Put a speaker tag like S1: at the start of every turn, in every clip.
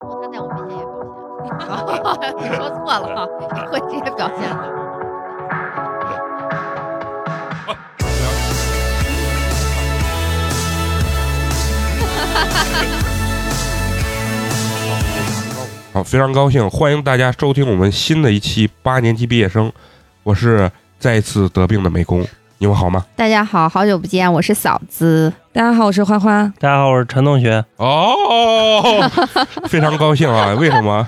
S1: 他在我面前也表现，你说错了 啊，你会这些表现的。
S2: 好，非常高兴，欢迎大家收听我们新的一期八年级毕业生。我是再次得病的美工，你们好吗？
S3: 大家好，好久不见，我是嫂子。
S4: 大家好，我是花花。
S5: 大家好，我是陈同学。
S2: 哦，非常高兴 啊！为什么？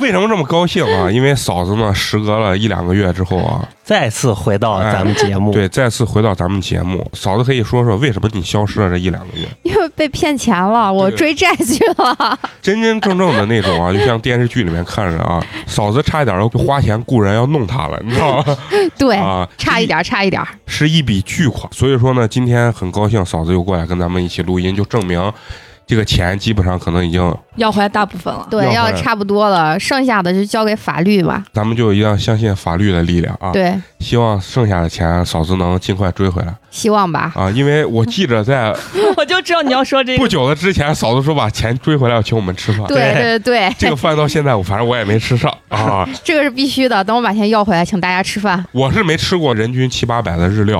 S2: 为什么这么高兴啊？因为嫂子呢，时隔了一两个月之后啊，
S5: 再次回到咱们节
S3: 嗯
S5: 目，
S2: 哎对，再次回到咱们节目。嫂子可以说说为什么你消失了这一两个月？
S3: 因为被骗钱了，我
S2: 对
S3: 追债去了。
S2: 真真正正的那种啊，就像电视剧里面看着啊，嫂子差一点儿要花钱雇人要弄她了，你知道吗？
S3: 对，
S2: 啊，
S3: 差一点儿，差一点儿。
S2: 是一笔巨款。所以说呢，今天很高兴嫂子又过来跟咱们一起录音，就证明这个钱基本上可能已经，
S4: 要回来大部分了。
S3: 对，
S2: 要
S3: 要
S2: 不然
S3: 差不多了，剩下的就交给法律吧。
S2: 咱们就一定要相信法律的力量啊！
S3: 对，
S2: 希望剩下的钱嫂子能尽快追回来
S3: 希望吧。
S2: 啊！因为我记着在
S4: 我就知道你要说这
S2: 不
S4: 个。
S2: 久的之前，嫂子说把钱追回来要请我们吃饭，
S3: 对对对，
S2: 这个饭到现在我反正我也没吃上啊，
S3: 这个是必须的。等我把钱要回来，请大家吃饭。
S2: 我是没吃过人均七八百的日料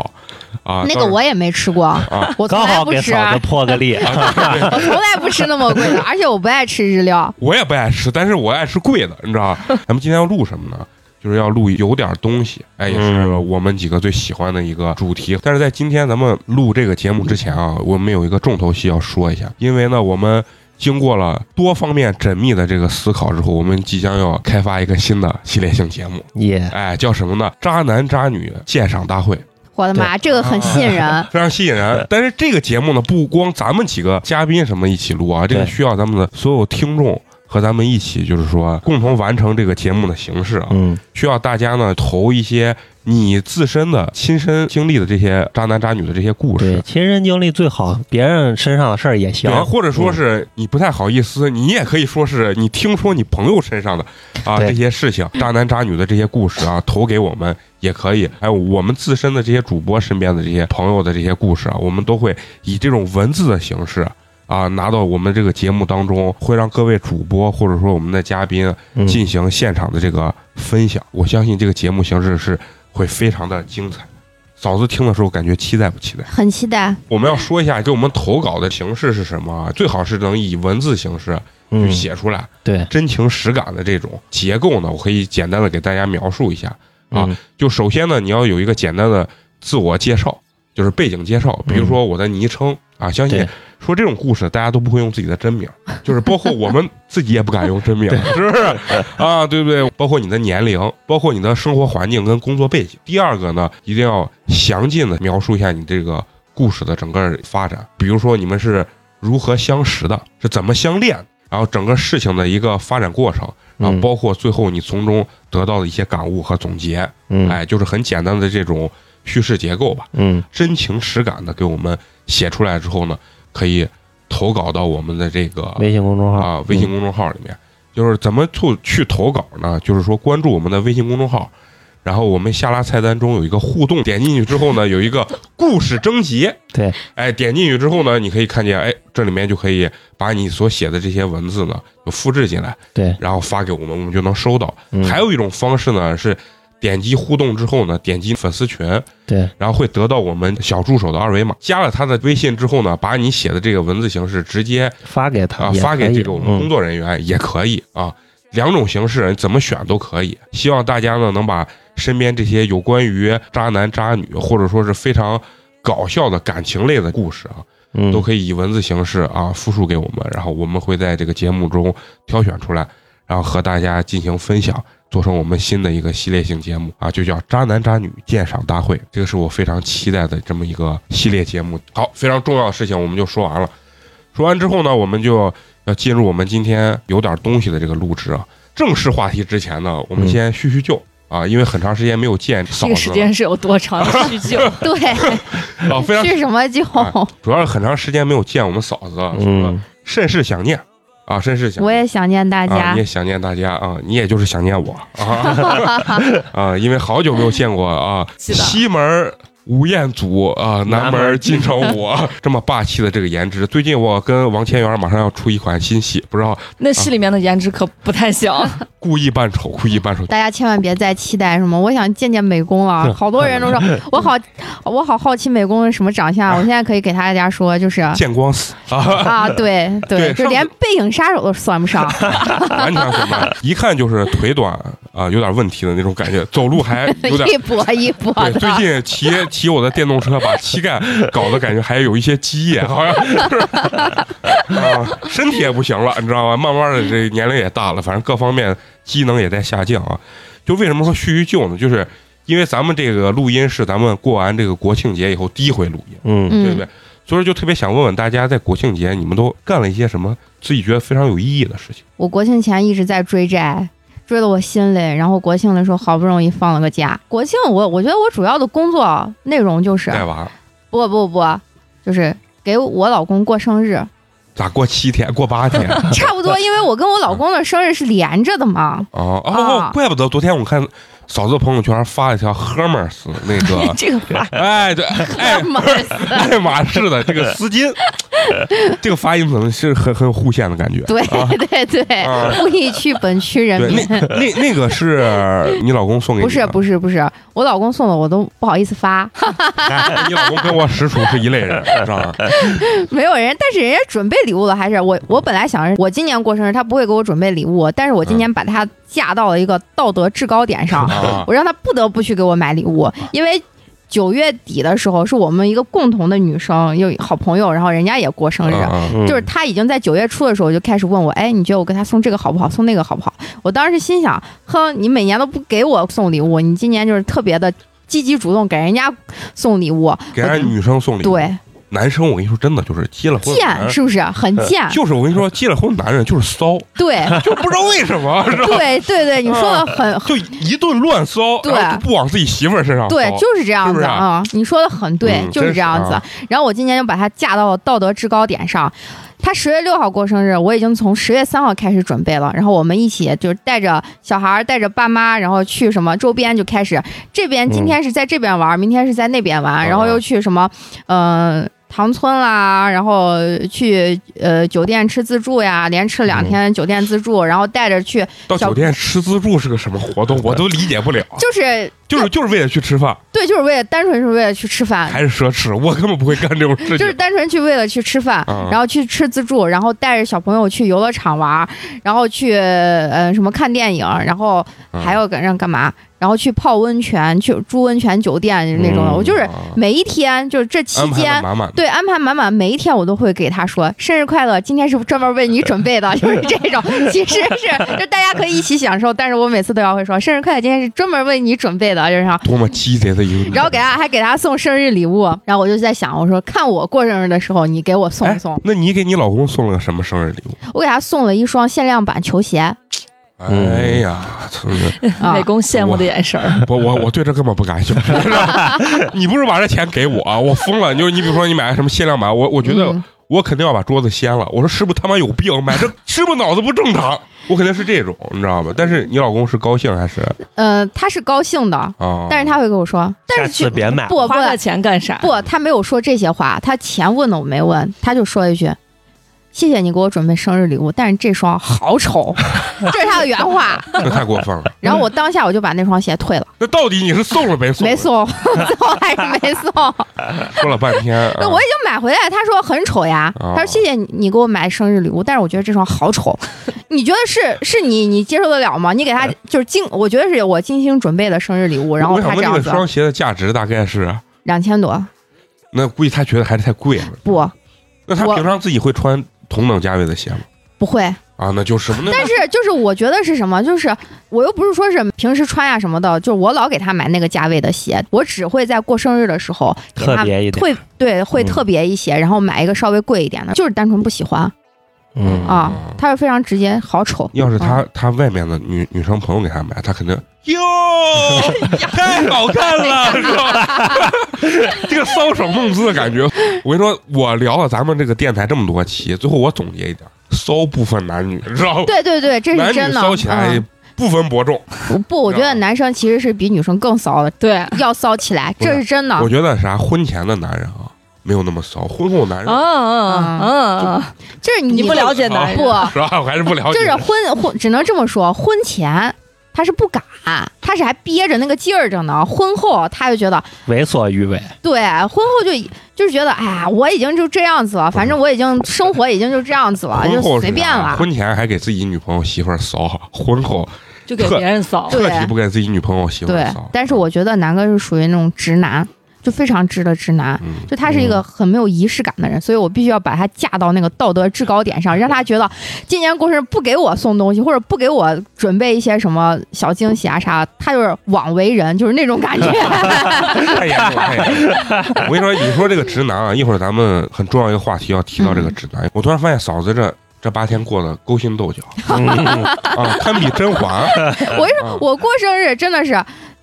S2: 啊，
S3: 那
S2: 当
S3: 个
S2: 然
S3: 我也没吃过，
S2: 啊
S3: 我从
S5: 刚
S3: 来
S5: 好
S3: 不
S5: 给
S3: 吃，
S5: 嫂子破个例。
S3: 我从来不吃那么贵的，而且我不爱吃日料。
S2: 我也不爱吃，但是我爱吃贵的，你知道吧？咱们今天要录什么呢？就是要录有点东西，哎，也是
S5: 嗯
S2: 我们几个最喜欢的一个主题。但是在今天咱们录这个节目之前啊，我们有一个重头戏要说一下，因为呢，我们经过了多方面缜密的这个思考之后，我们即将要开发一个新的系列性节目，
S5: 也
S2: 哎，叫什么呢？渣男渣女鉴赏大会。
S3: 我的妈，这个很吸引人。
S2: 非常吸引人
S5: 对。
S2: 但是这个节目呢，不光咱们几个嘉宾什么一起录啊，这个
S5: 对
S2: 需要咱们的所有听众。和咱们一起，就是说共同完成这个节目的形式啊，
S5: 嗯，
S2: 需要大家呢投一些你自身的亲身经历的这些渣男渣女的这些故
S5: 对，
S2: 事，
S5: 亲身经历最好，别人身上的事儿也行
S2: 对，。或者
S5: 嗯
S2: 说是你不太好意思，你也可以说是你听说你朋友身上的啊
S5: 对
S2: 这些事情，渣男渣女的这些故事啊，投给我们也可以。还有我们自身的这些主播身边的这些朋友的这些故事啊，我们都会以这种文字的形式。啊，拿到我们这个节目当中，会让各位主播或者说我们的嘉宾
S5: 嗯
S2: 进行现场的这个分享。我相信这个节目形式是会非常的精彩。嫂子听的时候感觉期待不期待？
S3: 很期待，
S2: 我们要说一下给我们投稿的形式是什么啊，最好是能以文字形式去
S5: 嗯，
S2: 写出来，
S5: 对
S2: 真情实感的这种结构呢，我可以简单的给大家描述一下。啊
S5: 嗯
S2: 就首先呢，你要有一个简单的自我介绍，就是背景介绍，比如说我的昵称啊，相信
S5: 嗯对
S2: 说这种故事大家都不会用自己的真 名，就是包括我们自己也不敢用真名，是不是啊？对不对？包括你的年龄，包括你的生活环境跟工作背景。第二个呢，一定要详尽的描述一下你这个故事的整个发展，比如说你们是如何相识的，是怎么相恋的，然后整个事情的一个发展过程，然后
S5: 嗯
S2: 啊包括最后你从中得到的一些感悟和总结。
S5: 嗯
S2: 哎，就是很简单的这种叙事结构吧，
S5: 嗯，
S2: 真情实感的给我们写出来之后呢，可以投稿到我们的这个
S5: 微信公众号嗯
S2: 啊微信公众号里面。就是怎么就去投稿呢？就是说关注我们的微信公众号，然后我们下拉菜单中有一个互动，点进去之后呢，有一个故事征集。
S5: 对，
S2: 哎，点进去之后呢，你可以看见，哎，这里面就可以把你所写的这些文字呢，就复制进来，
S5: 对，
S2: 然后发给我们，我们就能收到。
S5: 嗯
S2: 还有一种方式呢是。点击互动之后呢，点击粉丝群，
S5: 对，
S2: 然后会得到我们小助手的二维码。加了他的微信之后呢，把你写的这个文字形式直接
S5: 发给他
S2: 啊
S5: 也
S2: 发给
S5: 可以
S2: 这个我们工
S5: 嗯
S2: 作人员也可以啊，两种形式怎么选都可以。希望大家呢能把身边这些有关于渣男渣女或者说是非常搞笑的感情类的故事啊，
S5: 嗯
S2: 都可以以文字形式啊复述给我们，然后我们会在这个节目中挑选出来，然后和大家进行分享，做成我们新的一个系列性节目啊，就叫《渣男渣女鉴赏大会》，这个是我非常期待的这么一个系列节目。好，非常重要的事情我们就说完了，说完之后呢，我们就要进入我们今天有点东西的这个录制啊。正式话题之前呢，我们
S5: 嗯
S2: 先叙叙旧，啊，因为很长时间没有见嫂
S4: 这
S2: 子了，
S4: 个时间是有多长的叙旧？
S3: 对，
S2: 啊，非常
S3: 是什么酒？
S2: 主要是很长时间没有见我们嫂子了，嗯，
S5: 嗯，
S2: 甚是想念啊，甚是想念。
S3: 我也想念大
S2: 啊，
S3: 家
S2: 你也。想念大家啊，你也就是想念我啊 啊，因为好久没有见过啊，
S4: 是的
S2: 西门。吴彦祖啊，南
S5: 南
S2: 门
S5: 门
S2: 金城 武啊，这么霸气的这个颜值，最近我跟王千源马上要出一款新戏，不知道
S4: 那戏里面的颜值可不太行。，
S2: 故意扮丑，故意扮 丑，
S3: 大家千万别再期待什么，我想见见美工 了。好多人都说，我好，我好好奇美工是什么长
S2: 啊
S3: 相。我现在可以给大家说，就是
S2: 见光死啊！
S3: 啊，对
S2: 对
S3: 对，就连背影杀手都算不上。
S2: 完全混 蛋，一看就是腿短啊，有点问题的那种感觉，走路 还 有点
S3: 一跛一 跛
S2: 对，最
S3: 的。
S2: 近骑骑我的电动车，把膝盖搞得感觉还有一些积液，好像 是啊，身体也不行了，你知道吗？慢慢的这年龄也大了，反正各方面机能也在下降啊。就为什么说叙叙旧呢？就是因为咱们这个录音是咱们过完这个国庆节以后第一回录音，
S5: 嗯，
S2: 对不
S3: 嗯
S2: 对？所以说就特别想问问大家，在国庆节你们都干了一些什么自己觉得非常有意义的事情？
S3: 我国庆前一直在追债，追的我心累。然后国庆的时候好不容易放了个假。国庆我我觉得我主要的工作内容就是啊
S2: 带娃
S3: 不不不，就是给我老公过生日，
S2: 咋过七天？过八天？
S3: 差不多，因为我跟我老公的生日是连着的嘛。
S2: 哦哦，
S3: 啊
S2: 怪不得昨天我看嫂子朋友圈发了一条 Hermes 那个
S4: 这个话
S2: 哎啊对，哎爱
S3: 妈 呀
S2: 爱马仕的这个丝巾，这个发音可能是很很有户县的感觉。
S3: 对对对，
S2: 啊，
S3: 故意去本区人
S2: 对，
S3: 民。
S2: 那那那个是你老公送给你
S3: 不
S2: 的，
S3: 是不是不是，我老公送的，我都不好意思发，
S2: 哎你老公跟我实属是一类人，知道吧？
S3: 没有人，但是人家准备礼物了，还是我我本来想着我今年过生日，他不会给我准备礼物，但是我今年把他架到了一个道德制高点上，
S2: 啊，
S3: 我让他不得不去给我买礼
S2: 嗯
S3: 物，因为九月底的时候是我们一个共同的女生，又好朋友，然后人家也过生日，
S2: 啊
S5: 嗯
S3: 就是他已经在九月初的时候就开始问我，哎，你觉得我给他送这个好不好，送那个好不好？我当时心想，哼，你每年都不给我送礼物，你今年就是特别的积极主动给人家送礼物，
S2: 给人家女生送礼，，
S3: 对，
S2: 男生我跟你说真的就是结了婚的男
S3: 贱
S2: 人，
S3: 是不是很贱？
S2: 就是我跟你说结了婚的男人就是骚，
S3: 对
S2: 就不知道为什 么，知道吧？
S3: 对对对，你说的很。
S2: 就一顿乱骚，
S3: 对
S2: 然后就不往自己媳妇儿身上
S3: 对，
S2: 骚
S3: 就是这样
S2: 啊是不
S3: 子
S2: 是
S3: 啊！你说的很对，
S2: 嗯
S3: 就是这样子
S2: 真。
S3: 然后我今年就把他架到了道德制高点上。他十月六号过生日，我已经从十月三号开始准备了。然后我们一起就是带着小孩儿，带着爸妈，然后去什么周边就开始。这边
S2: 嗯
S3: 今天是在这边玩，明天是在那边玩，
S2: 哦
S3: 然后又去什么，嗯、唐村啦，然后去呃酒店吃自助呀，连吃
S2: 嗯
S3: 两天酒店自助，然后带着去，
S2: 到
S3: 小
S2: 酒店吃自助是个什么活动，我都理解不了。
S3: 就是
S2: 就是就是为了去吃饭，
S3: 对，就是为了单纯是为了去吃饭，
S2: 还是奢侈，我根本不会干这种事
S3: 就是
S2: 情。
S3: 单纯去为了去吃饭，
S2: 嗯
S3: 然后去吃自助，然后带着小朋友去游乐场玩儿，然后去呃什么看电影，然后
S2: 啊
S3: 还要干让干嘛？然后去泡温泉，去住温泉酒店那种的。
S5: 嗯
S3: 我就是
S2: 啊
S3: 每一天，就是这期
S2: 安排的
S3: 间。
S2: 满满的。
S3: 对，安排满满，每一天我都会给他说生日快乐，今天是专门为你准备的，就是这种，其实是就大家可以一起享受，但是我每次都要会说生日快乐，今天是专门为你准备的，就是这样
S2: 多么鸡贼的一个女人！
S3: 然后给他还给他送生日礼物，然后我就在想，我说看我过生日的时候，你给我送不送？
S2: 哎那你给你老公送了个什么生日礼物？
S3: 我给他送了一双限量版球鞋
S5: 嗯
S2: 哎呀，真是
S3: 啊
S4: 美，工羡慕的眼神儿，
S2: 我我我对这根本不感兴 趣。你不是把这钱给我，啊我疯了。你就是你比如说你买个什么限量版，我我觉得
S3: 嗯
S2: 我肯定要把桌子掀了。我说师傅他妈有病，买这师傅脑子不正常，我肯定是这种，你知道吧？但是你老公是高兴还是
S3: 呃，他是高兴的，
S2: 啊？
S3: 但是他会跟我说，但
S5: 哦下
S3: 是去
S5: 次别买，
S3: 不不
S4: 花那钱干啥？
S3: 不，他没有说这些话，他钱问的我没问，他就说一句。谢谢你给我准备生日礼物，但是这双好丑， 这是他的原话。
S2: 这太过分了。
S3: 然后我当下我就把那双鞋退了，
S2: 那到底你是送了没送？啊
S3: 没。送， 最后还是没送。
S2: 说了半天，啊
S3: 那我已经买回来，他说很丑呀，
S2: 哦
S3: 他说谢谢你你给我买生日礼物，但是我觉得这双好 丑，你觉得是是你你接受得了吗？你给他就是精，我觉得是我精心准备的生日礼物，然后
S2: 呃我
S3: 他
S2: 想问
S3: 这
S2: 这
S3: 样
S2: 个
S3: 子啊
S2: 双鞋的价值大概是？
S3: 两千多，
S2: 那估计他觉得还是太贵了。
S3: 不
S2: 那他
S3: 我
S2: 平常自己会穿同等价位的鞋吗？
S3: 不会，
S2: 啊，那就是那
S3: 但是就是我觉得是什么，就是我又不是说是平时穿呀什么的，就是我老给他买那个价位的鞋，我只会在过生日的时候给
S5: 特
S3: 他
S5: 别一点，
S3: 会对会
S2: 嗯
S3: 特别一些，然后买一个稍微贵一点的，就是单纯不喜欢。
S5: 嗯
S3: 啊，他是非常直接，好丑。
S2: 哦要是他
S3: 啊
S2: 他外面的女女生朋友给他买，他肯定 哟，太好看 了，是吧？这个搔首弄姿的感觉，我跟你说，我聊了咱们这个电台这么多期，最后我总结一点，骚不分男女，知 道吧？
S3: 对对对，这
S2: 男
S3: 是
S2: 女
S3: 真的。
S2: 骚起来
S3: 嗯
S2: 不分伯仲。
S3: 不不，我觉得男生其实是比女生更骚的，
S4: 对
S3: 要骚 起来，
S2: 不是
S3: 这是真的。
S2: 我觉得啥，婚前的男人啊，没有那么骚，婚后男人
S4: 嗯
S3: 哦
S4: 嗯嗯，
S3: 这是
S4: 你不了解男人
S3: 不，
S2: 是吧？我还啊 是不了解。
S3: 就是婚婚，只能这么说，婚前。他是不敢，他是还憋着那个劲儿着呢。婚后他就觉得，
S5: 为所欲为，
S3: 对，婚后就就是觉得，哎呀，我已经就这样子了，反正我已经生活已经就这样子了，
S2: 婚后
S3: 就是随便
S2: 啥
S3: 了。
S2: 婚前还给自己女朋友媳妇儿骚，婚后
S4: 就给别人扫。
S3: 对
S2: 彻底不给自己女朋友媳妇
S3: 对
S2: 儿骚。，
S3: 但是我觉得南哥是属于那种直男，就非常直的直男。
S2: 嗯，
S3: 就他是一个很没有仪式感的人，所以我必须要把他架到那个道德制高点上，让他觉得今年过生日不给我送东西，或者不给我准备一些什么小惊喜啊啥，他就是枉为人，就是那种感觉。
S2: 太严重了，太严重了。哎我跟你说，你说这个直男啊，一会儿咱们很重要一个话题要提到这个直男。我突然发现嫂子这这八天过得勾心斗 角啊，堪比甄嬛。啊
S3: 我跟你
S2: 嗯
S3: 说，我过生日真的是，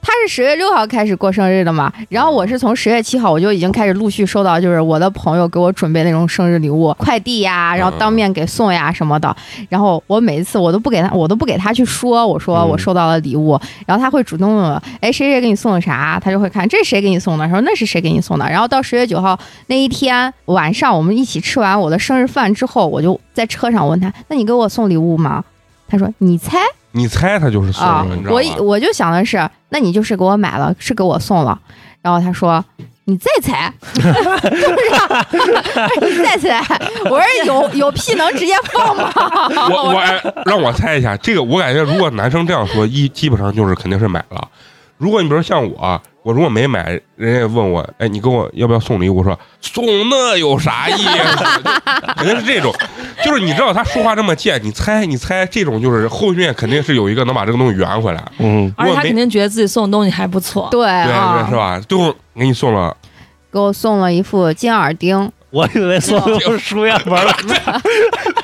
S3: 他是十月六号开始过生日的嘛，然后我是从十月七号我就已经开始陆续收到，就是我的朋友给我准备那种生日礼物，快递呀，然后当面给送呀什么的，然后我每一次我都不给他，我都不给他去说，我说
S2: 嗯
S3: 我收到了礼物，然后他会主动问我，哎，谁谁给你送的啥？他就会看这是谁给你送的，说那是谁给你送的，然后到十月九号那一天晚上，我们一起吃完我的生日饭之后，我就在车上问他，那你给我送礼物吗？他说：“你猜。”
S2: 你猜他就是送
S3: 啊
S2: 的，你知，道
S3: 我以
S2: 吧？
S3: 我就想的是，那你就是给我买了，是给我送了。然后他说：“你再踩， 就是啊你 再踩。”我说：“ 有有屁能直接 放吗？”
S2: 我我哎，让我猜一下，这个我感觉如果男生这样说，一基本上就是肯定是买了。如果你比如像我，我如果没买，人家问我，哎，你给我要不要送礼物？我说送那有啥意思？ 就肯定是这种，就是你知道他说话这么贱，你猜你猜，这种就是后面肯定是有一个能把这个东西圆回来，
S5: 嗯，
S4: 而且他肯定觉得自己送的东西还不错，
S3: 对
S2: 对对
S3: 啊
S2: 是，吧？最后给你送了，
S3: 给我送了一副金耳钉，
S5: 我以为所有书院 玩了，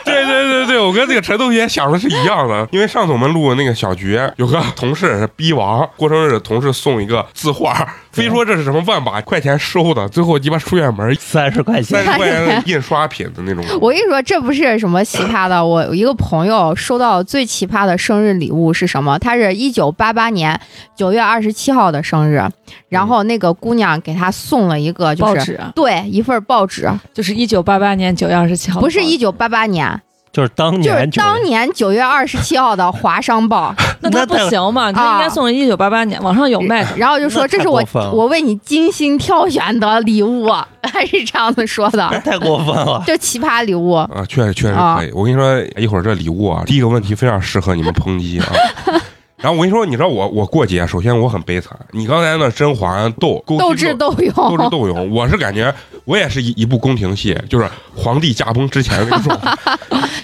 S2: 对对对对，我跟那个陈同学想的是一样 的，因为上次我们录那个小局，有个同事是逼王过生日，同事送一个字画，非说这是什么万把块钱收的，最后鸡巴出远门
S5: 三十块
S2: 三
S5: 钱
S2: 十，块钱的印刷品的那种。
S3: 我跟你说，这不是什么奇葩的。我有一个朋友收到最奇葩的生日礼物是什么？他是一九八八年九月二十七号的生日，
S2: 嗯
S3: 然后那个姑娘给他送了一个，就
S4: 报
S3: 是
S4: 纸啊
S3: 对一份报纸，
S4: 就是一九八八年九月二十七号，
S3: 不是一九八八年，
S5: 就是当
S3: 就
S5: 年
S3: 是
S5: 就
S3: 当年九月二十七号的《华商 报
S4: 那啊他不行嘛，他应该送一九八八年，网上有卖的》，。
S3: 然后就说
S5: 那太
S3: 这是我
S5: 过分了
S3: 我为你精心挑选的礼物， 还是这样子说 的，
S5: 太过分了，
S3: 就奇葩礼物。
S2: 啊，确实确实可以。我跟你说，一会儿这礼物啊，第一个问题非常适合你们抨击 啊。然后我跟你说，你知道我我过节，啊首先我很悲惨。你刚才那甄嬛斗勾
S3: 斗
S2: 心
S3: 智斗勇，
S2: 斗 智斗勇，我是感觉我也是一一部宫廷戏，就是皇帝驾崩之前那个状态。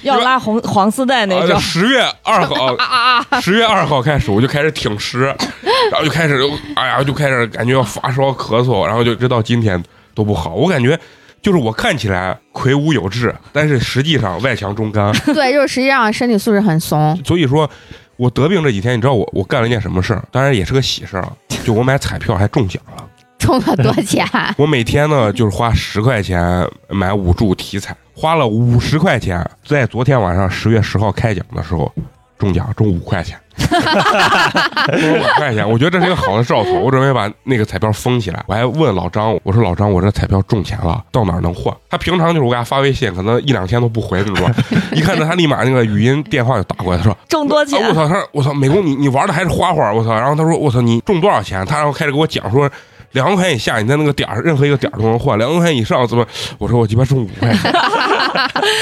S4: 要拉红黄丝带那
S2: 啊，
S4: 种，
S2: 十月二号，
S3: 啊啊啊！
S2: 十月二号开始我就开始挺尸，然后就开始，哎呀，就开始感觉要发烧、咳嗽，然后就直到今天都不好。我感觉就是我看起来魁梧有志，但是实际上外强中干。
S3: 对，就是实际上身体素质 很怂。
S2: 所以说，我得病这几天，你知道我我干了一件什么事儿？当然也是个喜事儿啊，就我买彩票还中奖了。
S3: 中了多少 钱？
S2: 我每天呢就是花十块钱买五注体彩，花了五十块钱，在昨天晚上十月十号开奖的时候中奖，中五块钱， 中五块钱，我觉得这是一个好的兆头，我准备把那个彩票封起来。我还问老张，我说老张，我这彩票中钱了，到哪儿能换？他平常就是我给他发微信，可能一两天都不回那种， 一看到他立马那个语音电话就打过来，他说
S4: 挣多
S2: 啊！我
S4: 钱，
S2: 操，他说我操，美工你你玩的还是花花，我操！然后他说我操，你中多少钱？他然后开始给我讲说，两万块钱以下你在那个点儿任何一个点儿都能换，两万块钱以上怎么？我说我鸡巴中五块钱。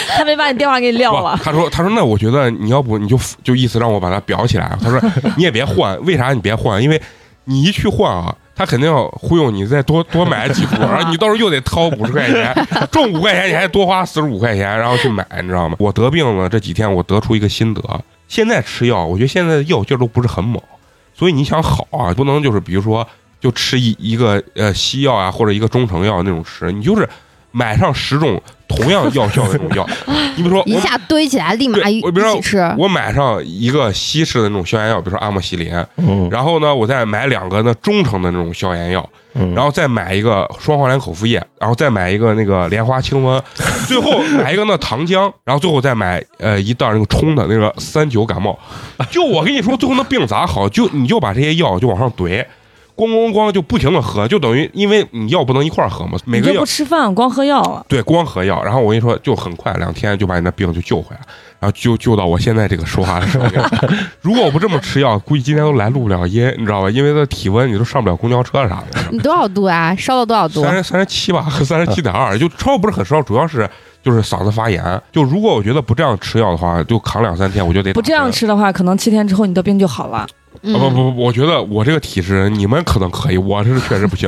S4: 他没把你电话给你撂
S2: 不
S4: 了，
S2: 他说他说那我觉得你要不你就就意思让我把它裱起来。他 说你也别换，为啥你别换？因为你一去换啊。他肯定要忽悠你再多多买几股，然后你到时候又得掏五十块钱，中五块钱你还多花四十五块钱，然后去买，你知道吗？我得病了这几天，我得出一个心得，现在吃药，我觉得现在的药劲儿都不是很猛，所以你想好啊，不能就是比如说就吃一一个呃西药啊或者一个中成药那种吃，你就是买上十种同样药效的那种药。你比如说
S3: 一
S2: 我
S3: 下堆起来，立马
S2: 对
S3: 一
S2: 我比如
S3: 一
S2: 说
S3: 起吃。
S2: 我买上一个西式的那种消炎药，比如说阿莫西林，
S5: 嗯，
S2: 然后呢，我再买两个呢中成的那种消炎药，
S5: 嗯
S2: 然后再买一个双黄连口服液，然后再买一个那个莲花清瘟，最后买一个那糖浆，然后最后再买呃一袋那个冲的那个三九感冒。就我跟你说，最后那病咋好？就你就把这些药就往上怼。咣咣咣就不停的喝，就等于因为你药不能一块儿喝嘛，每个
S4: 你就
S2: 药
S4: 不吃饭，光喝药了。
S2: 对，光喝药，然后我跟你说，就很快，两天就把你的病就救回来，然后就救到我现在这个说话的水平。如果我不这么吃药，估计今天都来录不了音，你知道吧？因为他体温你都上不了公交车啥的，
S3: 你多少度啊？烧到多少度？
S2: 三十三十七吧，三十七点二，就烧不是很烧，主要是就是嗓子发炎。就如果我觉得不这样吃药的话，就扛两三天，我就得
S4: 不这样
S2: 打针。
S4: 吃的话，可能七天之后你的病就好了。
S3: 嗯
S2: 啊不不不，我觉得我这个体质，你们可能可以，我是确实不行。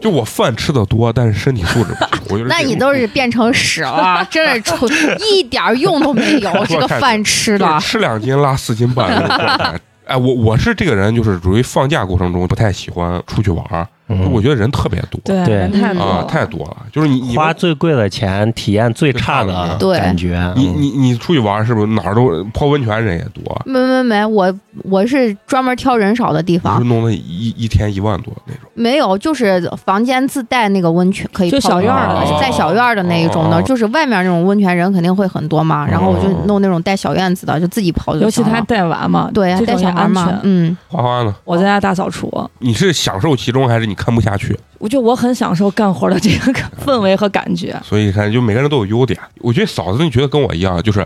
S2: 就我饭吃的多，但是身体素质不行，我就是
S3: 那
S2: 这
S3: 你
S2: 种
S3: 都是变成 屎了，真是出一点儿用都没有。这个饭吃
S2: 就是
S3: 的，
S2: 吃两斤拉四斤半的那种状态。哎，我我是这个人，就是属于放假过程中不太喜欢出去玩儿，就
S3: 嗯
S2: 我觉得人特别多，
S4: 对，
S5: 对
S4: 人太多
S2: 啊、
S4: 了，
S2: 太多了。就是你你
S5: 花最贵的钱，体验最差的
S3: 对
S5: 感觉。嗯
S2: 你你你出去玩儿是不是哪儿都泡温泉人也多，
S3: 没没没，我我是专门挑人少的地
S2: 就是
S3: 方，
S2: 弄得一一天一万多那种。
S3: 没有，就是房间自带那个温泉可以
S4: 就
S3: 泡
S4: 小院
S2: 儿的
S3: 的，
S2: 那
S3: 在
S2: 种
S3: 小院儿的那一种
S2: 哦
S3: 的，
S2: 哦
S3: 就是外面那种温泉人肯定会很多嘛，然后我就
S2: 哦
S3: 弄那种带小院子的，就自己泡就
S4: 尤其
S3: 行
S4: 他
S3: 了。
S4: 带娃嘛，
S3: 对，啊
S4: 这
S3: 带
S4: 种也
S3: 小孩
S4: 安
S3: 嘛，
S4: 全。
S3: 嗯，
S2: 花花呢？
S4: 我在家大扫除，
S2: 你是享受其中还是你看不下去？
S4: 我就我很享受干活的这个 氛围和感觉。
S2: 所以你看，就每个人都有优点。我觉得嫂子，你觉得跟我一样，就是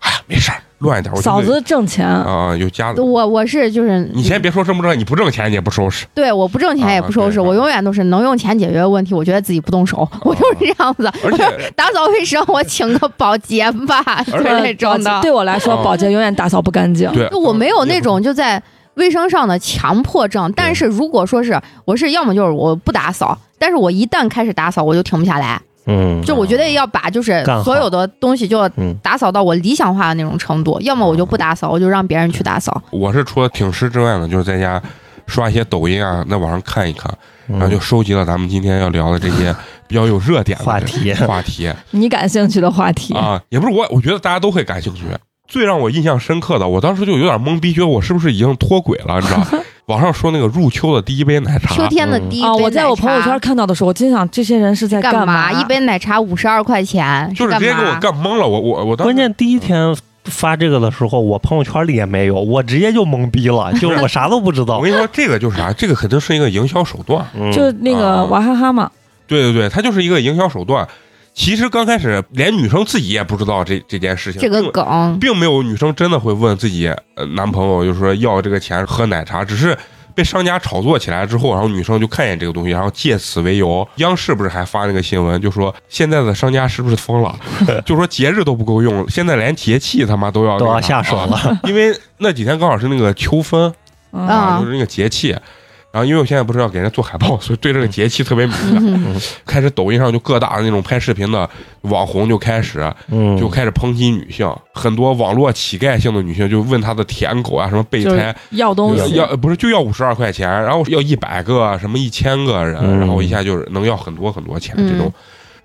S2: 哎呀没事儿，乱一点。我就
S4: 嫂子挣钱，
S2: 啊、有家的。
S3: 我我是就是
S2: 你先别说挣不挣，你不挣钱你也不收拾。
S3: 对，我不挣钱也
S2: 啊
S3: 不收
S2: 对
S3: 拾，
S2: 啊
S3: 我永远都是能用钱解决问题，我觉得自己不动手，我就是这样子。
S2: 而且
S3: 打扫卫生，我请个保洁吧，就是
S4: 呃
S3: 那种
S4: 保
S3: 的
S4: 洁。对我来说，
S2: 哦
S4: 保洁永远打扫不干净。
S2: 对，
S3: 就我没有那种就在卫生上的强迫症，但是如果说是我是要么就是我不打扫，但是我一旦开始打扫，我就停不下来。
S5: 嗯，
S3: 就我觉得要把就是
S5: 干好
S3: 所有的东西就
S5: 嗯
S3: 打扫到我理想化的那种程度，要么我就
S2: 哦
S3: 不打扫，我就让别人去打扫。
S2: 我是除了挺尸之外呢，就是在家刷一些抖音啊，在网上看一看，
S5: 嗯
S2: 然后就收集了咱们今天要聊的这些比较有热点的
S5: 话
S2: 这
S5: 题
S2: 话题
S4: 你感兴趣的话题，
S2: 啊，也不是我，我觉得大家都会感兴趣。最让我印象深刻的，我当时就有点懵逼，觉得我是不是已经脱轨了，你知道？网上说那个入秋的第一杯奶
S3: 秋
S2: 茶，
S3: 天的第一杯
S4: 啊，我在我
S3: 奶茶
S4: 朋友圈看到的时候，我心想这些人是在
S3: 干
S4: 嘛？
S3: 一杯奶茶五十二块钱，
S2: 就是直接给我
S3: 嘛
S2: 干懵了。我我我当时
S5: 关键第一天发这个的时候，我朋友圈里也没有，我直接就懵逼了，就我啥都不知
S2: 我
S5: 道。
S2: 跟你说，这个就是啥？这个肯定是一个营销手段。
S5: 嗯
S4: 就那个
S2: 啊
S4: 娃哈哈嘛，
S2: 对对对，它就是一个营销手段。其实刚开始连女生自己也不知道这这件事情，
S3: 这
S2: 并
S3: 个梗。
S2: 并没有女生真的会问自己呃男朋友，就是说要这个钱喝奶茶，只是被商家炒作起来之后，然后女生就看见这个东西，然后借此为由，央视不是还发那个新闻，就说现在的商家是不是疯了？ 就说节日都不够用，现在连节气他妈都要
S5: 都要
S2: 那个
S5: 下手了，
S2: 啊因为那几天刚好是那个秋分
S4: 嗯，
S2: 啊，
S3: 啊
S2: 就是那个节气。然后，因为我现在不是要给人家做海报，所以对这个节气特别敏感。
S3: 嗯
S2: 开始抖音上就各大的那种拍视频的网红就开始，
S5: 嗯，
S2: 就开始抨击女性，很多网络乞丐性的女性就问她的舔狗啊，什么备
S4: 就是
S2: 胎
S4: 要东
S2: 要
S4: 西，
S2: 要不是就要五十二块钱，然后要一百个什么一千个人，
S5: 嗯
S2: 然后一下就是能要很多很多钱
S3: 嗯
S2: 这种，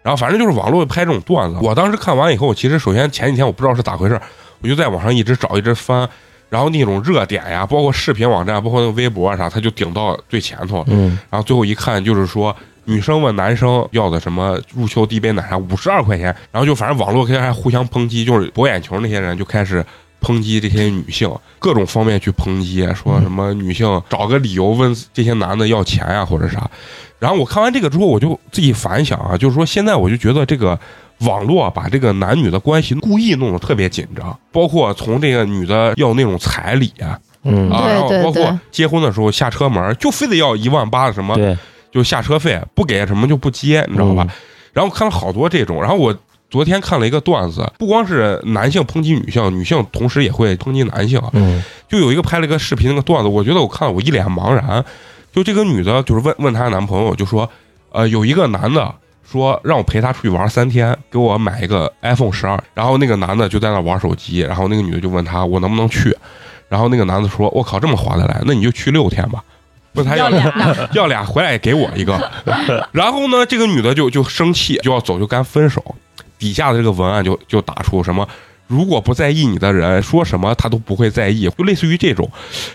S2: 然后反正就是网络拍这种段子。我当时看完以后，其实首先前几天我不知道是咋回事，我就在网上一直找一直翻，然后那种热点呀，包括视频网站，包括那个微博啊啥，它就顶到最前头，
S5: 嗯
S2: 然后最后一看就是说。女生问男生要的什么入秋第一杯奶茶五十二块钱，然后就反正网络开始还互相抨击，就是博眼球那些人就开始抨击这些女性，各种方面去抨击，说什么女性找个理由问这些男的要钱呀、或者啥。然后我看完这个之后，我就自己反想啊，就是说现在我就觉得这个网络啊把这个男女的关系故意弄得特别紧张，包括从这个女的要那种彩礼啊，
S5: 嗯
S2: 啊，
S3: 对
S2: 然后
S3: 对
S2: 包
S3: 对
S2: 括结婚的时候下车门就非得要一万八的什么。
S5: 对，
S2: 就下车费不给什么就不接，你知道吧？
S5: 嗯
S2: 然后看了好多这种，然后我昨天看了一个段子，不光是男性抨击女性，女性同时也会抨击男性。啊
S5: 嗯？
S2: 就有一个拍了一个视频那个段子，我觉得我看了我一脸茫然。就这个女的，就是问问她男朋友，就说，呃，有一个男的说让我陪他出去玩三天，给我买一个 iPhone 十二。然后那个男的就在那玩手机，然后那个女的就问他我能不能去，然后那个男的说，我靠，这么划得来，那你就去六天吧。不是他要
S4: 要脸
S2: 要俩回来也给我一个。 然后呢，这个女的就就生气，就要走，就跟他分手。底下的这个文案就就打出什么。如果不在意你的人说什么，他都不会在意，就类似于这种。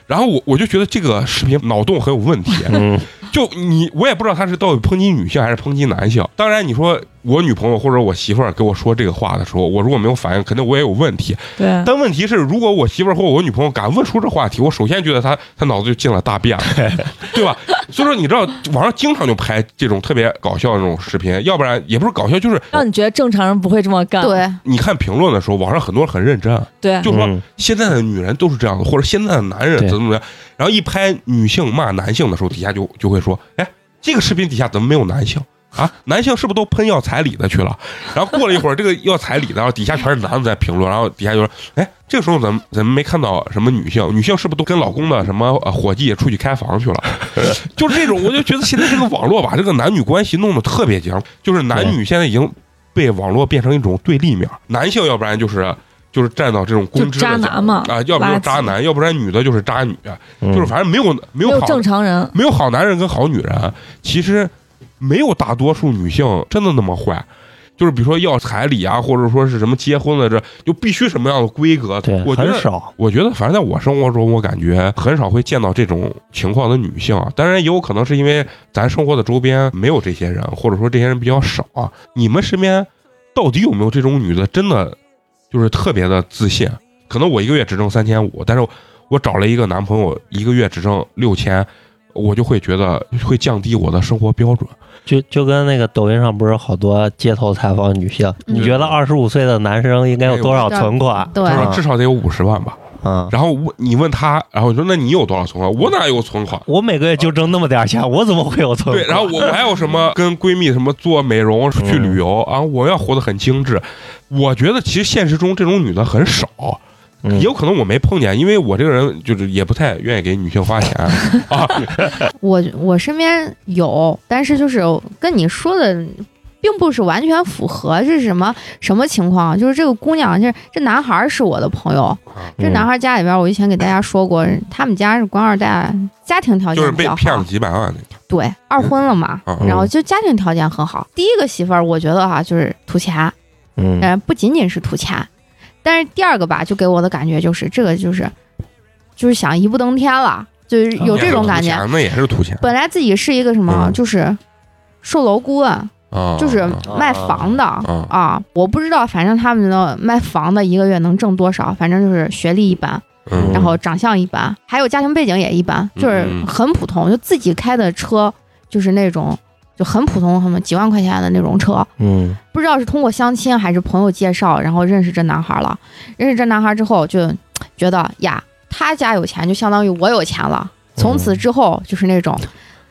S2: 然后我我就觉得这个视频脑洞很有问题，
S5: 嗯，
S2: 就你，我也不知道他是到底抨击女性还是抨击男性。当然，你说我女朋友或者我媳妇儿给我说这个话的时候，我如果没有反应，肯定我也有问题。
S4: 对，
S2: 但问题是，如果我媳妇儿或我女朋友敢问出这话题，我首先觉得她她脑子就进了大便了，对吧？所以说，你知道网上经常就拍这种特别搞笑的那种视频，要不然也不是搞笑，就是
S4: 让你觉得正常人不会这么干。
S3: 对，
S2: 你看评论的时候，网上很多人很认真，啊
S4: 对，
S2: 就说
S5: 嗯
S2: 现在的女人都是这样的，或者现在的男人
S5: 对
S2: 怎么怎么样，然后一拍女性骂男性的时候，底下就就会说，哎，这个视频底下怎么没有男性？啊，男性是不是都喷要彩礼的去了？ 然后过了一会儿，这个要彩礼的，然后底下全是男的在评论，然后底下就说：“哎，这个时候怎么怎么没看到什么女性？女性是不是都跟老公的什么呃伙计出去开房去了？” 就是这种，我就觉得现在这个网络把这个男女关系弄得特别僵，就是男女现在已经被网络变成一种对立面，男性要不然就是就是站到这种
S4: 就
S2: 公知的
S4: 渣
S2: 角
S4: 男嘛，
S2: 啊，要不然就是
S4: 垃圾
S2: 渣男，要不然女的就是渣女，啊
S5: 嗯
S2: 就是反正没有没
S4: 没
S2: 有
S4: 有
S2: 好
S4: 正常人。
S2: 没有好男人跟好女人，啊其实没有大多数女性真的那么坏。就是比如说要彩礼啊，或者说是什么结婚了这，就必须什么样的规格？
S5: 对，
S2: 我觉
S5: 很
S2: 得，
S5: 少。
S2: 我觉得反正在我生活中，我感觉很少会见到这种情况的女性啊。当然，也有可能是因为咱生活的周边没有这些人，或者说这些人比较少啊。你们身边到底有没有这种女的，真的就是特别的自信？可能我一个月只挣三千五，但是我找了一个男朋友，一个月只挣六千，我就会觉得会降低我的生活标准。
S5: 就就跟那个抖音上不是好多街头采访女性，
S3: 嗯
S5: 你觉得二十五岁的男生应该有多少存款？
S3: 对
S2: 就是
S5: 啊
S2: 至少得有五十万吧。
S5: 嗯，
S2: 然后我你问他，然后你说那你有多少存款？我哪有存款？
S5: 我每个月就挣那么点钱，我怎么
S3: 嗯
S5: 会有存款？
S2: 对，然后我我还有什么跟闺蜜什么做美容、去
S3: 嗯
S2: 旅游啊，我要活得很精致。我觉得其实现实中这种女的很少，
S5: 嗯
S2: 也有可能我没碰见，因为我这个人就是也不太愿意给女性 花钱啊。
S3: 我我身边有，但是就是跟你说的，并不是完全符合。是什么什么情况？啊就是这个姑娘，就是这男孩儿是我的朋
S2: 啊
S3: 友，这男孩儿家里边儿，我以前给大家说过，他们家是官二代，家庭条
S2: 就是
S3: 件比
S2: 被
S3: 较
S2: 骗了
S3: 好。
S2: 几百万那个
S3: 对，二婚了嘛，
S2: 啊，
S3: 然后就家庭条件很好。第一个媳妇儿，我觉得哈、就是图钱，
S5: 嗯，嗯
S3: 呃，不仅仅是图钱，但是第二个吧，就给我的感觉就是这个就是就是想一步登天了，就是有这种感觉。
S2: 那啊也是图钱，
S3: 本来自己是一个什么，
S2: 嗯
S3: 就是售楼顾问，
S2: 啊，
S3: 就是
S2: 啊
S3: 卖房的
S2: 啊
S3: 啊。我不知道，反正他们的卖房的一个月能挣多少，反正就是学历一般，
S2: 嗯
S3: 然后长相一般，还有家庭背景也一般，就是
S2: 嗯
S3: 很普通，就自己开的车，就是那种就很普通，什么几万块钱的那种车。
S5: 嗯
S3: 不知道是通过相亲还是朋友介绍，然后认识这男孩了。认识这男孩之后，就嘖觉得呀，他家有钱就相当于我有钱了。从此之后就是那种，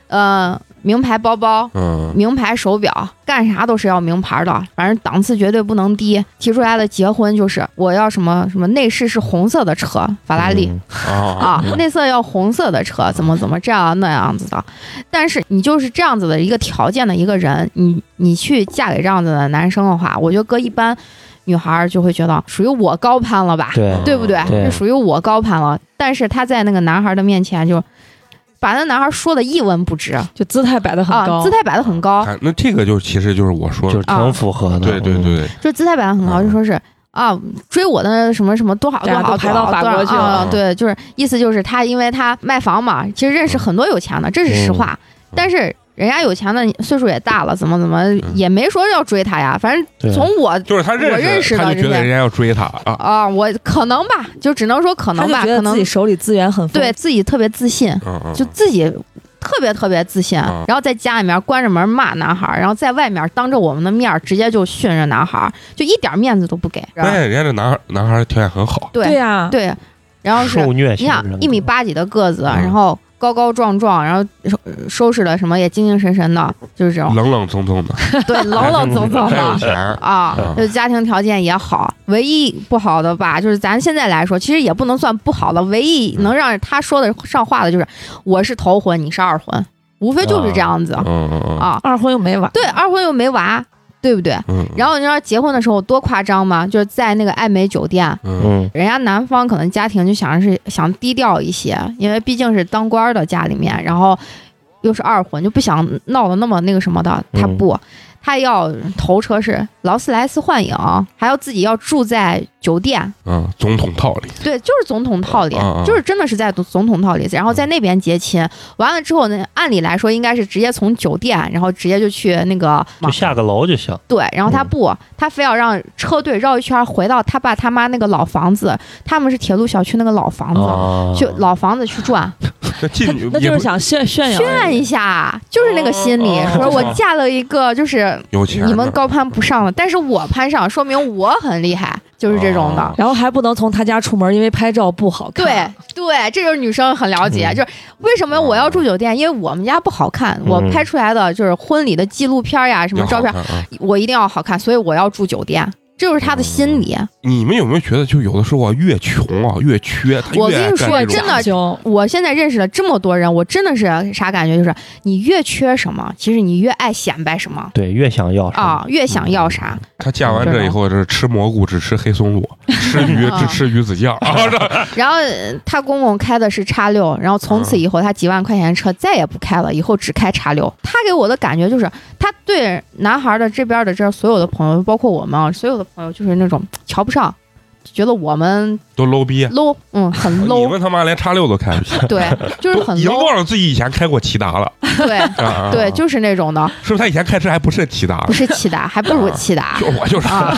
S3: 呃，名牌包包、
S2: 嗯
S3: 名牌手表，干啥都是要名牌的，反正档次绝对不能低。提出来的结婚就是我要什么什么内饰是红色的车，法拉利、
S5: 嗯
S2: 啊
S3: 啊，内色要红色的车，怎么怎么这样那样子的。但是你就是这样子的一个条件的一个人，你你去嫁给这样子的男生的话，我觉得搁一般女孩儿就会觉得属于我高攀了吧，
S2: 嗯
S5: 对
S3: 对不对？
S5: 对
S3: 这属于我高攀了。但是他在那个男孩儿的面前就把那男孩儿说的一文不值啊、
S4: 就姿态摆得很高，
S3: 姿态摆的很高，
S2: 看那这个就是其实就是我说
S5: 就是
S2: 的，
S3: 嗯
S5: 挺符合的。嗯
S2: 对对对对，
S3: 就姿态摆的很高，
S2: 嗯
S3: 就说是。啊，追我的什么什么多好多
S4: 大家
S3: 好，
S4: 啊都排到
S3: 多好
S4: 法国去
S3: 多好
S4: 了
S3: 啊！对，就是意思就是他，因为他卖房嘛，其实认识很多有钱的，这是实话。
S2: 嗯
S3: 但是人家有钱的岁数也大了，怎么怎么也没说要追他呀。反正
S5: 对
S3: 从我
S2: 就是他
S3: 我认
S2: 认
S3: 识
S2: 识，他
S3: 的
S2: 就觉
S3: 人
S2: 得
S3: 家
S2: 人家要追他啊，
S3: 啊，我可能吧，就只能说可
S4: 他
S3: 能
S4: 就
S3: 吧，
S4: 觉
S3: 可
S4: 得自
S3: 能
S4: 己手里资源很丰
S3: 对自己特别自信，
S2: 嗯嗯，
S3: 就自己特别特别自信
S2: 嗯，
S3: 然后在家里面关着门骂男孩儿，然后在外面当着我们的面儿直接就训着男孩儿，就一点面子都不给。
S2: 关键人家这男孩男孩条件很好，
S4: 对
S3: 对
S4: 呀，
S3: 对，然后是
S5: 受虐
S3: 你
S5: 型
S3: 想
S5: 人格
S3: 一米八几的个子，
S2: 嗯
S3: 然后高高壮壮，然后收呃收拾的什么也精精神神的，就是 这种
S2: 冷冷清清的，
S3: 对老老总总
S2: 还有
S3: 的。
S2: 钱，
S3: 啊，就家庭条件也好，唯一不好的吧，就是咱现在来说，其实也不能算不好的，唯一
S2: 嗯
S3: 能让他说得上话的就是我是头婚，你是二婚，无非就是这样子
S2: 嗯嗯嗯，
S3: 啊。
S4: 二婚又没娃，
S3: 对，二婚又没娃，对不对？
S2: 嗯，
S3: 然后你知道结婚的时候多夸张吗？就是在那个艾美酒店，
S2: 嗯
S5: 嗯
S3: 人家男方可能家庭就想是想低调一些，因为毕竟是当官儿的家里面，然后又是二婚，就不想闹得那么那个什么的。他
S5: 嗯
S3: 不，他要头车是劳斯莱斯幻影，还要自己要住在酒店，
S2: 嗯，总统套里，
S3: 对，就是总统套里，
S2: 啊啊
S3: 就是真的是在总统套里，然后在那边结亲。完了之后呢，按理来说应该是直接从酒店，然后直接就去那个
S5: 就下个楼就行。
S3: 对，然后他
S2: 嗯
S3: 不，他非要让车队绕一圈回到他爸他妈那个老房子，他们是铁路小区那个老房子，
S2: 哦
S5: 啊，
S3: 去老房子去转，
S2: 那进去
S4: 那
S2: 也
S4: 就
S2: 不
S4: 是想炫炫耀而
S3: 炫
S4: 已，
S3: 一下，就是那个心理，
S2: 哦
S3: 说
S2: 哦
S3: 我嫁了一个就是
S2: 有钱的，
S3: 你们高攀不上的，但是我攀上，说明我很厉害，就是这种的。
S2: 哦
S4: 然后还不能从他家出门，因为拍照不好看。
S3: 对对，这就是女生很了解，
S5: 嗯
S3: 就是为什么我
S2: 哦
S3: 要住酒店，因为我们家不好看，我
S5: 嗯
S3: 拍出来的就是婚礼的纪录片呀，什么
S2: 要好
S3: 照片，
S2: 看啊
S3: 我一定要好看，所以我要住酒店，这就是她的
S2: 哦
S3: 心理。
S2: 你们有没有觉得，就有的时候啊，越穷啊，越缺，他
S3: 我
S2: 越
S3: 跟你
S2: 爱干
S3: 说
S2: 这种
S3: 真的
S4: 就
S3: 我现在认识了这么多人，我真的是啥感觉？就是你越缺什么，其实你越爱显摆什么
S5: 对，越想要什么
S3: 啊，
S2: 嗯
S3: 越想要啥。
S2: 他嫁完这以后，是吃蘑菇只吃黑松露，吃鱼只吃鱼子酱，啊这
S3: 然后呃他公公开的是叉六，然后从此以后他几万块钱的车再也不开了，以后只开叉六。他给我的感觉就是，他对男孩的这边的这所有的朋友，包括我们啊，所有的朋友就是那种瞧不上，觉得我们
S2: 都 low 逼。
S3: low，嗯， 很
S2: 你
S3: low，
S2: 们他妈连叉六都开不起，
S3: 对，就是
S2: 都
S3: 很
S2: 已经
S3: low，
S2: 忘了自己以前开过骐达了。
S3: 对
S2: 啊
S3: 对，就是那种的，
S2: 是不是他以前开车还不是骐达
S3: 不？是骐达，还不如 骐达
S2: 就我就是
S3: 啊。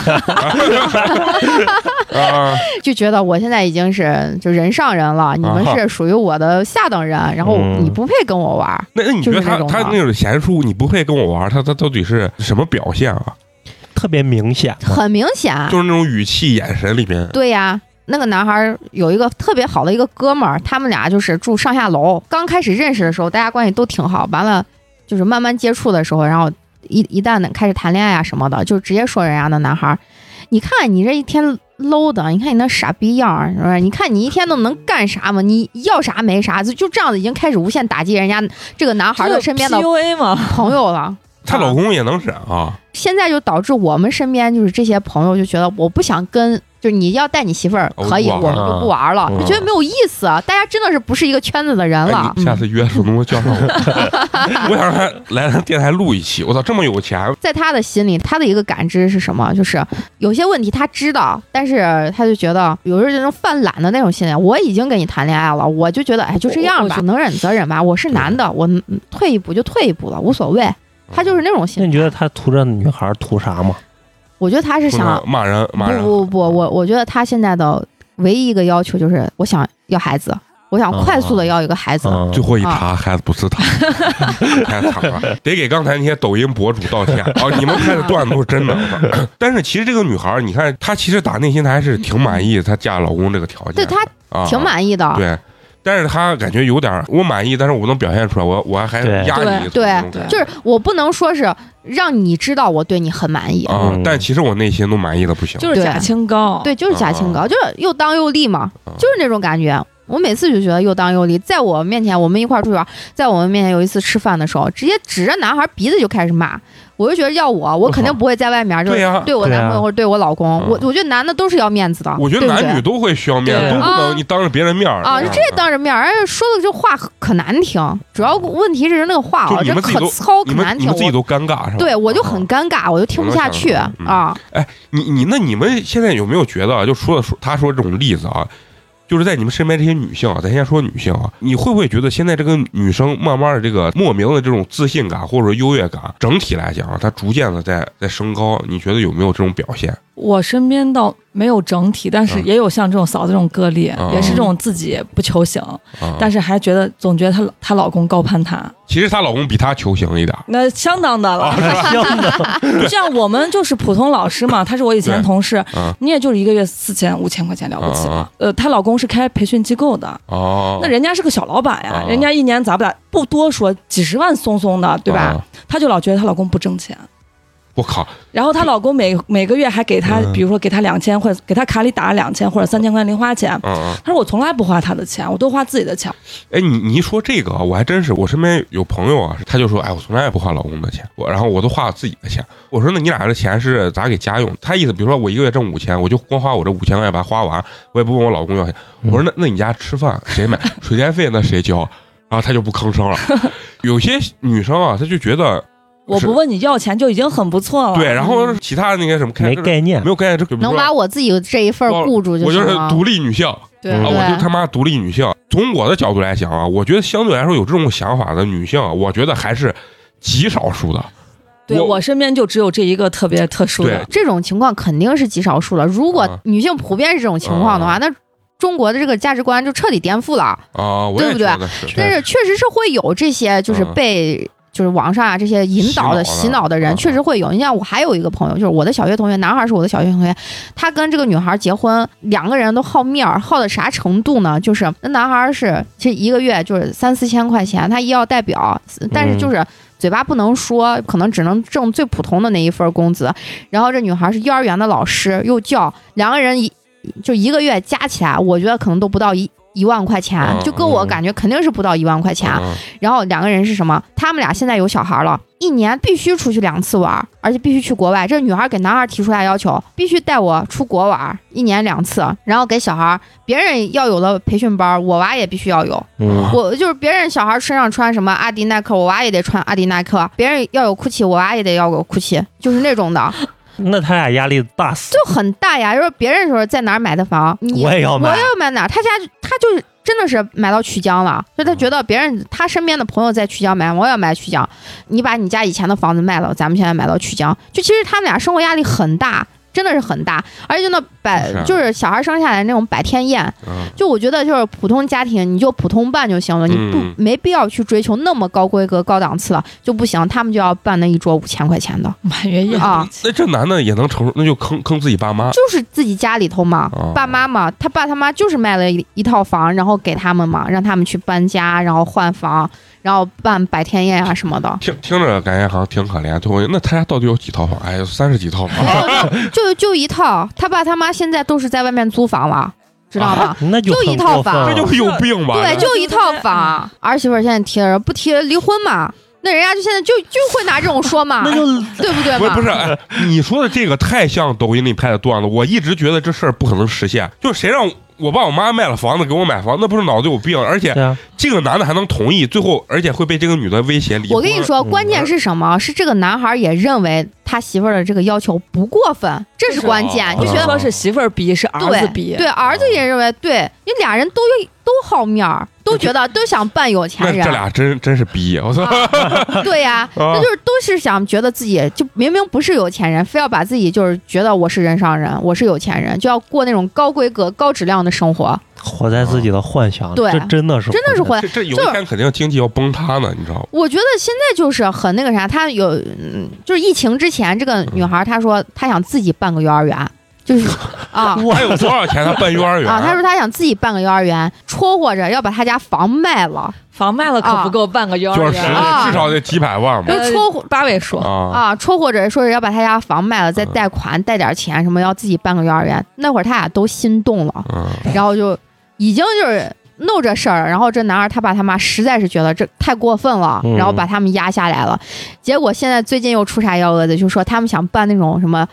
S2: 啊，
S3: 就觉得我现在已经是就人上人了，你们是属于我的下等人，然后
S5: 嗯
S3: 你不配跟我玩儿。
S2: 那那你觉得
S3: 就是那
S2: 他
S3: 种的
S2: 他那种贤淑，你不配跟我玩，他他到底是什么表现啊？
S5: 特别明显嘛。
S3: 很明显，啊
S2: 就是那种语气、眼神里面，
S3: 对呀。那个男孩儿有一个特别好的一个哥们儿，他们俩就是住上下楼。刚开始认识的时候，大家关系都挺好。完了，就是慢慢接触的时候，然后一一旦呢开始谈恋爱啊什么的，就直接说人家那男孩儿：“你看你这一天 low 的，你看你那傻逼样儿，是不是？你看你一天都能干啥嘛？你要啥没啥，就就这样子已经开始无限打击人家这个男孩儿的身边的
S4: PUA 嘛，
S3: 朋友了。
S2: 她老公也能忍啊。
S3: 现在就导致我们身边就是这些朋友就觉得我不想跟，就是你要带你媳妇儿
S2: 哦
S3: 可以，
S2: 不玩啊嗯
S3: 我们
S5: 了
S3: 就不玩了，
S5: 嗯
S3: 就觉得没有意思。啊大家真的是不是一个圈子的人
S2: 哎
S3: 了，。嗯
S2: 你下次约苏东叫上我，我想让他来咱电台录一期。我操，这么有钱，
S3: 在他的心里，他的一个感知是什么？就是有些问题他知道，但是他就觉得有时候这种犯懒的那种心理。我已经跟你谈恋爱了，我就觉得哎，就这样
S4: 我
S3: 吧，能忍则忍吧。我是男的，我嗯退一步就退一步了，无所谓。
S2: 嗯
S3: 他就是那种
S5: 那
S3: 心
S5: 你
S3: 理
S5: 觉。得他图这女孩儿图啥嘛？
S3: 我觉得他是
S2: 不
S3: 想
S2: 能骂人骂人。
S3: 不不不，我我觉得他现在的唯一一个要求就是，我想要孩子，我想
S2: 哦
S3: 快速的要一个孩子。
S5: 嗯，
S2: 最后
S3: 啊
S2: 一查，孩子不是他，太惨了，得给刚才那些抖音博主道歉啊！你们拍的段子都是真的。但是其实这个女孩儿，你看她其实打内心她还是挺满意她嫁老公这个条件，
S3: 对她
S2: 啊
S3: 挺满意的，
S2: 对。但是她感觉有点儿我满意，但是我能表现出来，我我还
S5: 对
S2: 压你，
S3: 对
S2: 那种感觉
S3: 就是我不能说是让你知道我对你很满意，
S2: 啊
S5: 嗯！
S2: 但其实我内心都满意的不行，
S4: 就是
S3: 对
S4: 假清高。
S3: 对，就是假清高，
S2: 啊
S3: 就是又当又立嘛，
S2: 啊
S3: 就是那种感觉。我每次就觉得又当又立，在我面前，我们一块儿出去玩，在我们面前有一次吃饭的时候，直接指着男孩鼻子就开始骂，我就觉得要我，我肯定不会在外面就
S2: 哦对
S3: 是
S2: 呀
S3: 对我
S5: 对
S3: 男朋
S5: 啊
S3: 友或者对我老公，
S2: 嗯
S3: 我我觉得男的都是要面子的，
S2: 我觉得
S3: 啊对不对
S2: 男女都会需要面子，
S4: 对
S2: 都不
S3: 啊
S2: 能你当着别人面儿
S3: 啊，
S2: 这
S3: 就
S2: 样
S3: 这当着面儿，哎，说的这话可难听。主要问题是那个话
S2: 嗯就
S3: 啊，
S2: 你
S3: 这
S2: 们自己
S3: 可
S2: 都
S3: 糙
S2: 你
S3: 可
S2: 们
S3: 难
S2: 你
S3: 听。
S2: 们自己
S3: 我
S2: 都尴尬是吧？
S3: 对我就很
S2: 啊
S3: 尴尬，我就听不下去
S2: 我能想到嗯
S3: 啊。
S2: 你你那你们现在有没有觉得啊，就除了说他说这种例子啊，就是在你们身边这些女性啊，咱先说女性啊，你会不会觉得现在这个女生慢慢的这个莫名的这种自信感或者说优越感，整体来讲啊，她逐渐的在在升高，你觉得有没有这种表现？
S4: 我身边倒没有整体，但是
S2: 嗯
S4: 也有像这种嫂子这种个例，
S2: 啊
S4: 也是这种自己不求行，
S2: 啊，
S4: 但是还觉得总觉得她她老公高攀她，
S2: 其实她老公比她求行一点儿，
S4: 那相当的了。
S5: 像 的，
S4: 像我们就是普通老师嘛，她是我以前
S2: 对
S4: 同事
S2: 嗯，
S4: 你也就是一个月四千五千块钱了不起
S2: 啊
S4: 了。呃，她老公是开培训机构的，
S2: 哦，
S4: 那人家是个小老板呀
S2: 啊，
S4: 人家一年咋不咋不多说几十万松松的，对吧
S2: 啊？
S4: 她就老觉得她老公不挣钱，
S2: 我靠，
S4: 然后她老公每每个月还给她，
S2: 嗯
S4: 比如说给她两千或者给她卡里打了两千或者三千块零花钱。
S2: 嗯嗯，
S4: 她说我从来不花她的钱，我都花自己的钱。
S2: 哎，你你一说这个啊，我还真是，我身边有朋友啊，他就说，哎，我从来也不花老公的钱，我然后我都花我自己的钱。我说，那你俩的钱是咋给家用？他意思，比如说我一个月挣五千，我就光花我这五千块钱把它花完，我也不问我老公要钱。
S5: 嗯
S2: 我说，那那你家吃饭谁 买？水电费那谁交？然后他就不吭声了。有些女生啊，她就觉得
S4: 我
S2: 是
S4: 不问你要钱就已经很不错了。
S2: 对，然后其他的那些什么开
S5: 哦没
S2: 支
S5: 概念
S2: 没，有概念，这比如
S3: 能
S2: 说
S3: 把我自己这一份儿顾住就
S2: 我就
S3: 行
S2: 是
S3: 了。
S2: 独立女性啊，
S3: 对
S5: 嗯
S3: 对，
S2: 我就他妈独立女性。从我的角度来讲啊，我觉得相对来说有这种想法的女性啊，我觉得还是极少数的。
S4: 对
S2: 我
S4: 我身边就只有这一个特别特殊的
S2: 对，
S3: 这种情况肯定是极少数了。如果女性普遍是这种情况的话，
S2: 啊
S3: 那中国的这个价值观就彻底颠覆了。
S2: 啊，我
S3: 对
S2: 也
S3: 不
S2: 觉
S3: 对
S2: 得是。
S3: 但是确实是会有这些，就是
S2: 嗯
S3: 被就是网上啊这些引导
S2: 洗脑
S3: 的、
S2: 的
S3: 洗脑的人，
S2: 嗯
S3: 确实会有。你像我还有一个朋友，就是啊我的小学同学，男孩是我的小学同学，他跟这个女孩结婚，两个人都好面儿，好到啥程度呢？就是那男孩是其实一个月就是三四千块钱，他医药代表，
S2: 嗯
S3: 但是呃就是。嘴巴不能说，可能只能挣最普通的那一份工资。然后这女孩是幼儿园的老师，幼教，两个人一就一个月加起来，我觉得可能都不到一一万块钱，
S2: 嗯
S3: 就跟我
S2: 嗯
S3: 感觉肯定是不到一万块钱。
S2: 啊，
S3: 然后两个人是什么？他们俩现在有小孩了，一年必须出去两次玩，而且必须去国外。这女孩给男孩提出来要求，必须带我出国玩，一年两次，然后给小孩别人要有的培训班，我娃也必须要有。
S5: 嗯，
S3: 我就是别人小孩身上穿什么阿迪耐克，我娃也得穿阿迪耐克；别人要有 GUCCI，我娃也得要有 GUCCI，就是那种的，
S5: 那他俩压力大死，
S3: 就很大呀。就是别人说在哪儿买的房，你
S5: 我也要
S3: 我
S5: 买啊
S3: 要，买哪儿，他家他就是真的是买到曲江了，
S2: 嗯
S3: 就他觉得别人他身边的朋友在曲江买，我也要买曲江。你把你家以前的房子卖了，咱们现在买到曲江，就其实他们俩生活压力很大，真的是很大，而且就那百
S2: 是啊
S3: 就是小孩生下来那种百天宴，
S2: 嗯
S3: 就我觉得就是普通家庭你就普通办就行了，你不、
S2: 嗯
S3: 没必要去追求那么高规格高档次了就不行，他们就要办那一桌五千块钱的，
S4: 满月宴
S3: 啊
S2: 那这男的也能承受，那就坑坑自己爸妈。
S3: 就是自己家里头
S2: 啊
S3: 嘛，
S2: 哦，
S3: 爸妈嘛，他爸他妈就是卖了一一套房，然后给他们嘛，让他们去搬家，然后换房，然后办百天宴啊什么的
S2: 听听着，感觉好像挺可怜。最后，那他家到底有几套房？哎，有三十几套房。
S3: 然后就就就一套，他爸他妈现在都是在外面租房了，知道
S2: 啊
S3: 吗？
S5: 那就
S3: 就一
S5: 很
S3: 套
S5: 过分
S3: 房
S2: 这
S5: 了
S2: 就是有病吧？
S3: 对，
S4: 了
S3: 就一套房。儿媳妇儿现在提了，不提离婚嘛？那人家就现在就就会拿这种 说嘛，
S5: 那就
S3: 对不对
S2: 不是
S3: 嘛？
S2: 不是，哎你说的这个太像抖音里拍的段子，我一直觉得这事儿不可能实现。就是谁让我爸我妈卖了房子给我买房，那不是脑子有病？而且
S5: 对啊，
S2: 这个男的还能同意，最后而且会被这个女的威胁离婚。
S3: 我跟你，说，
S5: 嗯
S3: 关键是什么？是这个男孩儿也认为他媳妇儿的这个要求不过分，这是
S4: 就是
S3: 关
S2: 哦
S3: 键。
S4: 不
S3: 就觉
S4: 是
S3: 得
S4: 说是媳妇儿逼，是儿
S3: 对
S4: 子逼。
S3: 对，儿子也认为对，你俩人都有都好面儿，都觉得都想扮有
S2: 那
S3: 钱
S2: 这
S3: 人，
S2: 俩啊真真是逼！我
S3: 啊
S2: 操，
S3: 对呀、那就是都是想觉得自己就明明不是有钱人，非要把自己就是觉得我是人上人，我是有钱人，就要过那种高规格、高质量的生活，
S5: 活在自己的幻想，
S3: 对
S5: 这真的是
S3: 真的是
S5: 活
S3: 会。
S2: 这这有一天肯定经济要崩塌呢，你知道吗？
S3: 我觉得现在就是很那个啥，他有，嗯就是疫情之前，这个女孩儿她说她想自己办个幼儿园，就是啊
S5: 在，
S2: 还有多少钱他办幼儿园？
S3: 啊，她说她想自己办个幼儿园，戳活着要把她家房卖了，
S4: 房卖了可不够办个幼
S2: 就
S4: 儿
S2: 是十
S4: 园，
S3: 啊
S2: 至少得几百万吧
S3: 就
S4: 呃
S3: 戳活
S4: 八位数。
S2: 啊！
S3: 啊，戳或者说是要把他家房卖了，再
S5: 嗯
S3: 贷款贷点钱，什么要自己办个幼儿园。那会儿他俩都心动了，
S2: 嗯，
S3: 然后就已经就是弄这事儿了。然后这男二他爸他妈实在是觉得这太过分了，
S5: 嗯
S3: 然后把他们压下来了。结果现在最近又出啥幺蛾子，就说他们想办那种什么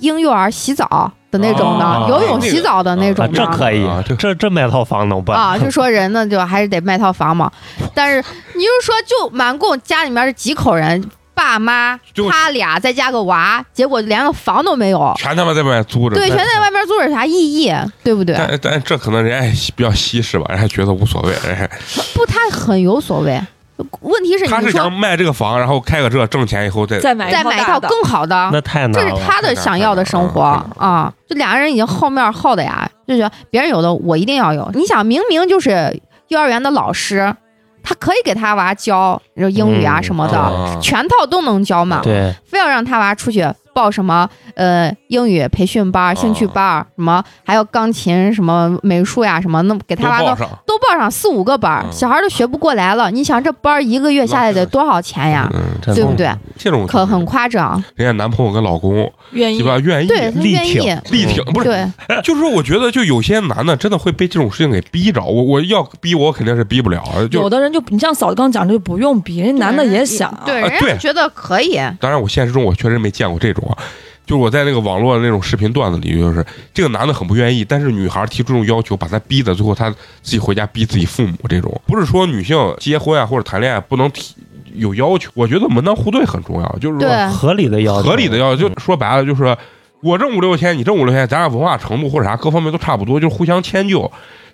S3: 婴幼儿洗澡的那种的，
S5: 哦
S3: 游泳洗澡的那种
S5: 啊，
S3: 的。
S5: 这可以
S2: 啊这，
S5: 这这买套房能办
S3: 啊，就说人呢，就还是得卖套 房嘛。但是你就说，就满共家里面是几口人，爸妈
S2: 就
S3: 他俩再加个娃，结果连个房都没有，
S2: 全他妈在外面租着。
S3: 对，全在外面租着，有啥意义？啊对不对？
S2: 但但这可能人家也比较稀释吧，人家觉得无所谓，人家
S3: 不，他很有所谓。问题是，
S2: 他
S3: 你
S2: 是想
S3: 说
S2: 卖这个房，然后开个这挣钱以后再
S4: 再买
S3: 再买一
S4: 大
S3: 套
S4: 的
S3: 更好的，
S5: 那太
S3: 这
S5: 难
S3: 是
S5: 了。
S3: 他的想要的生活
S2: 嗯
S3: 啊！就俩人已经好面儿好的呀，就觉得别人有的我一定要有。你想，明明就是幼儿园的老师，他可以给他娃教就英语啊
S5: 嗯
S3: 什么的，
S2: 啊
S3: 全套都能教嘛，
S5: 对，
S3: 非要让他娃出去报什么呃英语培训班儿、兴趣班儿，什么还有钢琴、什么美术呀什么，那给
S2: 都
S3: 他娃
S2: 报
S3: 都
S2: 上
S3: 都报上四五个班儿，
S2: 嗯
S3: 小孩儿都学不过来了。你想这班儿一个月下来得多少钱呀？
S2: 嗯，
S5: 真
S3: 对
S5: 的
S3: 不对？
S2: 这种
S3: 可很夸张，
S2: 人家男朋友跟老公
S4: 愿
S2: 鸡
S4: 意
S2: 巴愿意
S3: 对他
S5: 力
S3: 愿
S5: 挺
S3: 意，
S2: 力挺，不是，
S3: 对，
S2: 就是说，我觉得就有些男的真的会被这种事情给逼着，我我要逼我肯定是逼不了，啊
S4: 有
S2: 就
S4: 的人就你像嫂子刚讲的就不用比，人男的也想，
S3: 对，
S2: 啊
S3: 人家
S2: 对嗯
S3: 觉得可以，
S2: 当然我现实中我确实没见过这种啊，就是我在那个网络那种视频段子里，就是这个男的很不愿意，但是女孩提出这种要求，把他逼的最后他自己回家逼自己父母这种，不是说女性结婚啊或者谈恋爱不能提有要求，我觉得门当户对很重要，就是说
S3: 对
S5: 合理的要求，嗯
S2: 合理的要求，就说白了就是我挣五六千，你挣五六千，咱俩文化程度或者啥各方面都差不多，就是互相迁就。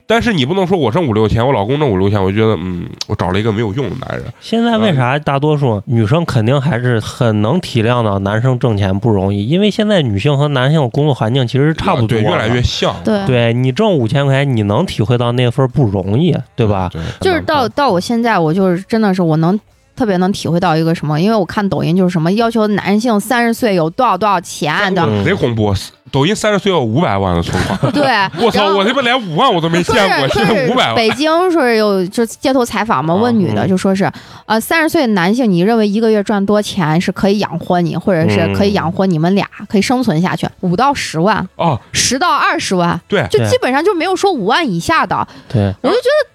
S2: 但是你不能说我挣五六千，我老公挣五六千，我就觉得嗯，我找了一个没有用的男人。
S5: 现在为
S2: 嗯
S5: 啥大多数女生肯定还是很能体谅到男生挣钱不容易？因为现在女性和男性工作环境其实差不多，
S2: 啊对，越来
S3: 嗯
S2: 越。像，
S3: 对。
S5: 对你挣五千块钱，你能体会到那份不容易，对吧？
S2: 对，
S3: 就是到到我现在，我就是真的是我能特别能体会到一个什么，因为我看抖音就是什么要求男性三十岁有多少多少钱啊的，
S5: 嗯
S2: 贼恐怖。抖音三十岁要五百万的存 款，
S3: 对，
S2: 我操，
S3: 然后
S2: 我他妈连五万我都没
S3: 说
S2: 见
S3: 是
S2: 过，
S3: 说
S2: 现在
S3: 是
S2: 五百万，
S3: 北京说是有就街头采访嘛，问女的
S2: 嗯
S3: 就说是，呃，三十岁的男性，你认为一个月赚多钱是可以养活你，或者是
S2: 嗯
S3: 可以养活你们俩，可以生存下去，五到十万，
S2: 哦，
S3: 十到二十万，
S2: 对
S3: 就
S5: 对
S3: 基本上就没有说五万以下的，
S5: 对，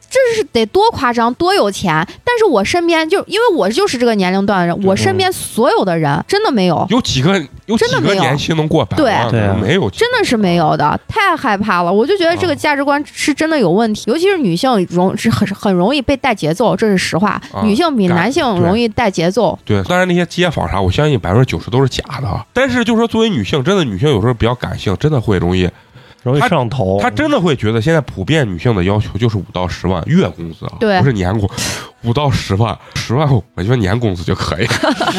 S3: 这是得多夸张，多有钱。但是我身边就因为我就是这个年龄段的
S2: 嗯
S3: 人，我身边所有的人真的没有，
S2: 有几个有几
S3: 真的
S2: 个
S3: 没有
S2: 年薪能过百万
S5: 对对
S2: 的？
S5: 啊
S2: 没有，
S3: 真的是没有的，太害怕了。我就觉得这个价值观是真的有问题，尤其是女性容是很很容易被带节奏，这是实话。
S2: 啊
S3: 女性比
S2: 感
S3: 男性容易带节奏，
S2: 对，当然那些街坊啥，我相信百分之九十都是假的。啊。但是就说作为女性，真的女性有时候比较感性，真的会容易，
S5: 容易
S2: 他
S5: 上头。
S2: 她真的会觉得现在普遍女性的要求就是五到十万月工资啊，
S3: 对
S2: 不是年工，五到十万，十万我觉得年工资就可以。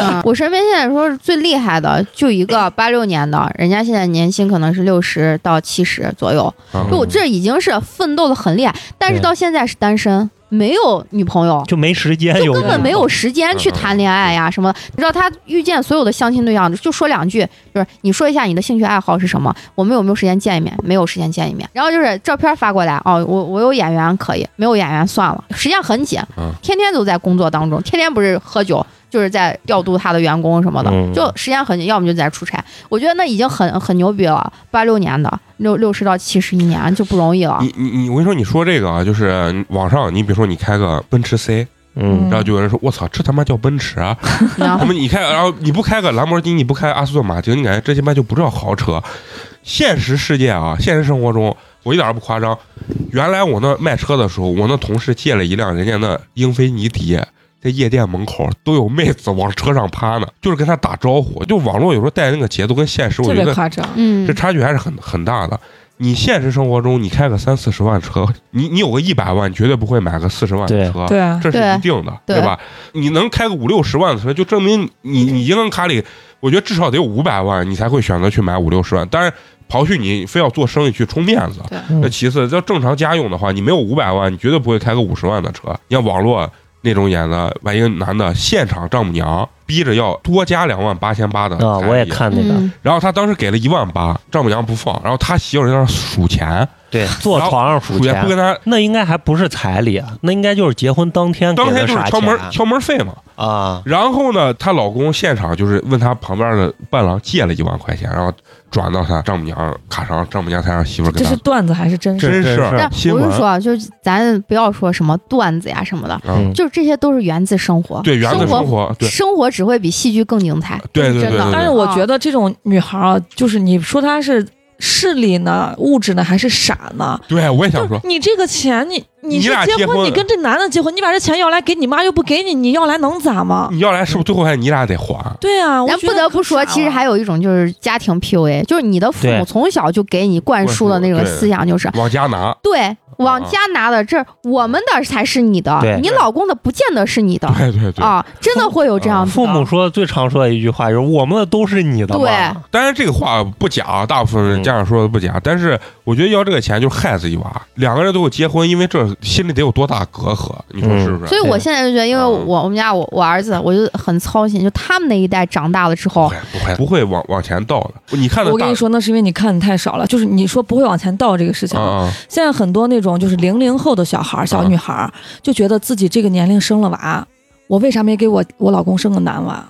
S3: 嗯，我身边现在说是最厉害的就一个八六年的，人家现在年薪可能是六十到七十左右，
S2: 啊
S3: 就我这已经是奋斗的很厉害，但是
S5: 对
S3: 到现在是单身，没有女朋友。
S5: 就没时间，有
S3: 根本没有时间去
S2: 嗯
S3: 谈恋爱呀什么的。你知道他遇见所有的相亲对象，就说两句，就是你说一下你的兴趣爱好是什么，我们有没有时间见一面？没有时间见一面。然后就是照片发过来，哦，我我有眼缘可以，没有眼缘算了。时间很紧
S2: 嗯，
S3: 天天都在工作当中，天天不是喝酒。就是在调度他的员工什么的，
S5: 嗯
S3: 就时间很紧，要么就在出差。我觉得那已经很很牛逼了，八六年的六六十到七十一年就不容易了。
S2: 你你你，我跟你说，你说这个啊，就是网上，你比如说你开个奔驰 C，
S5: 嗯
S2: 然后就有人说，我操，这他妈叫奔驰啊！
S3: 然
S2: 他
S3: 后
S2: 们你开，然后你不开个兰博基尼，你不开阿斯顿马丁，你感觉这他妈就不叫豪车。现实世界啊，现实生活中，我一点儿不夸张。原来我那卖车的时候，我那同事借了一辆人家那英菲尼迪，在夜店门口都有妹子往车上趴呢，就是跟他打招呼。就网络有时候带那个节奏跟现实，我
S4: 特
S2: 觉
S4: 别
S2: 得
S4: 夸张。
S3: 嗯
S2: 这，差距还是很很大的。你现实生活中，你开个三四十万车，你你有个一百万，你绝对不会买个四十万的
S5: 对
S2: 车。
S4: 对啊，
S2: 这是
S3: 对
S2: 一定的，
S3: 对
S2: 对吧？你能开个五六十万的车，就证明你你银行卡里，我觉得至少得有五百万，你才会选择去买五六十万。当然，刨去你非要做生意去充面子
S3: 对，
S5: 嗯
S2: 那其次，要正常家用的话，你没有五百万，你绝对不会开个五十万的车。你像网络那种演的，把一个男的现场丈母娘逼着要多加两万八千八的
S5: 啊，
S2: 彩
S5: 我也
S2: 礼
S5: 看那个，
S3: 嗯，
S2: 然后他当时给了一万八，丈母娘不放，然后他媳妇儿在那儿数钱，
S5: 对，坐
S2: 然后
S5: 床上数
S2: 数钱不跟他，
S5: 那应该还不是彩礼，啊那应该就是结婚当天给
S2: 当
S5: 的
S2: 天就是
S5: 啥
S2: 敲门
S5: 钱
S2: 敲门费嘛。
S5: 啊，
S2: 然后呢，她老公现场就是问她旁边的伴郎借了一万块钱，然后转到她丈母娘卡上，丈母娘才让媳妇儿给
S4: 这
S2: 她
S4: 是。段子还是真实？
S2: 真
S5: 是
S2: 是
S3: 但
S2: 新
S3: 我
S2: 闻
S3: 是说啊，就是咱不要说什么段子呀什么的，
S2: 嗯，
S3: 就是这些都是源自生活。
S2: 对，源自生
S3: 生
S2: 活，对
S3: 生活只会比戏剧更精
S4: 啊
S3: 彩。
S2: 对对对
S3: 真
S2: 对
S3: 的
S4: 但是
S2: 对，
S4: 我觉得这种女孩啊，就是你说她是势利呢、物质呢，还是傻呢？
S2: 对我也想
S4: 就
S2: 说
S4: 是，你这个钱，你
S2: 你
S4: 你是
S2: 俩
S4: 结
S2: 结婚
S4: 你跟这男的结婚，你把这钱要来给你妈又不给你，你要来能咋吗？
S2: 你要来是不是最后还你俩得还？
S4: 对啊，我
S3: 咱
S4: 觉
S3: 不得不说，
S4: 可傻了啊
S3: 其实还有一种就是家庭 PUA，就是你的父母
S5: 对
S3: 从小就给你灌输的那种
S2: 灌输啊
S3: 思想，就是
S2: 往家拿，
S3: 对往家拿的，这我们的才是你的
S5: 对，
S3: 你老公的不见得是你的
S2: 对对对。
S3: 啊，真的会有这样子的
S5: 父母说最常说的一句话就是“我们的都是你的嘛”，
S3: 对
S2: 当然这个话不假，大部分家长说的不假，但是我觉得要这个钱就是害自己娃。两个人都有结婚，因为这心里得有多大隔阂？你说是不是？
S3: 所以我现在就觉得，因为
S2: 嗯
S3: 我我们家我我儿子，我就很操心，就他们那一代长大了之
S2: 不
S3: 后
S2: 会，不会，不会往往前倒的。你看那
S4: 我跟
S2: 大
S4: 你说，那是因为你看的太少了。就是你说不会往前倒这个事情，
S2: 啊，
S4: 现在很多那种就是零零后的小孩儿、小女孩儿，就觉得自己这个年龄生了娃，我为啥没给我我老公生个男娃？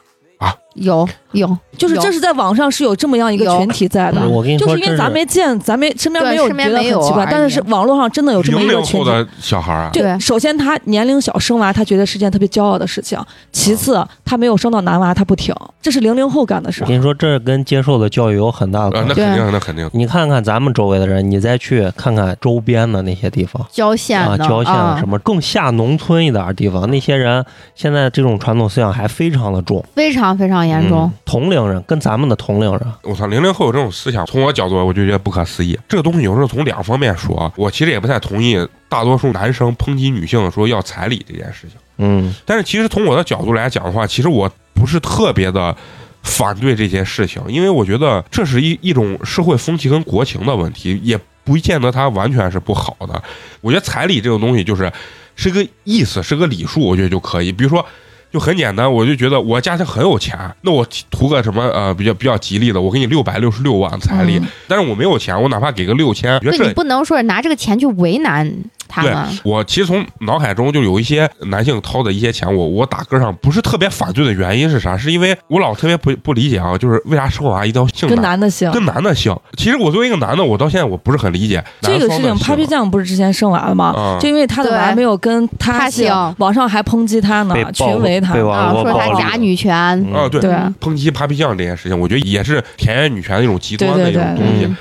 S3: 有有，
S4: 就是
S3: 有
S4: 这是在网上是有这么样一个
S3: 有
S4: 群体在的
S5: 嗯。我跟你
S4: 就
S5: 说，
S4: 是因
S5: 真
S4: 为咱没见，咱没身边
S3: 对
S4: 没有
S3: 身
S4: 觉
S3: 边
S4: 得
S3: 没有
S4: 很奇怪，
S3: 而已
S4: 但是是网络上真的有这么一
S2: 零
S4: 个
S2: 零
S4: 群
S2: 后
S4: 体。
S2: 的小孩啊，
S4: 对，
S3: 对
S4: 首先他年龄小生娃，他觉得是件特别骄傲的事情；其
S2: 啊
S4: 次，他没有生到男娃，他不挺，这是零零后干的事
S5: 我。跟你说，这跟接受的教育有很大的
S2: 啊，
S5: 关
S2: 那
S5: 系。
S2: 肯定，那肯定。
S5: 你看看咱们周围的人，你再去看看周边的那些地方
S3: 郊县
S5: 啊，
S3: 的
S5: 郊县啊
S3: 啊
S5: 什，么更下农村一点的地方，那些人现在这种传统思想还非常的重，
S3: 非常非常严重
S5: 嗯。同龄人跟咱们的同龄人，嗯
S2: 我操，零零后有这种思想，从我角度我就觉得不可思议。这个东西有时候从两方面说，我其实也不太同意大多数男生抨击女性说要彩礼这件事情。
S5: 嗯，
S2: 但是其实从我的角度来讲的话，其实我不是特别的反对这些事情，因为我觉得这是一一种社会风气跟国情的问题，也不见得它完全是不好的。我觉得彩礼这种东西就是是个意思，是个礼数，我觉得就可以。比如说。就很简单，我就觉得我家庭很有钱，那我图个什么呃比较比较吉利的，我给你六百六十六万彩 礼，
S3: 嗯
S2: 但是我没有钱，我哪怕给个六千，觉
S3: 那
S2: 得
S3: 你
S2: 这
S3: 不能说是拿这个钱去为难他
S2: 对
S3: 们，
S2: 我其实从脑海中就有一些男性掏的一些钱，我我打根儿上不是特别反对的原因是啥？是因为我老特别不不理解啊，就是为啥生娃一定要姓
S4: 跟
S2: 男
S4: 男的姓，
S2: 跟男的姓？其实我作为一个男的，我到现在我不是很理解
S4: 这个事情
S2: 男方的
S4: ，Papi
S2: 姓
S4: 酱不是之前生娃了吗？
S2: 啊
S4: 就因为他的娃
S3: 对
S4: 没有跟他
S3: 他
S4: 姓
S3: 姓，
S4: 网上还抨击他呢
S5: 被，
S4: 群
S5: 暴
S4: 围他
S5: 被。网
S3: 啊，
S5: 络
S3: 说
S5: 暴
S3: 他
S5: 力
S3: 假女权，
S2: 啊，对，
S4: 嗯对
S2: 抨击 Papi 酱这件事情，我觉得也是田园女权的一种极端的一
S4: 对对
S2: 种
S4: 对
S2: 东西
S3: 嗯。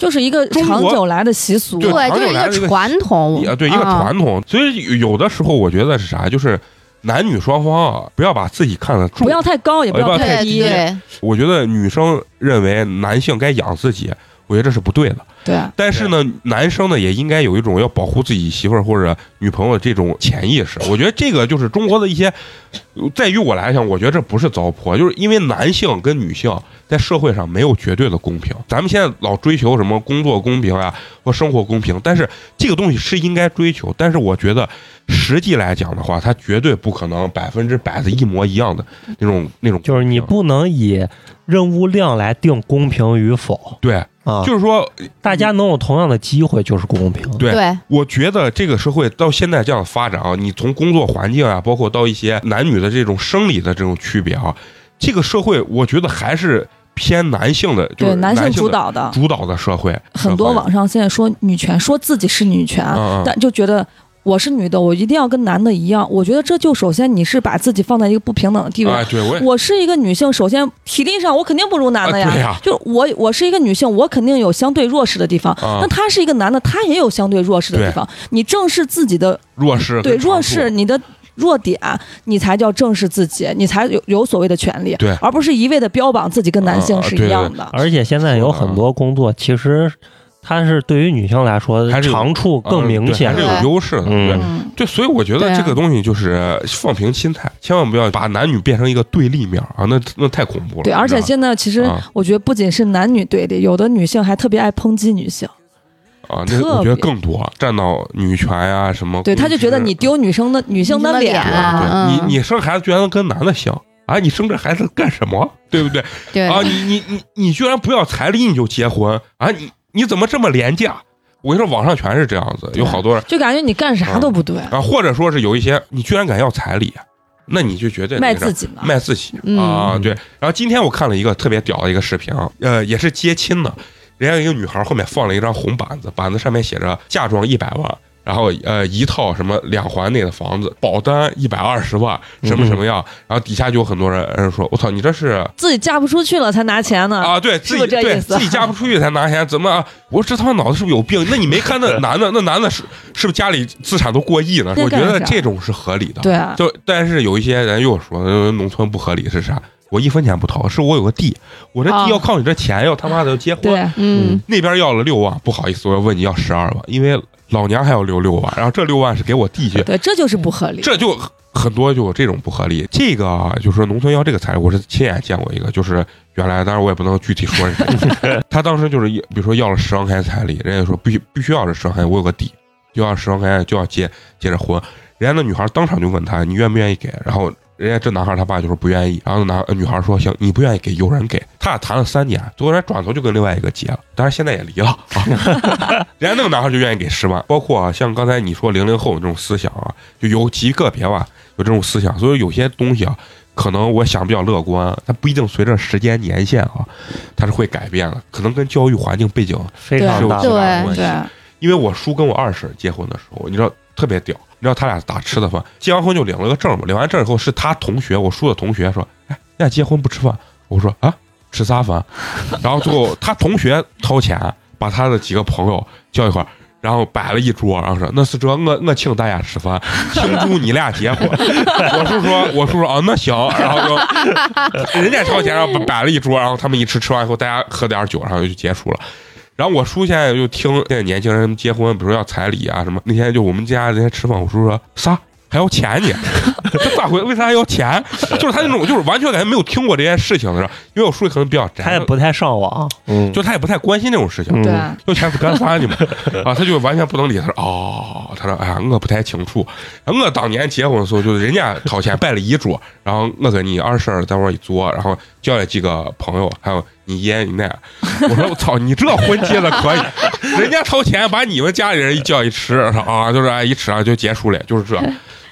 S4: 就是一个
S2: 中国
S4: 长久来的习俗。
S2: 对
S3: 对，就
S2: 传统来
S3: 是
S2: 这个啊，对
S3: 一个传统
S2: 一个
S3: 嗯
S2: 传统，所以有的时候我觉得是啥，就是男女双方啊，不要把自己看得重
S4: 不，要太高，也不
S2: 不要
S4: 要
S2: 太
S4: 太
S3: 对
S4: 低。
S3: 对，
S2: 我觉得女生认为男性该养自己，我觉得这是不对的。
S4: 对，
S2: 但是呢，男生呢也应该有一种要保护自己媳妇儿或者女朋友的这种潜意识。我觉得这个就是中国的一些，呃在于我来讲，我觉得这不是糟粕，就是因为男性跟女性在社会上没有绝对的公平。咱们现在老追求什么工作公平啊或生活公平，但是这个东西是应该追求，但是我觉得实际来讲的话，它绝对不可能百分之百的一模一样的那种那种。
S5: 就是你不能以任务量来定公平与否
S2: 对，
S5: 啊，
S2: 就是说
S5: 大家能有同样的机会就是公平。
S2: 对
S3: 对
S2: 我觉得这个社会到现在这样的发展啊，你从工作环境啊，包括到一些男女的这种生理的这种区别啊，这个社会我觉得还是偏男性的，就是
S4: 对，男
S2: 性
S4: 性
S2: 的
S4: 主导的，
S2: 主导的社会，
S4: 很多网上现在说女权，说自己是女权，
S2: 啊
S4: 但就觉得我是女的，我一定要跟男的一样。我觉得这就首先你是把自己放在一个不平等的地位。
S2: 啊，对我 也
S4: 我是一个女性，首先体力上我肯定不如男的呀，
S2: 啊对呀
S4: 就我我是一个女性，我肯定有相对弱势的地方。
S2: 啊
S4: 那他是一个男的，他也有相对弱势的地方。你正视自己的
S2: 弱势
S4: 对
S2: 跟
S4: 弱
S2: 长处
S4: 势，你的弱点，你才叫正视自己，你才有有所谓的权利，
S2: 对啊
S4: 而不是一味的标榜自己跟男性是一样的。
S5: 而且现在有很多工作，其实它是对于女性来说
S2: 还是有
S5: 长处
S2: 啊
S5: 更
S2: 对
S5: 明显
S2: 还。是有优势的，
S5: 嗯
S2: 对。
S4: 嗯，
S2: 对，所以我觉
S3: 对
S2: 得
S3: 啊
S2: 这个东西就是放平心态，千万不要把男女变成一个对立面啊，那那太恐怖了。
S4: 对，而且
S2: 你知
S4: 现在其实
S2: 道吧
S4: 我觉得不仅是男女对立，有的女性还特别爱抨击女性，
S2: 啊啊，那
S4: 特
S2: 我觉得
S4: 别
S2: 更多站到女权呀、什么
S4: 对，
S2: 公
S4: 她就觉得
S2: 知
S4: 你丢女生的女性的脸
S3: 女性的
S4: 了
S3: 脸。啊
S2: 对
S3: 嗯
S2: 你你生孩子居然跟男的姓啊？你生这孩子干什么？对不对？
S3: 对
S2: 啊，你你你你居然不要彩礼你就结婚啊？你你怎么这么廉价？我跟你说，网上全是这样子，有好多人
S4: 就感觉你干啥都不对，
S2: 啊，或者说是有一些你居然敢要彩礼，啊那你就绝对
S4: 卖
S2: 那个
S4: 自己呢。
S2: 卖自己
S3: 嗯
S2: 啊，对。然后今天我看了一个特别屌的一个视频，啊，呃，也是接亲的，人家一个女孩后面放了一张红板子，板子上面写着嫁妆一百万。然后呃，一套什么两环内的房子，保单一百二十万，什么什么
S4: 嗯
S2: 样？然后底下就有很多人人说：“我操，你这是
S4: 自己嫁不出去了才拿钱呢。
S2: 啊？对自己
S4: 啊是不是这
S2: 对
S4: 意思
S2: 自己嫁不出去才拿钱，怎么？啊？我说这他妈脑子是不是有病？那你没看那男的，那男的是是不是家里资产都过亿呢？
S4: 那
S2: 我觉
S4: 干
S2: 得
S4: 啥
S2: 这种是合理的。
S4: 对啊，
S2: 就但是有一些人又说呃农村不合理是啥？我一分钱不掏，是我有个地，我这
S4: 啊
S2: 地要靠你这钱要他妈的结婚，
S4: 对，
S3: 嗯
S5: 嗯
S2: 那边要了六万，不好意思，我要问你要十二万，因为老娘还要留六万，然后这六万是给我弟去，
S4: 对，这就是不合理。
S2: 这就很多就有这种不合理。这个啊就是说农村要这个彩礼，我是亲眼见过一个，就是原来，当然我也不能具体说是 谁，他当时就是一比如说要了十万块钱彩礼，人家说必须必须要这十万块钱，我有个弟就要十万块钱就要结结着婚，人家那女孩当场就问他你愿不愿意给，然后。人家这男孩他爸就说不愿意，然后男女孩说行，你不愿意给有人给，他俩谈了三年，最后人家转头就跟另外一个结了， 当然现在也离了。啊人家那个男孩就愿意给十万，包括啊，像刚才你说零零后这种思想啊，就有极个别吧，有这种思想，所以有些东西啊，可能我想比较乐观，它不一定随着时间年限啊，它是会改变的，可能跟教育环境背景
S5: 非
S4: 对
S5: 常
S2: 是有
S5: 大
S2: 极
S3: 对。
S2: 大的关系。
S4: 对，
S2: 因为我叔跟我二婶结婚的时候，你知道特别屌，你知道他俩咋吃的饭？结完婚就领了个证嘛，领完证以后是他同学，我叔的同学说：“哎，你俩结婚不吃饭？”我说：“啊，吃啥饭？”然后最后他同学掏钱把他的几个朋友叫一块儿。然后摆了一桌，然后说那是这我我请大家吃饭，庆祝你俩结婚。 我叔说，我叔说啊那行，然后就人家掏钱，然后摆了一桌，然后他们一吃，吃完以后大家喝点儿酒，然后就结束了。然后我叔现在就听现在年轻人结婚，比如说要彩礼啊什么，那天就我们家那天吃饭，我叔说啥还要钱呢？这咋回？为啥还要钱？就是他那种就是完全感觉没有听过这件事情的，因为我叔可能比较
S5: 他也
S2: 宅，
S5: 不太上网，嗯，
S2: 就他也不太关心这种事情。
S5: 嗯
S4: 对，
S2: 要钱是干啥呢嘛？ 啊，他就完全不能理。他说哦，他说哎呀，我不太清楚。我当年结婚的时候，就是人家掏钱摆了一桌，然后我跟你二婶儿在那儿一坐，然后叫了几个朋友，还有你爷你奶。我说我操，你这婚结的可以，人家掏钱把你们家里人一叫一吃，我说啊，就是哎一吃啊就结束了，就是这。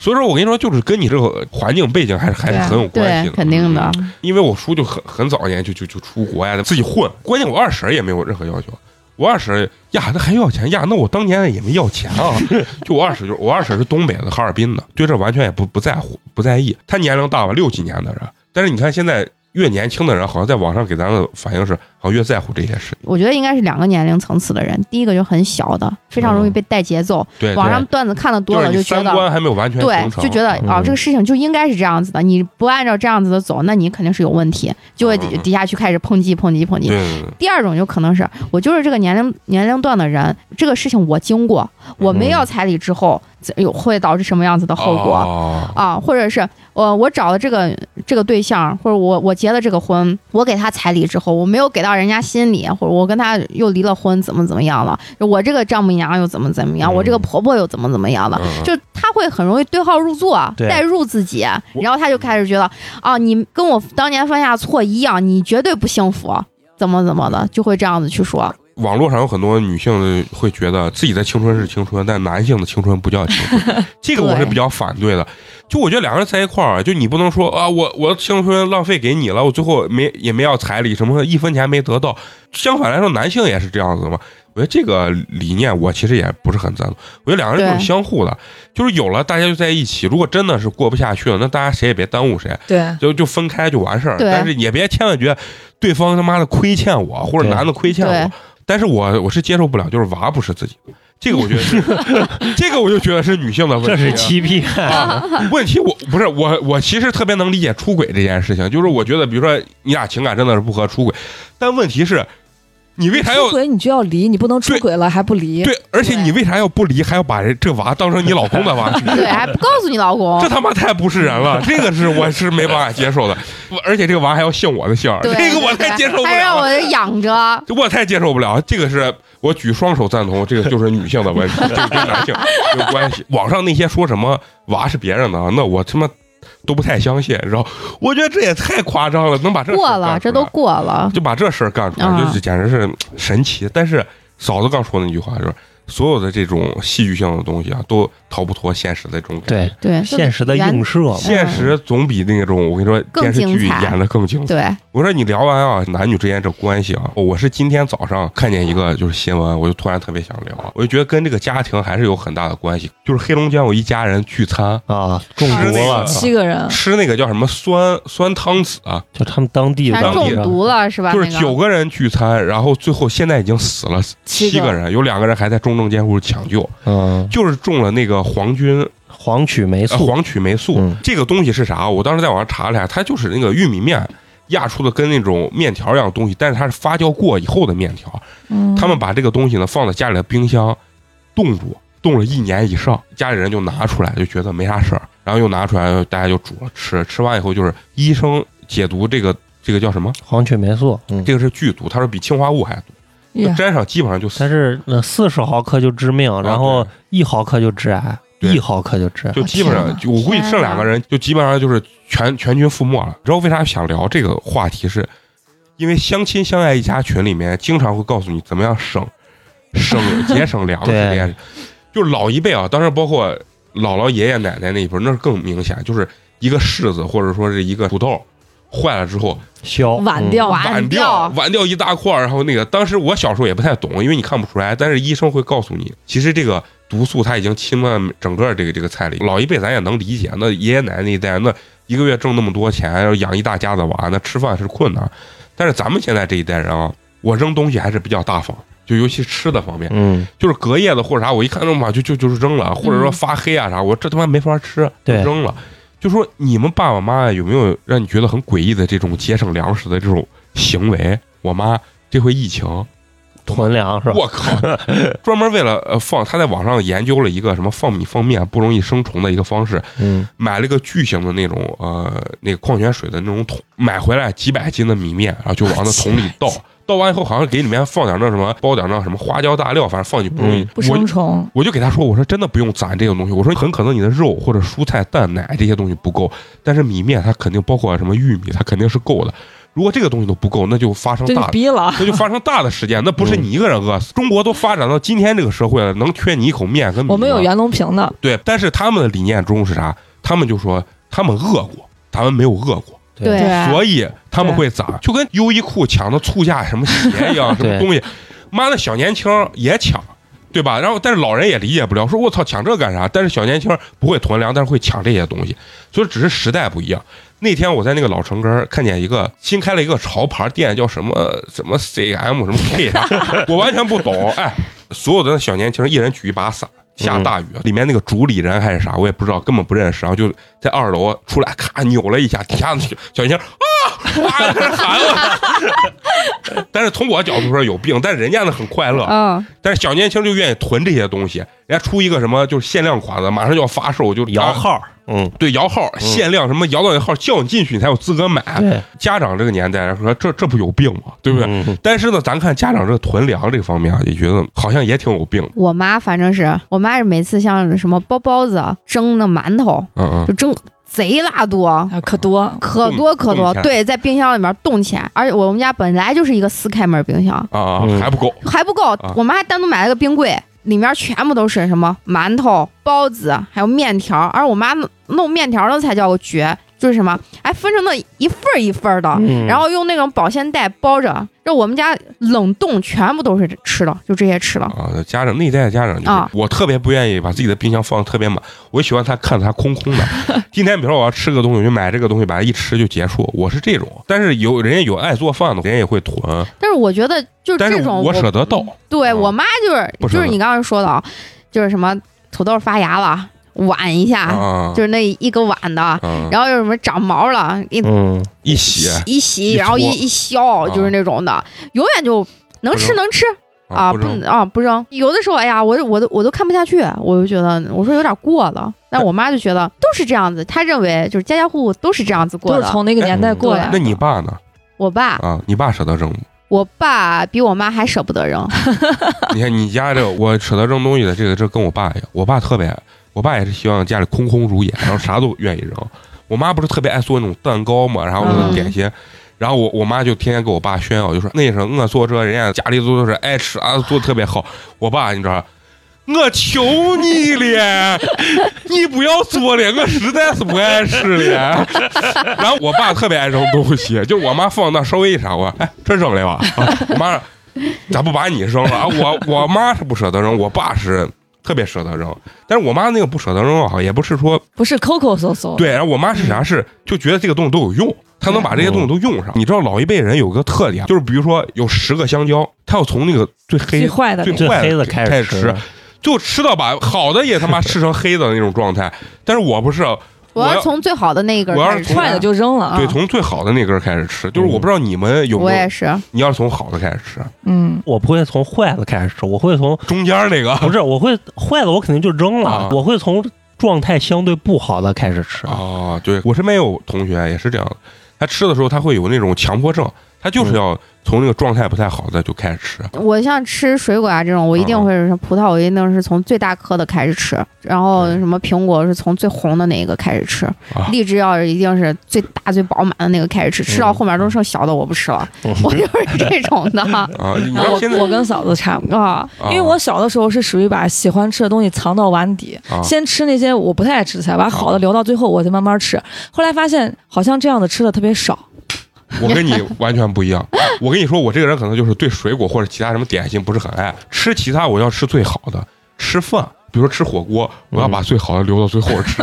S2: 所以说我跟你说，就是跟你这个环境背景还是还是很有关系的，，
S3: 对肯定的。
S2: 因为我叔就很很早年就就就出国呀，自己混。关键我二婶儿也没有任何要求，我二婶儿呀，那还要钱呀？那我当年也没要钱啊。 就我二婶，就是我二婶是东北的哈尔滨的，对这完全也不不在乎不在意。她年龄大吧，六几年的人，但是你看现在越年轻的人，好像在网上给咱的反应是，好像越在乎这些事情。
S3: 我觉得应该是两个年龄层次的人，第一个就很小的，非常容易被带节奏，
S2: 对，
S3: 网上
S2: 对
S3: 段子看的多
S2: 就是
S3: 了
S2: 你
S3: 就觉
S2: 三
S3: 得。
S2: 观还没有完全
S3: 对
S2: 形，成，
S3: 就觉得
S5: 嗯
S3: 哦，这个事情就应该是这样子的，你不按照这样子的走，那你肯定是有问题，就会底
S2: 嗯
S3: 底下去开始抨击、抨击、抨
S2: 对
S3: 击。
S2: 对对
S3: 第二种有可能是我就是这个年龄年龄段的人，这个事情我经过，
S2: 嗯
S3: 我没要彩礼之后，怎有会导致什么样子的后果？
S2: 哦
S3: 啊，或者是呃，我找了这个这个对象，或者我我结了这个婚，我给他彩礼之后，我没有给到人家心里，或者我跟他又离了婚，怎么怎么样了？我这个丈母娘又怎么怎么样？我这个
S2: 嗯
S3: 婆婆又怎么怎么样了？
S2: 嗯
S3: 就他会很容易对号入座，
S5: 对
S3: 代入自己，然后他就开始觉得啊，你跟我当年犯下错一样，你绝对不幸福，怎么怎么的，就会这样子 去说。
S2: 网络上有很多女性会觉得自己的青春是青春，但男性的青春不叫青春，这个我是比较反对的。就我觉得两个人在一块儿，就你不能说啊，我我的青春浪费给你了，我最后没也没要彩礼什么的，一分钱没得到。相反来说，男性也是这样子的嘛。我觉得这个理念我其实也不是很赞同。我觉得两个人就是
S3: 对
S2: 相互的，就是有了大家就在一起。如果真的是过不下去了，那大家谁也别耽误谁，
S4: 对，
S2: 就就分开就完事儿。
S3: 对
S2: 但是也别千万觉得对方他妈的亏欠我，或者
S5: 对
S2: 男的亏欠我
S3: 对。
S2: 但是我我是接受不了，就是娃不是自己的，这个我觉得是，这个我就觉得是女性的问题啊。
S5: 这是欺骗，
S2: 啊，问题我不是我，我其实特别能理解出轨这件事情，就是我觉得，比如说你俩情感真的是不合，出轨，但问题是，你为啥要
S4: 出轨你就要离，你不能出
S2: 对
S4: 轨了还不离。
S2: 对，而且你为啥要不离，还要把人这娃当成你老公的娃去？
S3: 对，还不告诉你老公
S2: 这，他妈太不是人 了，这个是我是没办法接受的，而且这个娃还要姓我的姓儿，
S3: 对，
S2: 这个我太接受不了了。
S3: 还让我养着。
S2: 我太接受不了，这个是我举双手赞同，这个就是女性的 问题，这个跟男性有关系。网上那些说什么娃是别人的，啊那我他妈都不太相信，然后我觉得这也太夸张了，能 把这事儿
S3: 过
S2: 干出
S3: 了，
S2: 来
S3: 这都过了。
S2: 就把这事儿干出
S3: 嗯
S2: 来，就是简直是神奇。但是嫂子刚说的那句话就是，所有的这种戏剧性的东西啊，都逃不脱现实的这种感觉。
S5: 对，
S3: 对，
S5: 现实的映射嘛，
S2: 现实总比那种我跟你说
S3: 更
S2: 电视剧
S3: 精彩
S2: 演的更精彩。
S3: 对，
S2: 我说你聊完啊，男女之间这关系啊，我是今天早上看见一个就是新闻，我就突然特别想聊，我就觉得跟这个家庭还是有很大的关系。就是黑龙江有一家人聚餐，
S5: 啊，中
S2: 吃
S5: 毒
S2: 那
S5: 了
S2: 个，
S4: 七个人，
S2: 吃那个叫什么酸酸汤子啊，
S5: 就他们当地的
S3: 全
S2: 当地
S3: 中
S2: 的
S3: 毒了是吧？
S2: 就是
S3: 那
S2: 九
S3: 个
S2: 个人聚餐，然后最后现在已经死了
S4: 七
S2: 七个人，有两个人还在重症监护室抢救，
S5: 嗯，
S2: 就是中了那个黄菌
S5: 黄曲霉
S2: 呃
S5: 素，
S2: 黄曲霉素、
S5: 嗯
S2: 这个东西是啥？我当时在网上查了一下，它就是那个玉米面压出的跟那种面条一样的东西，但是它是发酵过以后的面条。
S4: 嗯
S2: 他们把这个东西呢放在家里的冰箱冻住，冻了一年以上，家里人就拿出来，就觉得没啥事儿，然后又拿出来，大家就煮了吃。吃完以后，就是医生解读这个这个叫什么？
S5: 黄曲霉素，嗯，
S2: 这个是剧毒，他说比氰化物还毒，就
S4: 呀
S2: 沾上基本上就死
S5: 它，是呃四十毫克就致命，然后一毫克就致癌，
S2: 啊对
S5: 一毫克就致癌。
S2: 就基本
S4: 天
S2: 上
S4: 哪
S2: 就我估计这两个人就基本上就是全全军覆没了。你知道为啥想聊这个话题是？因为相亲相爱一家群里面经常会告诉你怎么样省 省节省粮食这件事，就老一辈啊，当时包括姥姥、爷爷、奶奶那一辈儿，那更明显，就是一个柿子或者说是一个土豆坏了之后，
S5: 消
S4: 晚掉
S3: 晚
S2: 碗
S3: 掉
S2: 碗掉一大块儿，然后那个当时我小时候也不太懂，因为你看不出来，但是医生会告诉你，其实这个毒素它已经侵犯整个这个这个菜里。老一辈咱也能理解，那爷爷奶奶那一代，那一个月挣那么多钱，要养一大家子娃，那吃饭是困难。但是咱们现在这一代人啊，我扔东西还是比较大方，就尤其吃的方面，
S5: 嗯，
S2: 就是隔夜的或者啥，我一看这么晚就就就是扔了，或者说发黑啊啥，我这他妈没法吃，就
S5: 对
S2: 扔了。就说你们爸爸妈妈有没有让你觉得很诡异的这种节省粮食的这种行为？我妈这回疫情，
S5: 囤粮是吧？
S2: 我 靠，专门为了呃放，她在网上研究了一个什么放米放面不容易生虫的一个方式，
S5: 嗯，
S2: 买了一个巨型的那种呃那个矿泉水的那种桶，买回来几百斤的米面，然后就往那桶里 倒，倒完以后好像给里面放点那什么，包点那什么花椒大料，反正放进去不容易。
S5: 嗯
S4: 不
S2: 我
S4: 生虫，
S2: 我就给他说，我说真的不用攒这个东西，我说很可能你的肉或者蔬菜、蛋、奶这些东西不够，但是米面它肯定包括什么玉米，它肯定是够的。如果这个东西都不够，那就发生
S4: 这就
S2: 大，
S4: 逼了。
S2: 那就发生大的事件，那不是你一个人饿死。中国都发展到今天这个社会了，能缺你一口面跟米吗？
S4: 我们有袁隆平的，
S2: 对，但是他们的理念中是啥？他们就说他们饿过，咱们没有饿过。
S3: 对
S2: 所以他们会咋？就跟优衣库抢的促价什么鞋一样，什么
S5: 对
S2: 东西，妈的小年轻儿也抢，对吧？然后但是老人也理解不了，说我操抢这干啥？但是小年轻儿不会囤粮，但是会抢这些东西，所以只是时代不一样。那天我在那个老城根儿看见一个新开了一个潮牌店，叫什么呃什么 CM 什么啊 K 啥， 我完全不懂。哎，所有的那小年轻儿一人举一把伞，下大雨，啊里面那个主理人还是啥，我也不知道，根本不认识。然后就在二楼出来，咔扭了一下，底下那小年轻儿啊，哇开始喊我。但是从我 角度说有病，但是人家那很快乐。
S3: 嗯，
S2: 但是小年轻就愿意囤这些东西，人家出一个什么就是限量款的，马上就要发售，就
S5: 摇号，嗯，嗯
S2: 对摇号限量什么摇到你号叫你进去，你才有资格买。
S5: 对，
S2: 家长这个年代说这这不有病吗？对不对？
S5: 嗯
S2: 但是呢，咱看家长这个囤粮这方面啊，也觉得好像也挺有病的。
S3: 我妈反正是我妈是每次像什么包包子、啊蒸那馒头，
S2: 嗯嗯，
S3: 就蒸贼拉多。
S4: 啊，可多。
S3: 可多可
S2: 冻
S3: 多
S2: 起，来
S3: 对，在冰箱里面冻起来，而且我们家本来就是一个四开门冰箱，
S2: 啊啊，
S5: 嗯
S2: 还不够。
S3: 还不够
S2: 啊，
S3: 我们还单独买了个冰柜，里面全部都是什么馒头、包子，还有面条。而我妈弄弄面条那才叫个绝，就是什么，哎，分成那一份儿一份儿的，
S5: 嗯
S3: 然后用那种保鲜袋包着。这我们家冷冻全部都是吃的，就这些吃的。
S2: 啊，家长那一代的家长就是、
S3: 啊
S2: 我特别不愿意把自己的冰箱放得特别满，我喜欢它看着它空空的。 今天比如说我要吃个东西，我就买这个东西，把它一吃就结束。我是这种，但是有人家有爱做饭的，人家也会囤，
S3: 但是我觉得就是
S2: 但是
S3: 这种，
S2: 我舍得倒。
S3: 对
S2: 啊
S3: 我妈就是
S2: 不舍
S3: 就
S2: 得
S3: 是你刚刚说的啊，就是什么土豆发芽了，碗一下，
S2: 啊，
S3: 就是那一个碗的。
S2: 啊
S3: 然后又什么长毛了，给你
S5: 嗯，
S2: 一洗
S3: 一
S2: 一
S3: 洗，
S2: 搓啊
S3: 然后一一削，就是那种的，永远就能
S2: 不
S3: 吃
S2: 扔
S3: 能吃啊，
S2: 不
S3: 不
S2: 扔
S3: 啊不扔。有的时候，哎呀，我都我都我都看不下去，我就觉得我说有点过了。但我妈就觉得都是这样子，她认为就是家家户户都是这样子
S4: 都
S3: 过
S4: 是
S3: 的。
S4: 从那个年代过来
S3: 哎
S4: 的。
S2: 那你爸呢？
S3: 我爸，
S2: 啊，你爸舍得扔吗？
S3: 我爸比我妈还舍不得扔，
S2: 你看你家这个，我舍得扔东西的这个，这跟我爸一样，我爸特别，我爸也是希望家里空空如也，然后啥都愿意扔。我妈不是特别爱做那种蛋糕嘛，然后那种点心。然后我我妈就天天给我爸炫耀，就说那是我做这，人家家里做的是爱吃啊，做的特别好。我爸你知道，我求你了，你不要做了，我实在是不爱吃了。然后我爸特别爱扔东西，就是我妈放那稍微一啥，我哎真扔了吧？啊我妈说咋不把你扔了啊？我我妈是不舍得扔，我爸是特别舍得扔，但是我妈那个不舍得扔啊，也不是说
S3: 哦
S4: 不是抠抠搜搜，
S2: 对，然后我妈是啥是就觉得这个东西都有用，她能把这些东西都
S3: 哦
S2: 用上。你知道老一辈人有个特点，就是比如说有十个香蕉，她要从那个最
S4: 最
S2: 黑
S4: 坏的
S2: 最
S4: 那个。
S5: 最
S2: 坏
S5: 黑的
S2: 开
S5: 始
S2: 吃
S5: 吃，，
S2: 就吃到把好的也他妈吃成黑的那种状态。但是我不是，
S3: 我
S2: 我
S3: 要
S2: 要
S3: 从最好的那一根
S2: 我要是
S3: 开始吃，
S2: 从
S4: 坏的就扔了啊
S2: 对，。从最好的那根儿开始吃，就是
S5: 嗯
S2: 我不知道你们有
S3: 我
S2: 没
S3: 也
S2: 有，
S3: 是，
S2: 你要是从好的开始吃，
S4: 嗯，
S5: 我不会从坏的开始吃，我会从
S2: 中间儿那个
S5: 不是，我会坏的我肯定就扔了，
S2: 啊
S5: 我会从状态相对不好的开始吃。
S2: 哦，对我身边有同学也是这样的，他吃的时候他会有那种强迫症，他就是要从那个状态不太好的就开始吃。
S3: 我像吃水果啊这种，我一
S2: 哦
S3: 定会是葡萄，我一定是从最大颗的开始
S2: 嗯
S3: 吃，然后什么苹果是从最红的那个开始吃，
S2: 啊
S3: 荔枝要是一定是最大最饱满的那个开始吃，
S2: 嗯
S3: 吃到后面都剩小的我不吃了，
S5: 嗯
S3: 我就是这种的
S2: 啊，你知
S4: 然后
S2: 道现在
S4: 我我跟嫂子差不多。
S3: 啊。
S2: 啊
S4: 因为我小的时候是属于把喜欢吃的东西藏到碗底，
S2: 啊
S4: 先吃那些我不太爱吃的菜，把好的留到最后，我再慢慢吃。后来发现好像这样的吃的特别少，
S2: 我跟你完全不一样。我跟你说，我这个人可能就是对水果或者其他什么点心不是很爱吃，其他我要吃最好的，吃饭。比如说吃火锅，我要把最好的留到最后吃。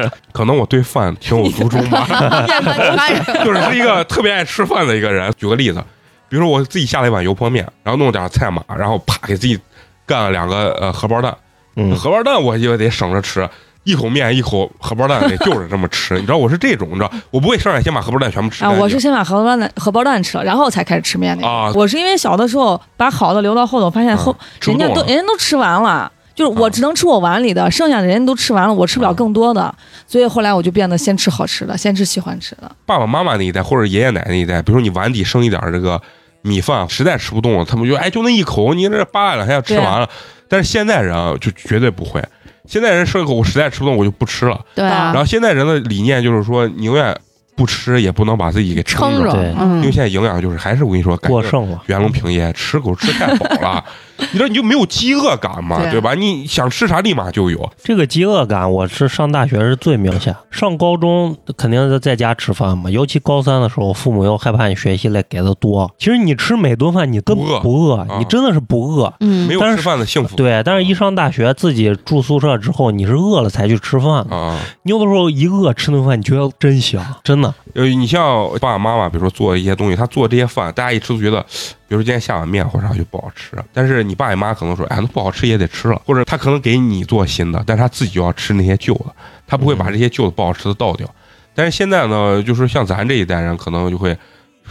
S4: 嗯
S2: 可能我对饭情有独钟 吧， 就是是一个特别爱吃饭的一个人。举个例子，比如说我自己下了一碗油泼面，然后弄点菜码，然后啪给自己干了两个呃荷包蛋，
S5: 嗯，
S2: 荷包蛋我也得省着吃，一口面一口荷包蛋得就是这么吃。你知道我是这种，你知道我不会上来先把荷包蛋全部吃
S4: 啊，
S2: 干净。
S4: 我是先把荷包蛋荷包蛋吃了，然后才开始吃面那个。
S2: 啊
S4: 我是因为小的时候把好的留到后头，发现后、
S2: 吃不
S4: 人家
S2: 动
S4: 都
S2: 了
S4: 人家都吃完了，就是我
S2: 啊
S4: 只能吃我碗里的，剩下的人家都吃完了，我吃不了
S2: 啊
S4: 更多的，所以后来我就变得先吃好吃的，先吃喜欢吃的。
S2: 爸爸妈妈那一代或者爷爷奶奶那一代，比如说你碗底剩一点儿这个米饭，实在吃不动了，他们就哎就那一口，你这扒拉两下吃完了。但是现在人啊，就绝对不会。现在人剩一口，我实在吃不动，我就不吃了。
S3: 对
S4: 啊
S3: 啊
S2: 然，后现在人的理念就是说，宁愿不吃，也不能把自己给撑
S3: 撑着
S5: 对，
S2: 因为
S3: 嗯，
S2: 现在营养就是还是我跟你 说，感
S5: 过
S2: 觉
S5: 剩了。
S2: 袁隆平也吃狗吃太饱了，你知道你就没有饥饿感嘛，
S1: 对
S2: 对吧？你想吃啥立马就有，
S5: 这个饥饿感，我是上大学是最明显。上高中肯定是在家吃饭嘛，尤其高三的时候，父母又害怕你学习类给的多。其实你吃每顿饭你根本
S2: 不饿
S5: 不饿，
S2: 啊
S5: 你真的是不饿。
S3: 嗯
S2: 没有吃饭的幸福
S5: 对，但是一上大学自己住宿舍之后，你是饿了才去吃饭的。
S2: 啊。
S5: 你有的时候一饿吃顿饭，你觉得真香，真的。
S2: 呃，你像爸爸妈妈，比如说做一些东西，他做这些饭，大家一吃都觉得，比如说今天下碗面或者啥就不好吃。但是你爸你妈可能说，哎，那不好吃也得吃了，或者他可能给你做新的，但是他自己就要吃那些旧的，他不会把这些旧的不好吃的倒掉。但是现在呢，就是像咱这一代人，可能就会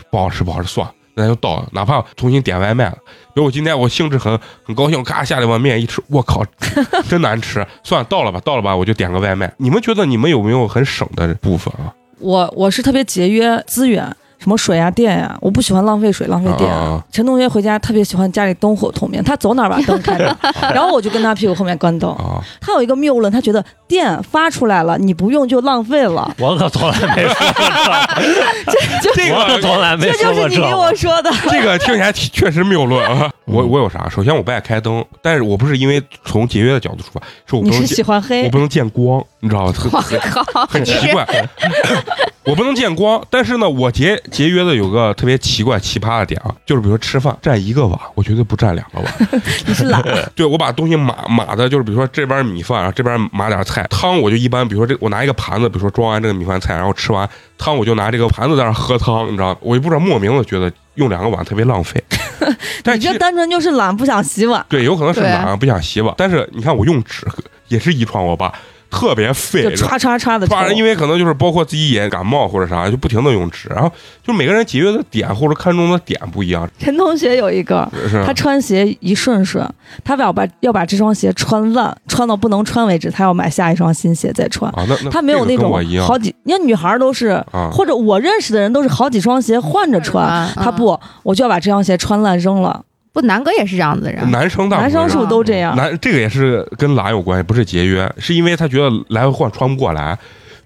S2: 不好吃不好吃算了。那就倒了，哪怕重新点外卖了。比如我今天我兴致很很高兴，咔下了一碗面一吃，我靠，真难吃！算了，倒了吧，倒了吧，我就点个外卖。你们觉得你们有没有很省的部分啊？
S4: 我我是特别节约资源，什么水呀、电呀、我不喜欢浪费水、浪费电。
S2: 啊
S4: 陈同学回家特别喜欢家里灯火通明，他走哪儿把 灯开着，然后我就跟他屁股后面关灯。
S2: 啊！
S4: 他有一个谬论，他觉得电发出来了，你不用就浪费 了。
S5: 我可从来没说过
S2: 这
S5: 这，我可
S2: 个
S5: 从来没
S4: 这
S5: 说
S4: 就是
S5: 过
S4: 你
S5: 这
S4: 给
S5: 话。
S4: 我说的。
S2: 这个听起来确实谬论 啊！
S4: 嗯
S2: 我我有啥？首先我不爱开灯，但是我不是因为从节约的角度出发，是我不
S4: 你
S2: 能
S4: 是喜
S2: 见，
S4: 欢
S2: 我
S4: 黑？
S2: 不能见光，你知道 吗？很
S3: 靠，
S2: 很奇怪， 我不能见光。但是呢，我节节约的有个特别奇怪奇葩的点啊，就是比如说吃饭占一个碗，我绝对不占两个碗。
S4: 你是 懒？
S2: 对我把东西码码的，就是比如说这边米饭，然后这边码点菜汤，我就一般，比如说这我拿一个盘子，比如说装完这个米饭菜，然后吃完汤，我就拿这个盘子在那儿喝汤，你知道吗？我也不知道莫名的觉得用两个碗特别浪 费，但
S4: 你
S2: 其
S4: 这
S2: 实
S4: 单纯就是啊懒，不想洗碗，
S2: 对，有可能是
S3: 对
S2: 懒啊不想洗碗，但是你看我用纸 也是遗传我爸，特别费
S4: 就，
S2: 知道吗
S4: 唰唰唰的
S2: 当然，因
S4: 为
S2: 为可能就是包括自己也感冒或者啥，就不停的用纸，然后就每个人节约的点或者看重的点不一样，
S4: 陈同学有一个，
S2: 是
S4: 他穿鞋一顺顺，他要把要把这双鞋穿烂，穿到不能穿为止，他要买下一双新鞋再穿。
S2: 啊，那那
S4: 他没
S2: 这
S4: 有那
S2: 个跟
S4: 种
S2: 我一样
S4: 好几，人家女孩都是，
S2: 啊，
S4: 或者我认识的人都是好几双鞋换着穿。他不，我就要把这双鞋穿烂扔了。
S3: 嗯不，南哥也是这样子的人，
S2: 男生大部
S4: 啊男
S2: 分
S4: 生是不是都这样？
S2: 男这个也是跟懒有关系，不是节约，是因为他觉得来回换穿不过来。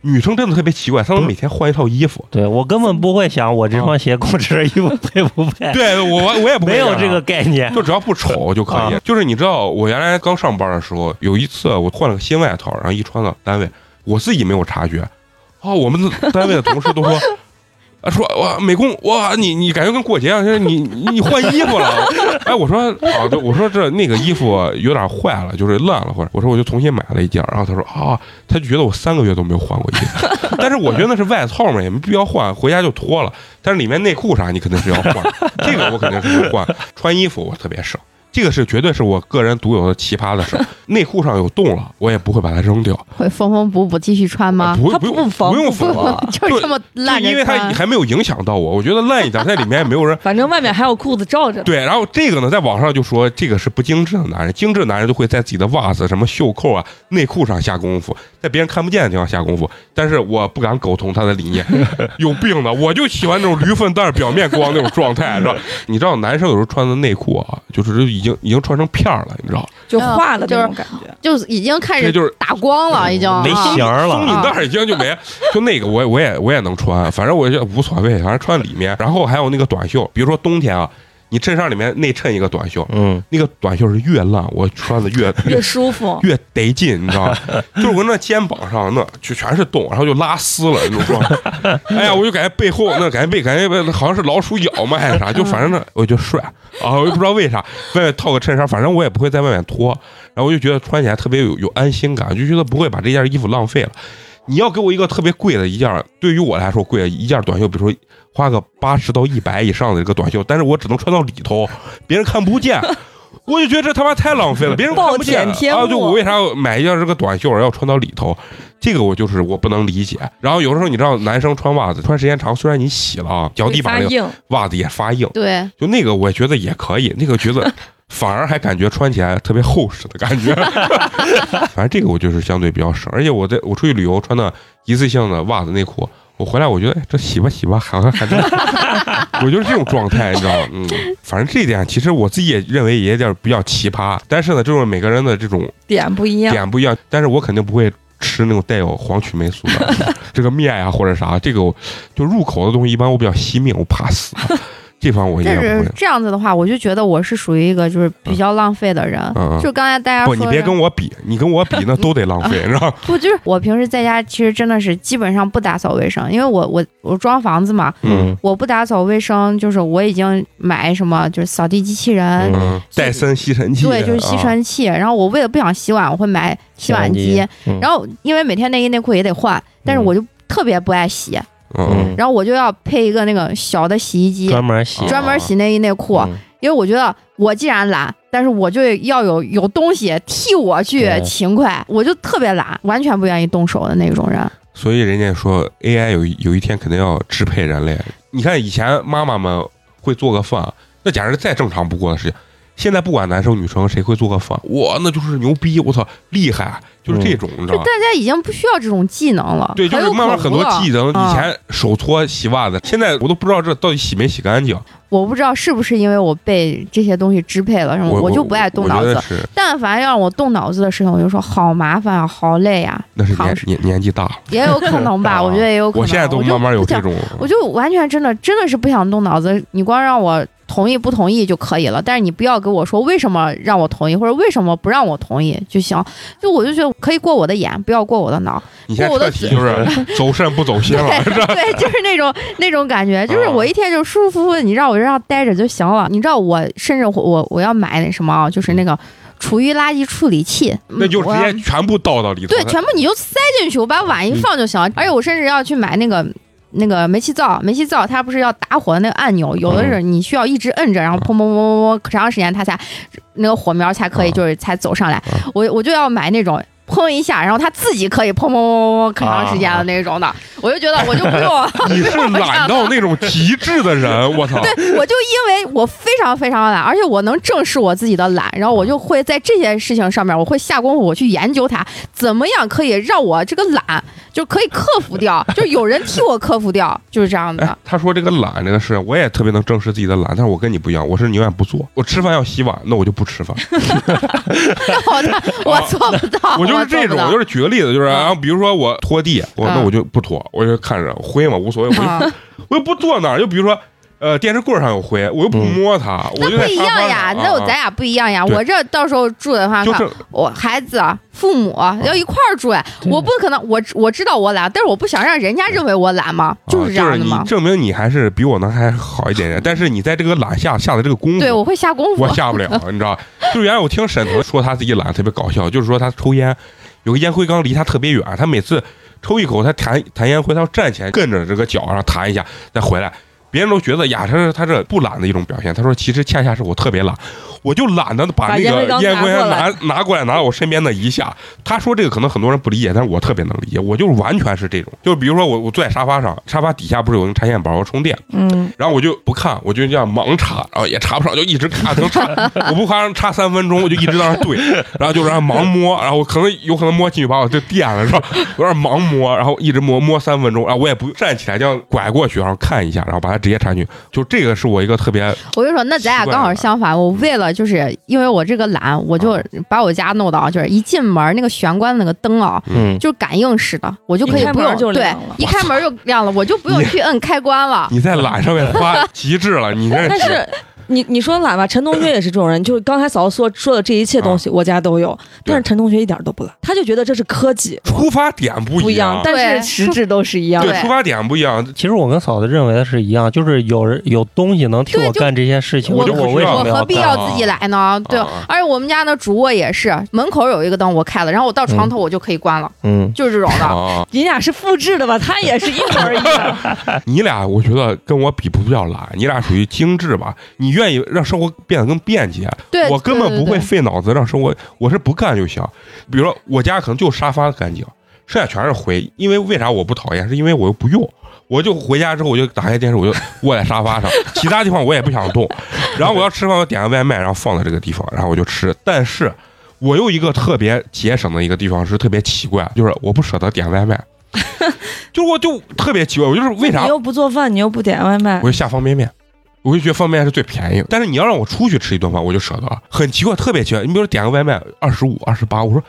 S2: 女生真的特别奇怪，她能每天换一套衣服。
S5: 对我根本不会想我这双鞋跟我这身衣服配不配，
S2: 对我我也不会啊
S5: 没有
S2: 样
S5: 这个，概念。
S2: 就只要不丑就可以。就是你知道，我原来刚上班的时候，有一次我换了个新外套，然后一穿到单位，我自己没有察觉。啊，我们的单位的同事都说。啊，说哇，美工哇，你你感觉跟过节一样，就是你你你换衣服了。 哎，我说啊，对，我说这那个衣服有点坏了，就是烂了，或者我说我就重新买了一件。然后他说啊，他就觉得我三个月都没有换过衣服， 但是我觉得那是外套嘛，也没必要换，回家就脱了。但是里面内裤啥你肯定是要换，这个我肯定是要换。穿衣服我特别省，这个是绝对是我个人独有的奇葩的事儿。内裤上有洞了，我也不会把它扔掉，啊
S3: 会缝缝补补继续穿吗？
S2: 不
S4: 它
S2: 会不
S4: 不
S2: 用
S4: 缝
S2: 不用缝，啊
S3: 不， 就是这么烂
S2: 就因为
S3: 着
S2: 它
S3: 穿。
S2: 还没有影响到我。我觉得烂一点，在里面也没有人
S4: 反正外面还有裤子罩着呢。
S2: 对，然后这个呢，在网上就说这个是不精致的男人，精致的男人就会在自己的袜子、什么袖扣啊、内裤上下功夫，在别人看不见的地方下功夫。但是我不敢苟同他的理念，有病的，我就喜欢那种驴粪蛋儿表面光那种状态，是吧？你知道男生有时候穿的内裤啊，就是已经已经穿成片儿了，你知道，
S4: 就化了
S3: 就
S4: 那
S3: 是
S4: 种感觉。
S3: 就是已经开
S2: 这
S3: 始
S2: 就是
S3: 打光了，已经
S5: 没
S3: 啊
S5: 型儿
S2: 松
S5: 了。
S2: 紧带儿已经就没，就那个我也我也我也能穿，啊反正我就无所谓，反正穿里面。然后还有那个短袖，比如说冬天啊，你衬衫里面内衬一个短袖，
S5: 嗯，
S2: 那个短袖是越烂我穿的越
S4: 越舒服，
S2: 越得劲，你知道吗？就是我那肩膀上那就全是洞，然后就拉丝了那种状态。 哎呀，我就感觉背后那感觉被感觉被好像是老鼠咬嘛还是啥，就反正那我就帅啊，我也不知道为啥外面套个衬衫，反正我也不会在外面脱，然后我就觉得穿起来特别有有安心感，就觉得不会把这件衣服浪费了。你要给我一个特别贵的一件，对于我来说贵的一件短袖，比如说花个八十到一百以上的一个短袖，但是我只能穿到里头，别人看不见， 我就觉得这他妈太浪费了，别人看不见
S4: 暴殄天物
S2: 啊！就我为啥要买一件这个短袖，然后要穿到里头？这个我就是我不能理解。然后有的时候你知道，男生穿袜子穿时间长，虽然你洗了啊，脚底
S4: 发
S2: 板那个
S4: 硬，
S2: 袜子也发硬，
S3: 对，
S2: 就那个我觉得也可以，那个觉得反而还感觉穿起来特别厚实的感觉。反正这个我就是相对比较省，而且我在我出去旅游穿的一次性的袜子内裤，我回来我觉得哎这洗吧洗吧，好像还能，我就是这种状态，你知道吗？嗯，反正这一点其实我自己也认为也有点比较奇葩，但是呢，就是每个人的这种
S4: 点不一样。
S2: 点不一样，但是我肯定不会。吃那种带有黄曲霉素的这个面呀、或者啥，这个我就入口的东西，一般我比较惜命，我怕死，这方我应
S3: 但
S2: 该不会
S3: 是。这样子的话，我就觉得我是属于一个就是比较浪费的人。
S2: 嗯嗯
S3: 就刚才大家
S2: 不，
S3: 说
S2: 你
S3: 的，啊
S2: 别跟我比，你跟我比那都得浪 费，你知道吗？
S3: 不就是我平时在家其实真的是基本上不打扫卫生，因为我我我装房子嘛，
S5: 嗯
S3: 我不打扫卫生，就是我已经买什么就是扫地机器人，
S5: 嗯
S2: 嗯，戴森吸尘器，
S3: 对，就是吸
S2: 啊，
S3: 尘器。然后我为了不想洗碗，我会买洗碗机。
S5: 嗯
S3: 然后因为每天内衣内裤也得换，但是我就特别不爱洗，
S2: 嗯，
S3: 然后我就要配一个那个小的洗衣机，
S5: 专门嗯洗
S2: 啊
S3: 嗯专门洗内衣内裤，
S5: 嗯
S3: 因为我觉得我既然懒，但是我就要有有东西替我去
S5: 对
S3: 勤快，我就特别懒，完全不愿意动手的那种人。
S2: 所以人家说 AI 有一有一天肯定要支配人类。你看以前妈妈们会做个饭，那简直是再正常不过的事情。现在不管男生女生，谁会做个饭？我那就是牛逼，我操，厉害，就是
S5: 嗯
S2: 这种，你知
S3: 就
S2: 道吧
S3: 大？家已经不需要这种技能了，
S2: 对，就
S3: 可
S2: 是
S3: 有
S2: 慢慢
S3: 可
S2: 很
S3: 无
S2: 多
S3: 了
S2: 技能，以
S3: 嗯
S2: 前手搓洗袜子，现在我都不知道这到底洗没洗干净。
S3: 我不知道是不是因为我被这些东西支配了，什么
S2: 我
S3: 嗯就不爱动
S2: 我觉
S3: 脑
S2: 得
S3: 子。
S2: 是，
S3: 但凡让我动脑子的事情，我就说好麻烦啊，好累啊，
S2: 那是
S3: 好
S2: 年年年纪大了，
S3: 也有 可能吧，
S5: 啊
S3: 我觉得也有可能。
S2: 我现在都
S3: 就
S2: 慢慢有
S3: 不
S2: 这
S3: 想
S2: 种，
S3: 我就完全真的真的是不想动脑子，你光让我同意不同意就可以了，但是你不要给我说为什么让我同意或者为什么不让我同意就行。就我就觉得可以过我 的眼，不要过我的脑。
S2: 你现在彻底 就是走肾不走心了，是
S3: 对
S2: 吧？
S3: 对，就是那种那种感觉，就是
S2: 啊
S3: 我一天就舒舒服服地，你让我这样待着就行了。你知道我甚至我我我要买那什么啊，就是那个厨余垃圾处理器，
S2: 那就
S3: 嗯
S2: 直
S3: 我要
S2: 接全部倒到里头。
S3: 对，全部你就塞进去，我把碗一
S2: 嗯
S3: 放就行了。而且我甚至要去买那个那个煤气灶，煤气灶它不是要打火的那个按钮，有的是
S2: 嗯
S3: 你需要一直摁着，然后砰砰砰砰砰，可长时间它才那个火苗才可以
S2: 啊
S3: 就是才走上来。我我就要买那种。砰一下，然后它自己可以砰砰砰砰砰，可长时间
S2: 啊
S3: 的那种的，我就觉得我就不用了，
S2: 你是懒到那种极致的 人，我操！
S3: 对，我就因为我非常非常懒，而且我能正视我自己的懒，然后我就会在这些事情上面，我会下功夫，我去研究它，怎么样可以让我这个懒就可以克服掉，就是有人替我克服掉，就是 这样
S2: 哎
S3: 的。，
S2: 他说这个懒这个事，我也特别能正视自己的懒，但是我跟你不一样，我是宁愿不做。我吃饭要洗碗，那我就不吃 饭。
S3: 我 的，我做不到，
S2: 啊我就是这
S3: 做不
S2: 种，
S3: 到
S2: 我就是举个例子，就是
S3: 嗯
S2: 然后比如说我拖地，我那
S3: 嗯
S2: 我就不拖，我就看着灰嘛，无所谓，我就
S3: 啊，
S2: 我又不坐那儿。就比如说，呃，电视柜上有灰，我又不摸它，我
S3: 嗯那
S2: 就
S3: 不
S2: 在
S3: 一
S2: 沙发
S3: 样
S2: 上
S3: 呀，
S2: 啊
S3: 那我咱俩不一样呀。
S2: 对
S3: 我这到时候住的话，
S2: 就是
S3: 我孩子、啊父母要一块儿住呀，我不可能，我我知道我懒，但是我不想让人家认为我懒嘛，就是这样的
S2: 啊
S3: 嘛
S2: 就是你。证明你还是比我能还好一点点，但是你在这个懒下下的这个功夫，
S3: 对，我会下功夫。
S2: 我下不了，你知道？就原来我听沈腾说他自己懒，特别搞笑，就是说他抽烟，有个烟灰缸离他特别远，他每次抽一口，他弹弹烟灰，他要站起来跟着这个脚上弹一下，再回来。别人都觉得呀，他是他这不懒的一种表现。他说其实恰恰是我特别懒，我就懒得把那
S4: 把烟
S2: 个
S4: 灰缸
S2: 烟灰
S4: 拿过
S2: 缸
S4: 来
S2: 拿拿过来拿到我身边的一下。他说这个可能很多人不理解，但是我特别能理解，我就是完全是这种。就比如说我我坐在沙发上，沙发底下不是有那插线板，我要充电，
S4: 嗯，
S2: 然后我就不看，我就这样盲插，然后也插不上，就一直看，能 插，我不看插三分钟，我就一直在那儿对，然后就让盲摸，然后可能有可能摸进去把我就电了是吧？ 有点盲摸，然后一直摸摸三分钟，然后我也不站起来，这样拐过去，然后看一下，然后把它直接插进去，就这个是我一个特别
S3: 我就说，那咱俩刚好相反。我为了就是因为我这个懒，我
S2: 啊
S3: 就把我家弄到就是一进门那个玄关的那个灯啊，
S5: 嗯，
S3: 就是感应式的，我就可
S4: 一
S3: 以
S4: 开
S3: 不
S4: 门
S3: 用
S4: 就
S3: 对
S4: 亮了，
S3: 一开门就亮了，我就不用
S2: 你
S3: 去摁开关了。
S2: 你在懒上面发极致了，你这
S4: 但是你你说懒吧，陈同学也是这种人，就是刚才嫂子说说的这一切东
S2: 啊
S4: 西，我家都有，但是陈同学一点都不懒，他就觉得这是科技
S2: 出发点不
S4: 不一样，但
S3: 对
S4: 是实质都是一样的。
S2: 对，出发点不一样，
S5: 其实我跟嫂子认为的是一样，就是有人有东西能替
S3: 对
S5: 我
S3: 就
S5: 干这些事情，
S3: 我
S5: 就
S2: 我
S5: 为什
S3: 我
S5: 么
S3: 何必
S5: 干？
S3: 要自己来呢？对
S2: 啊，
S3: 而且我们家那主卧也是，门口有一个灯我开了，然后我到床头我就可以关了，
S5: 嗯，
S3: 就是这种的。
S2: 啊，
S4: 你俩是复制的吧？他也是一模儿一样。
S2: 你俩我觉得跟我比不叫懒，你俩属于精致吧？你愿意让生活变得更便捷，啊
S3: 对，
S2: 我根本
S3: 对
S2: 不会
S3: 对
S2: 费脑子让生活，我是不干就行。比如说我家可能就沙发干净，剩下全是灰。因为为啥我不讨厌？是因为我又不用，我就回家之后我就打开电视，我就窝在沙发上，其他地方我也不想动。然后我要吃饭，我点个外卖，然后放在这个地方，然后我就吃。但是我有一个特别节省的一个地方是特别奇怪，就是我不舍得点外卖， 就是我就特别奇怪，我就是 为啥
S4: 你又不做饭，你又不点外卖
S2: 我，就下方便面。我就觉得方便面是最便宜的，但是你要让我出去吃一顿饭，我就舍得了，很奇怪，特别奇怪。你比如说点个外卖，二十五、二十八，我说，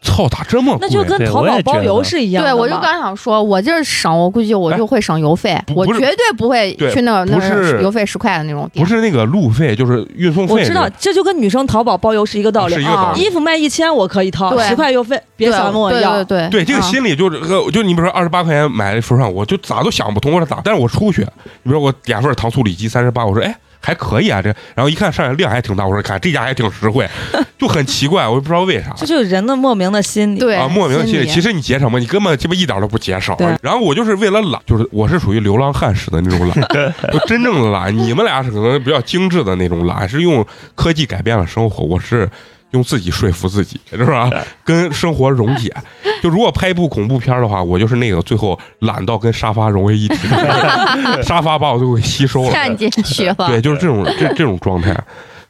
S2: 操，咋这么贵？
S4: 那就跟
S5: 对
S4: 淘
S5: 我也
S4: 宝
S5: 觉
S4: 包
S5: 得
S4: 邮是一样的
S3: 对，
S4: 嘛。
S3: 我就刚想说，我这省，我估计我就会省邮费，
S2: 哎不
S3: 我
S2: 不是
S3: 绝对不会
S2: 对
S3: 去那个那
S2: 不是
S3: 个邮费十块的那种
S2: 不
S3: 店。
S2: 是那个路费，就是运送费。
S4: 我知道，这就跟女生淘宝包邮是一个道理
S2: 是一。个道
S3: 啊
S2: 理。
S4: 衣服卖一千，我可以掏
S3: 对
S4: 十块邮费，别
S3: 对
S4: 想问我
S3: 对
S4: 要
S3: 对。对
S2: 对，这个
S3: 啊
S2: 心理就是个，就你比如说二十八块钱买了一份饭，我就咋都想不通，我说咋？但是我出去，你比如我点份糖醋里脊三十八，我说哎还可以啊这，然后一看上面量还挺大，我说看这家还挺实惠， 就很奇怪，我也不知道为啥。
S4: 这就是人的莫名的心理。
S3: 对
S2: 啊，莫名的
S3: 心
S2: 心理。
S3: 理
S2: 其实你节省吗？你根本鸡巴一点都不节省
S4: 对。
S2: 然后我就是为了懒，就是我是属于流浪汉式的那种懒，就真正的懒。你们俩是可能比较精致的那种懒，是用科技改变了生活。我是。用自己说服自己，是吧？跟生活溶解。就如果拍一部恐怖片的话，我就是那个最后懒到跟沙发融为一体 的人，沙发把我都给吸收了。
S3: 嵌进去了。
S2: 对，就是这种这这种状态。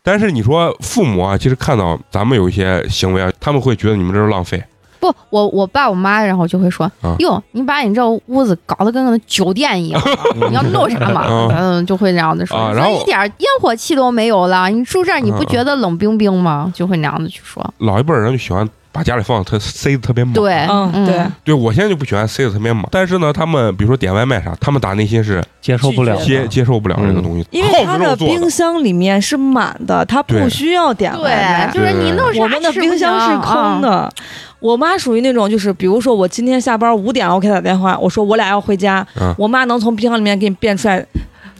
S2: 但是你说父母啊，其实看到咱们有一些行为啊，他们会觉得你们这是浪费。
S3: 不，我我爸我妈，然后就会说
S2: 啊：“
S3: 哟，你把你这屋子搞得跟个酒店一样， 你要弄啥嘛？”
S2: 啊
S3: 嗯，就会那样子说
S2: 啊。
S3: 你
S2: 然
S3: 说
S2: 后嗯
S3: 一点烟火气都没有了，你住这儿你不觉得冷冰冰吗？就会那样子去说。
S2: 老一辈儿人就喜欢把家里放的特塞的特别满。
S3: 对，
S4: 嗯，对，
S2: 对我现在就不喜欢塞的特别满。但是呢，他们比如说点外卖啥，他们打内心是
S5: 接受不了
S4: 拒
S2: 接
S5: 的。
S2: 接受不了这个东西，
S4: 嗯因为
S2: 耗
S4: 他
S2: 子
S4: 的
S2: 肉做
S4: 冰
S2: 的。
S4: 箱里面是满的，他不
S2: 对
S4: 需要点外卖
S3: 对，。就是你弄啥
S4: 我们的
S3: 吃不
S4: 冰箱是
S3: 行
S4: 空。
S3: 啊
S4: 的。我妈属于那种，就是比如说我今天下班五点了，我给她打电话，我说我俩要回家，
S2: 嗯
S4: 我妈能从冰箱里面给你变出来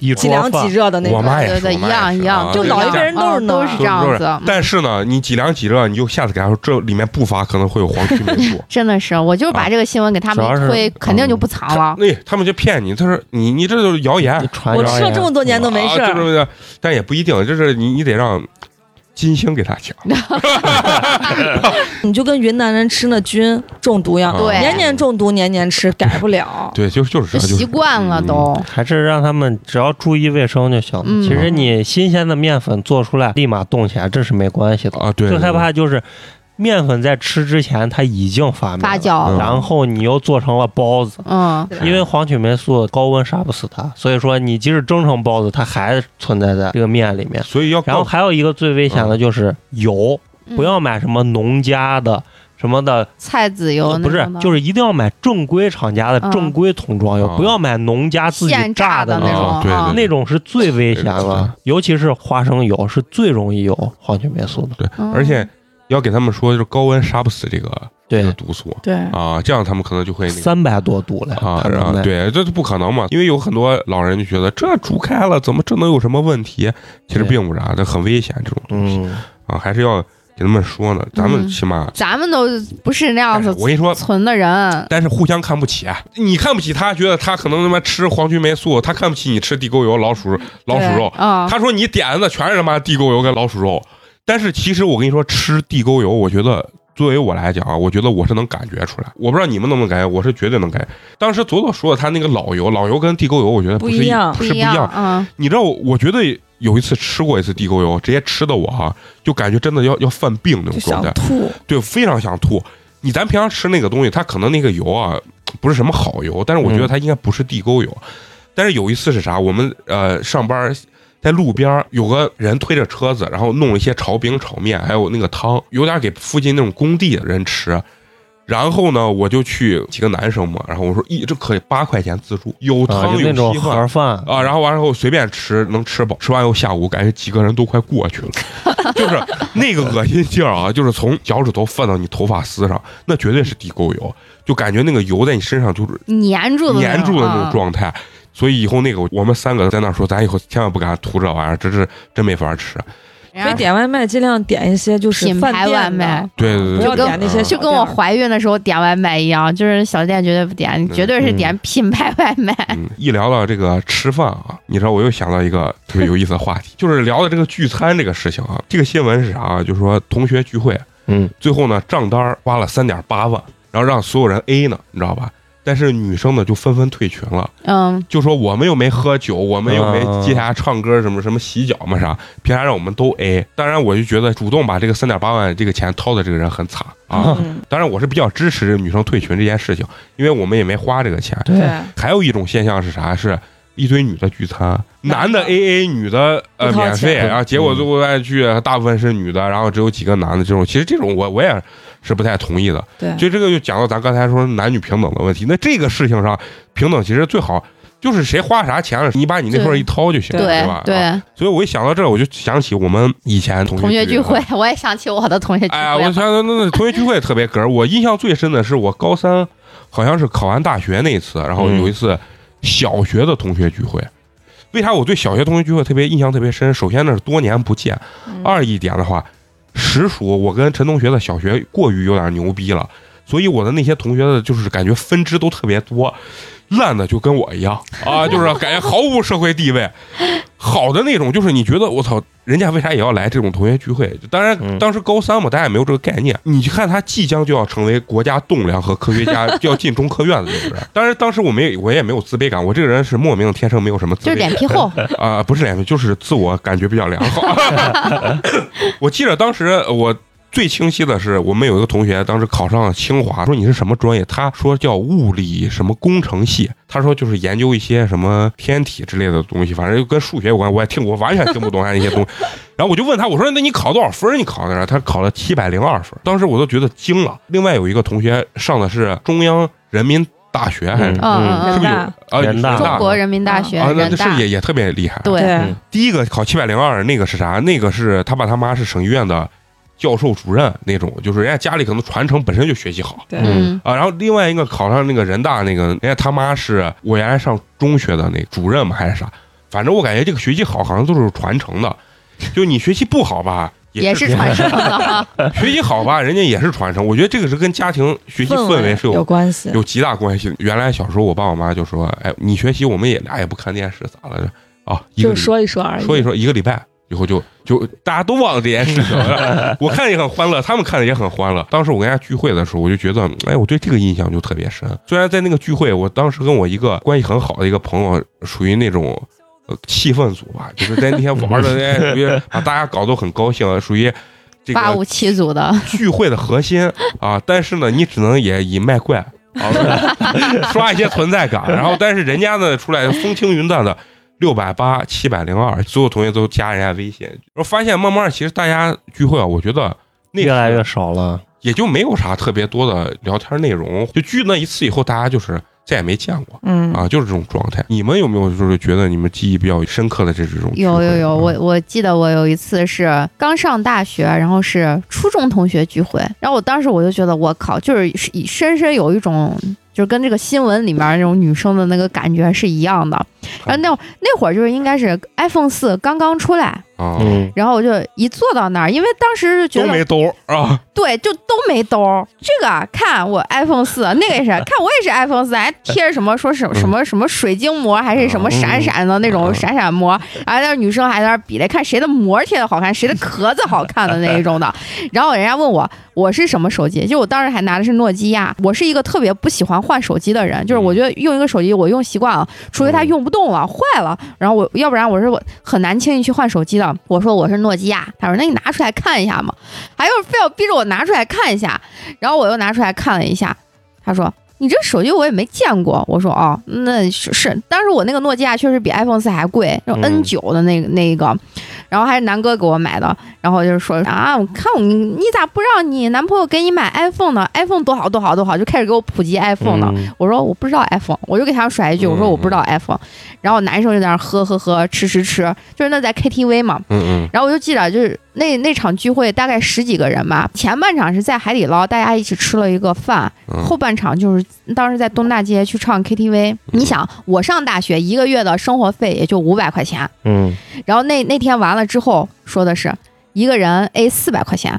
S5: 一
S4: 几
S5: 桌
S4: 凉
S5: 饭
S4: 几，热的那
S2: 我
S4: 种。
S2: 妈也
S3: 对
S2: 是，
S3: 对，
S2: 我
S3: 一
S2: 妈也是
S3: 样一
S2: 啊
S3: 样，
S4: 就
S2: 对
S4: 老
S2: 这
S4: 一辈
S2: 样
S4: 人都是
S3: 嗯都是这
S4: 那
S2: 都
S3: 样
S2: 是
S3: 子。。
S2: 但是呢，你几两几热，你就下次给他说，这里面不乏可能会有黄曲霉 素
S3: 真的是，我就是
S2: 啊
S3: 把这个新闻给他们
S5: 主要
S3: 一
S5: 是
S3: 推，肯定就不藏了。
S2: 那、他们就骗你，他说你你这就是谣言，
S5: 传
S4: 我
S5: 谣
S4: 吃了
S5: 言
S4: 这么多年都没事
S2: 啊
S4: 儿
S2: 就，是的但也不一定，就是你你得让金星给他讲，
S4: 你就跟云南人吃那菌中毒一样，
S3: 对
S4: 年年中毒，年年吃，改不了。
S2: 啊对，就就是这，
S3: 就
S2: 就是嗯
S3: 习惯了都，
S5: 还是让他们只要注意卫生就行了。
S3: 嗯
S5: 其实你新鲜的面粉做出来，立马冻起来，这是没关系的。
S2: 啊，对，
S5: 最害怕就是面粉在吃之前它已经
S3: 发
S5: 发霉了，
S2: 嗯
S3: 酵。
S5: 然后你又做成了包子。
S3: 嗯，
S2: 对
S5: 因为黄曲霉素高温杀不死它，所以说你即使蒸成包子，它还存在在这个面里面。
S3: 嗯
S2: 所以要
S5: 然后
S2: 告
S5: 还有一个最危险的就是油，
S3: 嗯
S5: 不要买什么农家的什么的，呃
S3: 菜籽
S2: 呃
S3: 油那
S5: 不是
S3: 种的，
S5: 就是一定要买正规厂家的
S3: 嗯
S5: 正规桶装油，
S2: 啊
S5: 不要买农家自己
S3: 现
S5: 榨
S3: 的
S5: 那
S3: 那
S5: 种。
S2: 啊对
S3: 种啊
S2: 对
S5: 那种是最危险
S2: 嗯
S5: 了，尤其是花生油是最容易有黄曲霉素的。
S2: 对，
S3: 嗯
S2: 而且要给他们说，就是高温杀不死这个这个
S5: 对，
S2: 毒素
S4: 对，
S2: 啊，这样他们可能就会那个。
S5: 三百多度嘞，
S2: 啊
S5: 它，
S2: 然
S5: 能
S2: 后
S5: 耐，
S2: 对，这不可能嘛，因为有很多老人就觉得这煮啊开了，怎么这能有什么问题？其实
S5: 对
S2: 并不然，这很危险这种东西
S5: 嗯，
S2: 啊，还是要给他们说呢，咱们
S3: 嗯
S2: 起码，
S3: 咱们都不是那样
S2: 哎
S3: 子
S2: 我跟你说，
S3: 存的人，
S2: 但是互相看不起啊！你看不起他，觉得他可能他妈吃黄曲霉素，他看不起你吃地沟油、老鼠老鼠肉
S3: 对。啊，
S2: 他说你点的全是他妈地沟油跟老鼠肉，但是其实我跟你说，吃地沟油，我觉得作为我来讲啊，我觉得我是能感觉出来。我不知道你们能不能感觉，我是绝对能感觉。当时左左说的他那个老油，老油跟地沟油，我觉得
S4: 不
S2: 是
S4: 一样
S2: 是不一
S3: 样
S2: 样。
S3: 啊，
S2: 你知道，我觉得有一次吃过一次地沟油，直接吃的我啊，就感觉真的要要犯病那
S4: 就
S2: 种状
S4: 想
S2: 态。
S4: 吐。
S2: 对，非常想吐。你咱平常吃那个东西，它可能那个油啊不是什么好油，但是我觉
S5: 嗯
S2: 得它应该不是地沟油。但是有一次是啥？我们呃上班儿在路边儿有个人推着车子，然后弄了一些炒饼、炒面，还有那个汤，有点给附近那种工地的人吃。然后呢，我就去几个男生嘛，然后我说一这可以八块钱自助，有
S5: 啊，
S2: 汤
S5: 就那
S2: 有
S5: 种
S2: 稀饭
S5: 盒饭
S2: 啊，然后完了后随便吃，能吃饱。吃完以后下午感觉几个人都快过去了， 就是那个恶心劲儿啊，就是从脚趾头泛到你头发丝上，那绝对是地沟油，就感觉那个油在你身上就是
S3: 粘住的
S2: 粘住的那种
S3: 啊
S2: 状态。所以以后那个我们三个在那说，咱以后千万不敢涂这玩意儿，这是真没法吃。
S4: 所以
S3: 然后
S4: 点外卖尽量点一些就是
S3: 品
S4: 饭
S3: 牌
S4: 店
S3: 外
S4: 的
S3: 卖，
S2: 对对
S4: 不
S2: 对
S4: 要
S2: 对，
S4: 点那些
S2: 嗯
S4: 小
S3: 就跟我
S4: 店儿
S3: 怀孕的时候点外卖一样，就是小店绝对不点，绝对是点品牌外卖。
S2: 嗯，一聊到这个吃饭啊，你知道我又想到一个特别有意思的话题， 就是聊的这个聚餐这个事情啊。这个新闻是啥啊？就是说同学聚会，
S5: 嗯，
S2: 最后呢账单儿花了三点八万，然后让所有人 A 呢，你知道吧？但是女生呢就纷纷退群了，
S3: 嗯，
S2: 就说我们又没喝酒，我们又没
S5: 啊
S2: 接下来唱歌什么什么洗脚嘛啥，凭啥让我们都 A？当然我就觉得主动把这个三点八万这个钱掏的这个人很惨 啊。
S4: 嗯，
S2: 当然我是比较支持女生退群这件事情，因为我们也没花这个钱。
S4: 对，
S2: 还有一种现象是啥？是一堆女的聚餐，男
S4: 男
S2: 的
S4: 的
S2: AA，女的呃
S4: 不掏
S2: 免费，
S4: 钱
S2: 然后结果最后再去，大部分是女的，然后只有几个男的这
S3: 嗯
S2: 种。其实这种我我也是不太同意的。
S4: 对
S2: 所以这个就讲到咱刚才说男女平等的问题。那这个事情上，平等其实最好就是谁花啥钱了，你把你那份儿一掏就行了，
S3: 对
S2: 对吧？啊。
S3: 对，
S2: 所以我一想到这儿，我就想起我们以前同
S3: 同学聚
S2: 聚
S3: 会， 我也想起我的 同学聚
S2: 哎呀，我想
S3: 会了。
S2: 想，那那同学聚会特别哏儿。我印象最深的是我高三，好像是考完大学那一次，然后有一次小学的同学聚会。为啥我对小学同学聚会特别印象特别深？首先那是多年不见，二一点的话，实属我跟陈同学的小学过于有点牛逼了，所以我的那些同学的就是感觉分支都特别多，烂的就跟我一 样啊，就是感觉毫无社会地位。好的那种就是你觉得我操，人家为啥也要来这种同学聚会？当然
S5: 嗯
S2: 当时高三嘛，大家也没有这个概念。你去看他即将就要成为国家栋梁和科学 家，就要进中科院的那个人。当然当时我没我也没有自卑感，我这个人是莫名天生没有什么自
S3: 就
S2: 卑
S3: 是
S2: 感。
S3: 脸皮 厚，
S2: 啊、不是脸皮，就是自我感觉比较良好。 我记得当时呃我最清晰的是，我们有一个同学当时考上了清华，说你是什么专业？他说叫物理什么工程系，他说就是研究一些什么天体之类的东西，反正就跟数学有关。我也听我完全听不懂他那些东西。 然后我就问他，我说那你考多少分儿？你考的啥？他考了七百零二分儿，当时我都觉得惊了。另外有一个同学上的是中央人民大学还是
S5: 嗯
S3: 嗯嗯
S2: 是不
S4: 人
S2: 是有？
S4: 大
S2: 啊，人
S5: 人大
S2: 大
S3: 嗯，中国人民大学
S2: 啊，那
S3: 人
S2: 这是
S3: 大，
S2: 也也特别厉害。
S3: 对，
S4: 对
S5: 嗯
S2: 第一个考七百零二那个是啥？那个是他爸他妈是省医院的教授主任那种，就是人家家里可能传承本身就学习好
S4: 对，
S5: 嗯
S3: 嗯，
S2: 啊。然后另外一个考上那个人大那个，人家他妈是我原来上中学的那个主任嘛还是啥？反正我感觉这个学习好好像都是传承的，就你学习不好吧。
S3: 也是
S2: 是
S3: 传说的，
S2: 学习好吧，人家也是传承。我觉得这个是跟家庭学习氛围是有
S4: 有关系，
S2: 有极大关系的。原来小时候我爸我妈就说：“哎，你学习我们也俩也不看电视，咋了这啊？”一个
S4: 就
S2: 礼
S4: 是说一说而已。
S2: 说一说一个礼拜以后就就大家都忘了这件事情 了。我看也很欢乐，他们看的也很欢乐。当时我跟人家聚会的时候，我就觉得，哎，我对这个印象就特别深。虽然在那个聚会，我当时跟我一个关系很好的一个朋友，属于那种。呃气氛组吧，就是在那天玩的，哎，属于把大家搞得很高兴，啊属于这 个
S3: 八五七组的，
S2: 聚会的核心啊，但是呢，你只能也以卖 怪啊，刷一些存在感。然后，但是人家呢出来风轻云淡的六百八、七百零二，所有同学都加人家微信。我发现慢慢其实大家聚会啊，我觉得那
S5: 越来
S2: 时候
S5: 越少了。
S2: 也就没有啥特别多的聊天内容。就聚那一次以后，大家就是再也没见过。
S4: 嗯
S2: 啊，就是这种状态。你们有没有就是觉得你们记忆比较深刻的这种聚
S3: 有
S2: 会
S3: 有有，
S2: 啊
S3: 我我记得我有一次是刚上大学，然后是初中同学聚会，然后我当时我就觉得我靠，就是深深有一种。就是跟这个新闻里面那种女生哎
S2: 嗯
S3: 的那个感觉是一样的，然后那会儿那会儿就是应该是 iPhone 四刚刚出来，
S2: 啊啊，
S5: 嗯，
S3: 然后我就一坐到那儿，因为当时就觉
S2: 都
S3: 得
S2: 没兜儿啊，
S3: 对，就都没兜儿。这个啊看我 iPhone 四，那个也是看我也是 iPhone 四，还贴着什么说什么什么什么水晶膜，还是什么闪闪的那种闪闪膜，然后那女生还在那儿比来看谁的膜贴的好看，谁的壳子好看的那一种的。然后人家问我我是什么手机，就我当时还拿的是诺基亚。我是一个特别不喜欢换手机的人，就是我觉得用一个手机我用习惯了，除非它用不动了、坏了，然后我要不然我是我很难轻易去换手机的。我说我是诺基亚，他说那你拿出来看一下嘛。还又非要逼着我拿出来看一下，然后我又拿出来看了一下，他说。你这手机我也没见过，我说哦，那是是，当时我那个诺基亚确实比 iPhone 四还贵，就
S5: 嗯
S3: N 九的那个、那一个，然后还是南哥给我买的，然后就是说啊，我看我你你咋不让你男朋友给你买 iPhone 呢？iPhone 多好多好多好，就开始给我普及 iPhone 了。
S5: 嗯
S3: 我说我不知道 iPhone，我就给他甩一句，我说我不知道 iPhone，、然后男生就在那儿喝喝喝，吃吃吃，就是那在 KTV 嘛，
S2: 嗯
S3: 然后我就记着，就是那那场聚会大概十几个人吧，前半场是在海底捞，大家一起吃了一个饭，
S2: 嗯嗯
S3: 后半场就是当时在东大街去唱 KTV。你想，我上大学一个月的生活费也就五百块钱，
S5: 嗯，
S3: 然后那那天完了之后说的是一个人 A 四百块钱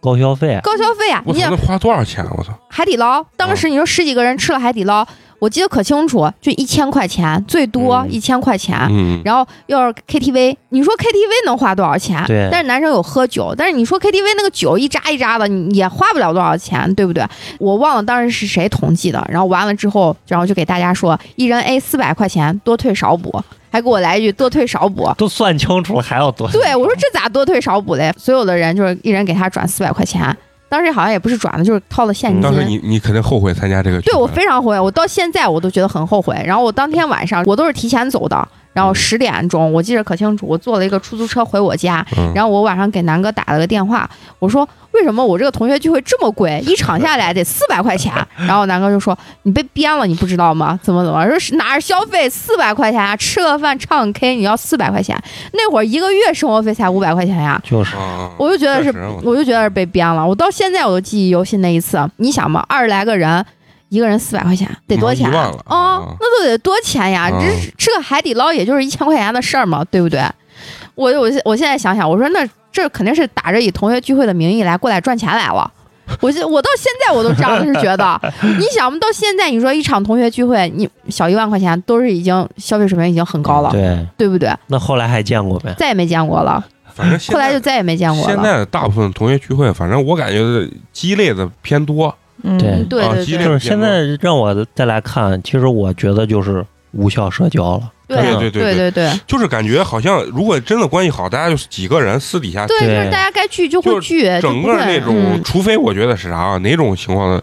S5: 高消费，
S3: 高消费啊！
S2: 我
S3: 你
S2: 操，
S3: 想
S2: 那花多少钱？我操，
S3: 海底捞，当时你说十几个人吃了海底捞，我记得可清楚，就一千块钱，最多
S5: 嗯
S3: 一千块钱。
S2: 嗯，
S3: 然后要是 KTV，你说 KTV 能花多少钱？
S5: 对
S3: 但是男生有喝酒，但是你说 KTV 那个酒一扎一扎的，你也花不了多少钱，对不对？我忘了当时是谁统计的，然后完了之后，然后就给大家说，一人 A 四百块钱，多退少补，还给我来一句多退少 补。
S5: 都算清楚了还要多。
S3: 对我说这咋多退少补嘞？所有的人就是一人给他转四百块钱，当时好像也不是转的，就是掏了现金。啊
S2: 当时你你肯定后悔参加这个聚啊
S3: 对
S2: 会，
S3: 我非常后悔，我到现在我都觉得很后悔。然后我当天晚上我都是提前走的，然后十点钟我记得可清楚，我坐了一个出租车回我家，
S2: 嗯
S3: 然后我晚上给南哥打了个电话，我说为什么我这个同学聚会这么贵，一场下来得四百块钱？ 然后南哥就说你被编了，你不知道吗？怎么怎么说是哪儿消费四百块钱啊？吃个饭唱个 K 你要四百块钱，那会儿一个月生活费才五百块钱呀、
S5: 就是
S2: 啊，
S3: 我就觉得是
S2: 确实我
S3: 我就觉得是被编了。我到现在我都记忆犹新那一次。你想嘛，二十来个人，一个人四百块钱，得多钱
S2: 一万了
S3: 哦
S2: 啊，
S3: 那都得多钱呀！
S2: 啊
S3: 这吃个海底捞也就是一千块钱的事儿嘛，对不对？我我现我现在想想，我说那这肯定是打着以同学聚会的名义来过来赚钱来了。我现我到现在我都这样就是觉得， 你想嘛，到现在你说一场同学聚会，你小一万块钱都是已经消费水平已经很
S2: 嗯
S3: 高了，
S5: 对，
S3: 对不对？
S5: 那后来还见过没？
S3: 再也没见过了，
S2: 反正现
S3: 后来就
S2: 在
S3: 再也没见过
S2: 现
S3: 了。
S2: 在大部分同学聚会，反正我感觉鸡肋的偏多，
S4: 嗯，
S5: 对
S3: 对
S2: 啊
S3: 对
S2: 激
S3: 对
S2: 烈
S5: 就是现在让我再来看，其实我觉得就是无效社交了。
S3: 对啊
S2: 对对
S3: 对
S2: 对
S3: 对对。
S2: 就是感觉好像如果真的关系好，大家就是几个人私底下
S3: 对，就是
S5: 对
S3: 大家该聚就会
S2: 啊就是
S3: 聚，就
S2: 整
S3: 不
S2: 个
S3: 会
S2: 那种，
S3: 嗯
S2: 除非我觉得是啥啊，哪种情况的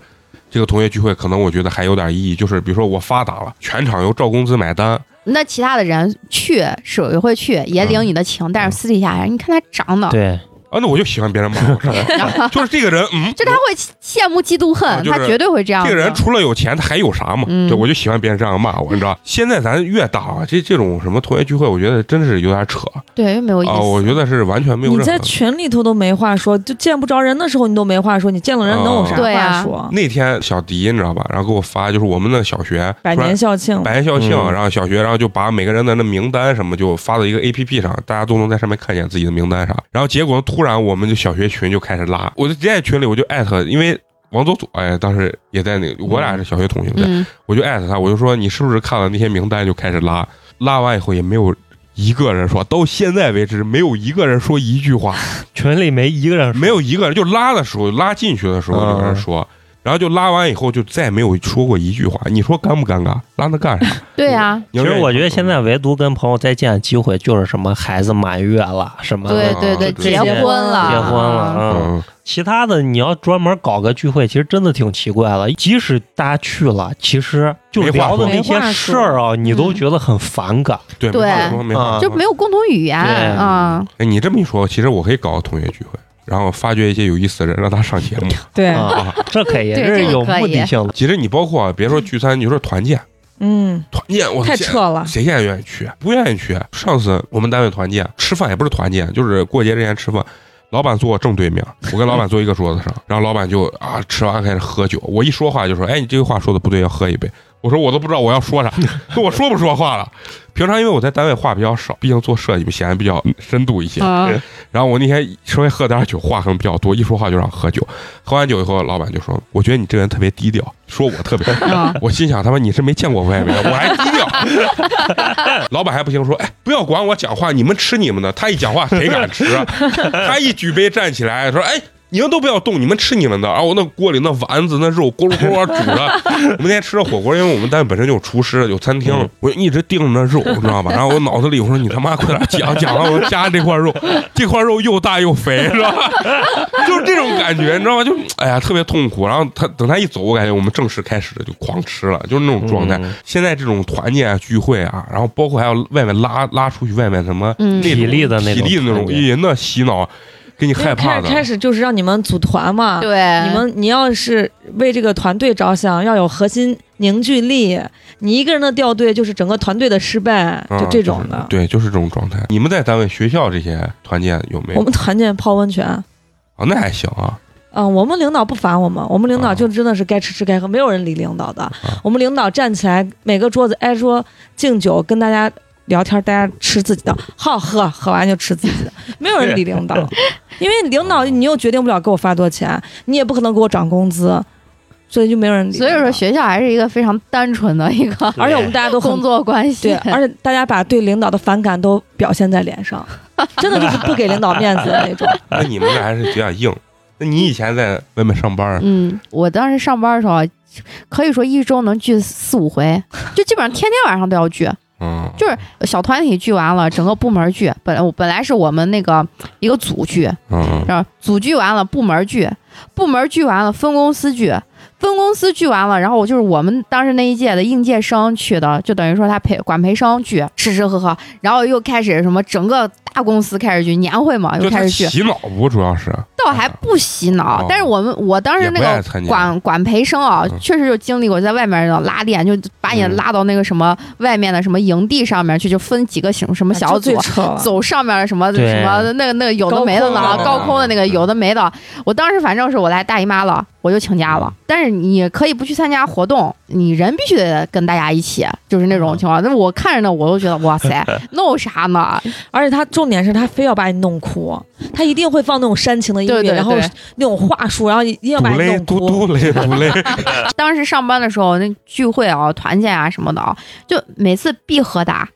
S2: 这个同学聚会，可能我觉得还有点意义。就是比如说我发达了，全场由赵公子买单，啊
S3: 那其他的人去是也会去，也领你的情，
S2: 嗯
S3: 但是私底下呀，你看他长 得，
S5: 对，
S2: 啊，那我就喜欢别人骂 我，就是这个人，嗯，
S3: 就他会羡慕嫉妒
S2: 啊
S3: 恨，
S2: 就是
S3: 他绝对会这样
S2: 这
S3: 的。
S2: 个人除了有钱，他还有啥嘛？
S3: 嗯
S2: 对，我就喜欢别人这样骂我，你知道？现在咱越大啊，这这种什么同学聚会，我觉得真是有点扯
S3: 对又没有意思，
S2: 啊，我觉得是完全没有
S4: 你
S2: 任何
S4: 在。群里头都没话说，就见不着人的时候你都没话说，你见了人能有啥
S2: 啊
S3: 对啊
S4: 话说？
S2: 那天小迪你知道吧？然后给我发，就是我们那小学
S4: 百
S2: 突然
S4: 年校庆，
S2: 百年校庆，
S5: 嗯
S2: 然后小学，然后就把每个人的那名单什么就发到一个 A P P 上，大家都能在上面看见自己的名单啥。然后结果突然我们就小学群就开始拉，我就直接在群里我就艾特，因为王佐佐哎当时也在那个，我俩是小学同学，对，
S3: 嗯，
S2: 我就艾特他，我就说你是不是看了那些名单就开始拉，拉完以后也没有。一个人说，到现在为止没有一个人说一句 话，
S5: 群里没一个人说
S2: 没有一个人就拉的时候，拉进去的时候
S5: 嗯
S2: 有人说，然后就拉完以后就再没有说过一句话。你说尴不尴尬？拉那干啥？
S3: 对啊呀，
S2: 其
S5: 其实我觉得现
S2: 嗯
S5: 在唯独跟朋友再见的机会就是什么孩子满月了，什
S4: 嗯
S5: 么
S3: 对啊对对，
S2: 对
S3: 结
S5: 对
S3: 婚了，
S5: 结婚了，嗯，
S2: 嗯，
S5: 其他的你要专门搞个聚会，其实真的挺奇怪的。即使大家去了，其实就
S2: 没话
S5: 聊的
S4: 说嗯
S5: 那些事儿啊，你都觉得很反感。
S2: 对，没话说，没话
S5: 嗯
S2: 说，
S3: 就没有共同语言
S5: 对
S3: 啊。
S2: 哎，你这么一说，其实我可以搞个同学聚会，然后发掘一些有意思的人，让他上节目。
S4: 对，
S5: 啊，这可以，
S3: 对
S5: 这
S3: 这
S5: 是
S3: 个
S5: 有
S3: 可以
S5: 目的性的。
S2: 其实你包括啊，别说聚餐，你说团建，
S4: 嗯，
S2: 团建我
S4: 太
S2: 现在
S4: 扯了，
S2: 谁现在愿意去？不愿意去。上次我们单位团建吃饭也不是团建，就是过节之前吃饭。老板坐我正对面，我跟老板坐一个桌子上，然后老板就啊吃完开始喝酒，我一说话就说，哎，你这个话说的不对，要喝一杯。我说我都不知道我要说啥，我说不说话了。平常因为我在单位话比较少，毕竟做设计嘛显得比较深度一些。
S3: 嗯，
S2: 然后我那天稍微喝点酒，话可能比较多，一说话就让喝酒。喝完酒以后，老板就说：“我觉得你这个人特别低调。”说我特别低调
S3: 啊，
S2: 我心想他妈你是没见过外面，我还低调。老板还不行，说：“哎，不要管我讲话，你们吃你们的。”他一讲话谁敢吃啊？ 他一举杯站起来说：“哎。”你们都不要动，你们吃你们的。然后我那锅里那丸子、那肉咕噜咕噜煮着，我们那天吃着火锅，因为我们单位本身就有厨师，有餐厅
S5: 嗯，
S2: 我一直盯着那肉，你知道吧？然后我脑子里我说你他妈快点讲讲完，我夹这块肉，这块肉又大又肥，是吧？ 就是这种感觉，你知道吗？就哎呀，特别痛苦。然后他等他一走，我感觉我们正式开始就狂吃了，就是那种状态。
S5: 嗯
S2: 现在这种团建啊、聚会啊，然后包括还有外面拉拉出去外面什么
S3: 嗯
S2: 那种
S5: 体力的那
S2: 体
S5: 种
S2: 力的那
S5: 团
S2: 种，
S5: 建
S2: 也那洗脑，给你害怕
S4: 开
S2: 的。
S4: 开始就是让你们组团嘛，
S3: 对，
S4: 你们你要是为这个团队着想，要有核心凝聚力，你一个人的掉队就是整个团队的失败，
S2: 嗯
S4: 就这种的。
S2: 对，就是这种状态。你们在单位、学校这些团建有没有
S4: 我？们团建泡温泉。
S2: 啊，那还行啊。
S4: 嗯，我们领导不烦我们，我们领导就真的是该吃吃该喝，没有人理领导的。我们领导站起来，每个桌子挨桌敬酒，跟大家聊天，大家吃自己的，好喝，喝完就吃自己的，没有人理领导，因为领导你又决定不了给我发多少钱，你也不可能给我涨工资，所以就没有人理。
S3: 所以说，，学校还是一个非常单纯的一 个
S4: 而且我们大家都很
S3: 工作关系
S4: 对，，而且大家把对领导的反感都表现在脸上，真的就是不给领导面子的那种。
S2: 那你们这还是比较硬。那你以前在外面上班儿，
S3: 嗯，我当时上班的时候，可以说一周能聚四五回，就基本上天天晚上都要聚，
S2: 嗯，
S3: 就是小团体聚完了，整个部门聚。本来我本来是我们那个一个组聚，
S2: 嗯，
S3: 然后组聚完了，部门聚，部门聚完了，分公司聚，分公司聚完了，然后我就是我们当时那一届的应届生去的，就等于说他陪管培生聚，吃吃喝喝，然后又开始什么整个大公司开始聚年会嘛，
S2: 就
S3: 又
S2: 他
S3: 开始聚，
S2: 洗脑不，主要是
S3: 倒还不洗脑，
S2: 哦
S3: 但是我们我当时
S2: 也
S3: 那
S2: 不爱
S3: 个
S2: 参加。
S3: 管管培生啊
S2: 嗯，
S3: 确实就经历过在外面的拉练，就把你
S2: 嗯
S3: 拉到那个什么外面的什么营地上面去，就分几个什么什么小
S2: 啊
S3: 组啊
S4: 最。扯 了，
S3: 走上面的什么
S5: 对
S3: 什么那个那个有的没的了啊，
S2: 高空的
S3: 高空的那个
S2: 嗯
S3: 有的没的。我当时反正是我来大姨妈了，我就请假了。但是你可以不去参加活动，你人必须得跟大家一起，就是那种情
S2: 嗯
S3: 况。那我看着呢，我都觉得哇 塞，弄啥呢？
S4: 而且他重点是他非要把你弄哭，他一定会放那种煽情的音乐，
S3: 对对
S4: 然后
S3: 对
S4: 那种话术，然后一定要
S2: 嘟
S4: 把你
S2: 嘞
S4: 弄
S2: 嘟
S4: 哭。
S2: 嘟嘞嘟嘞，
S3: 当时上班的时候，那聚会啊、团建啊什么的啊，就每次必喝打，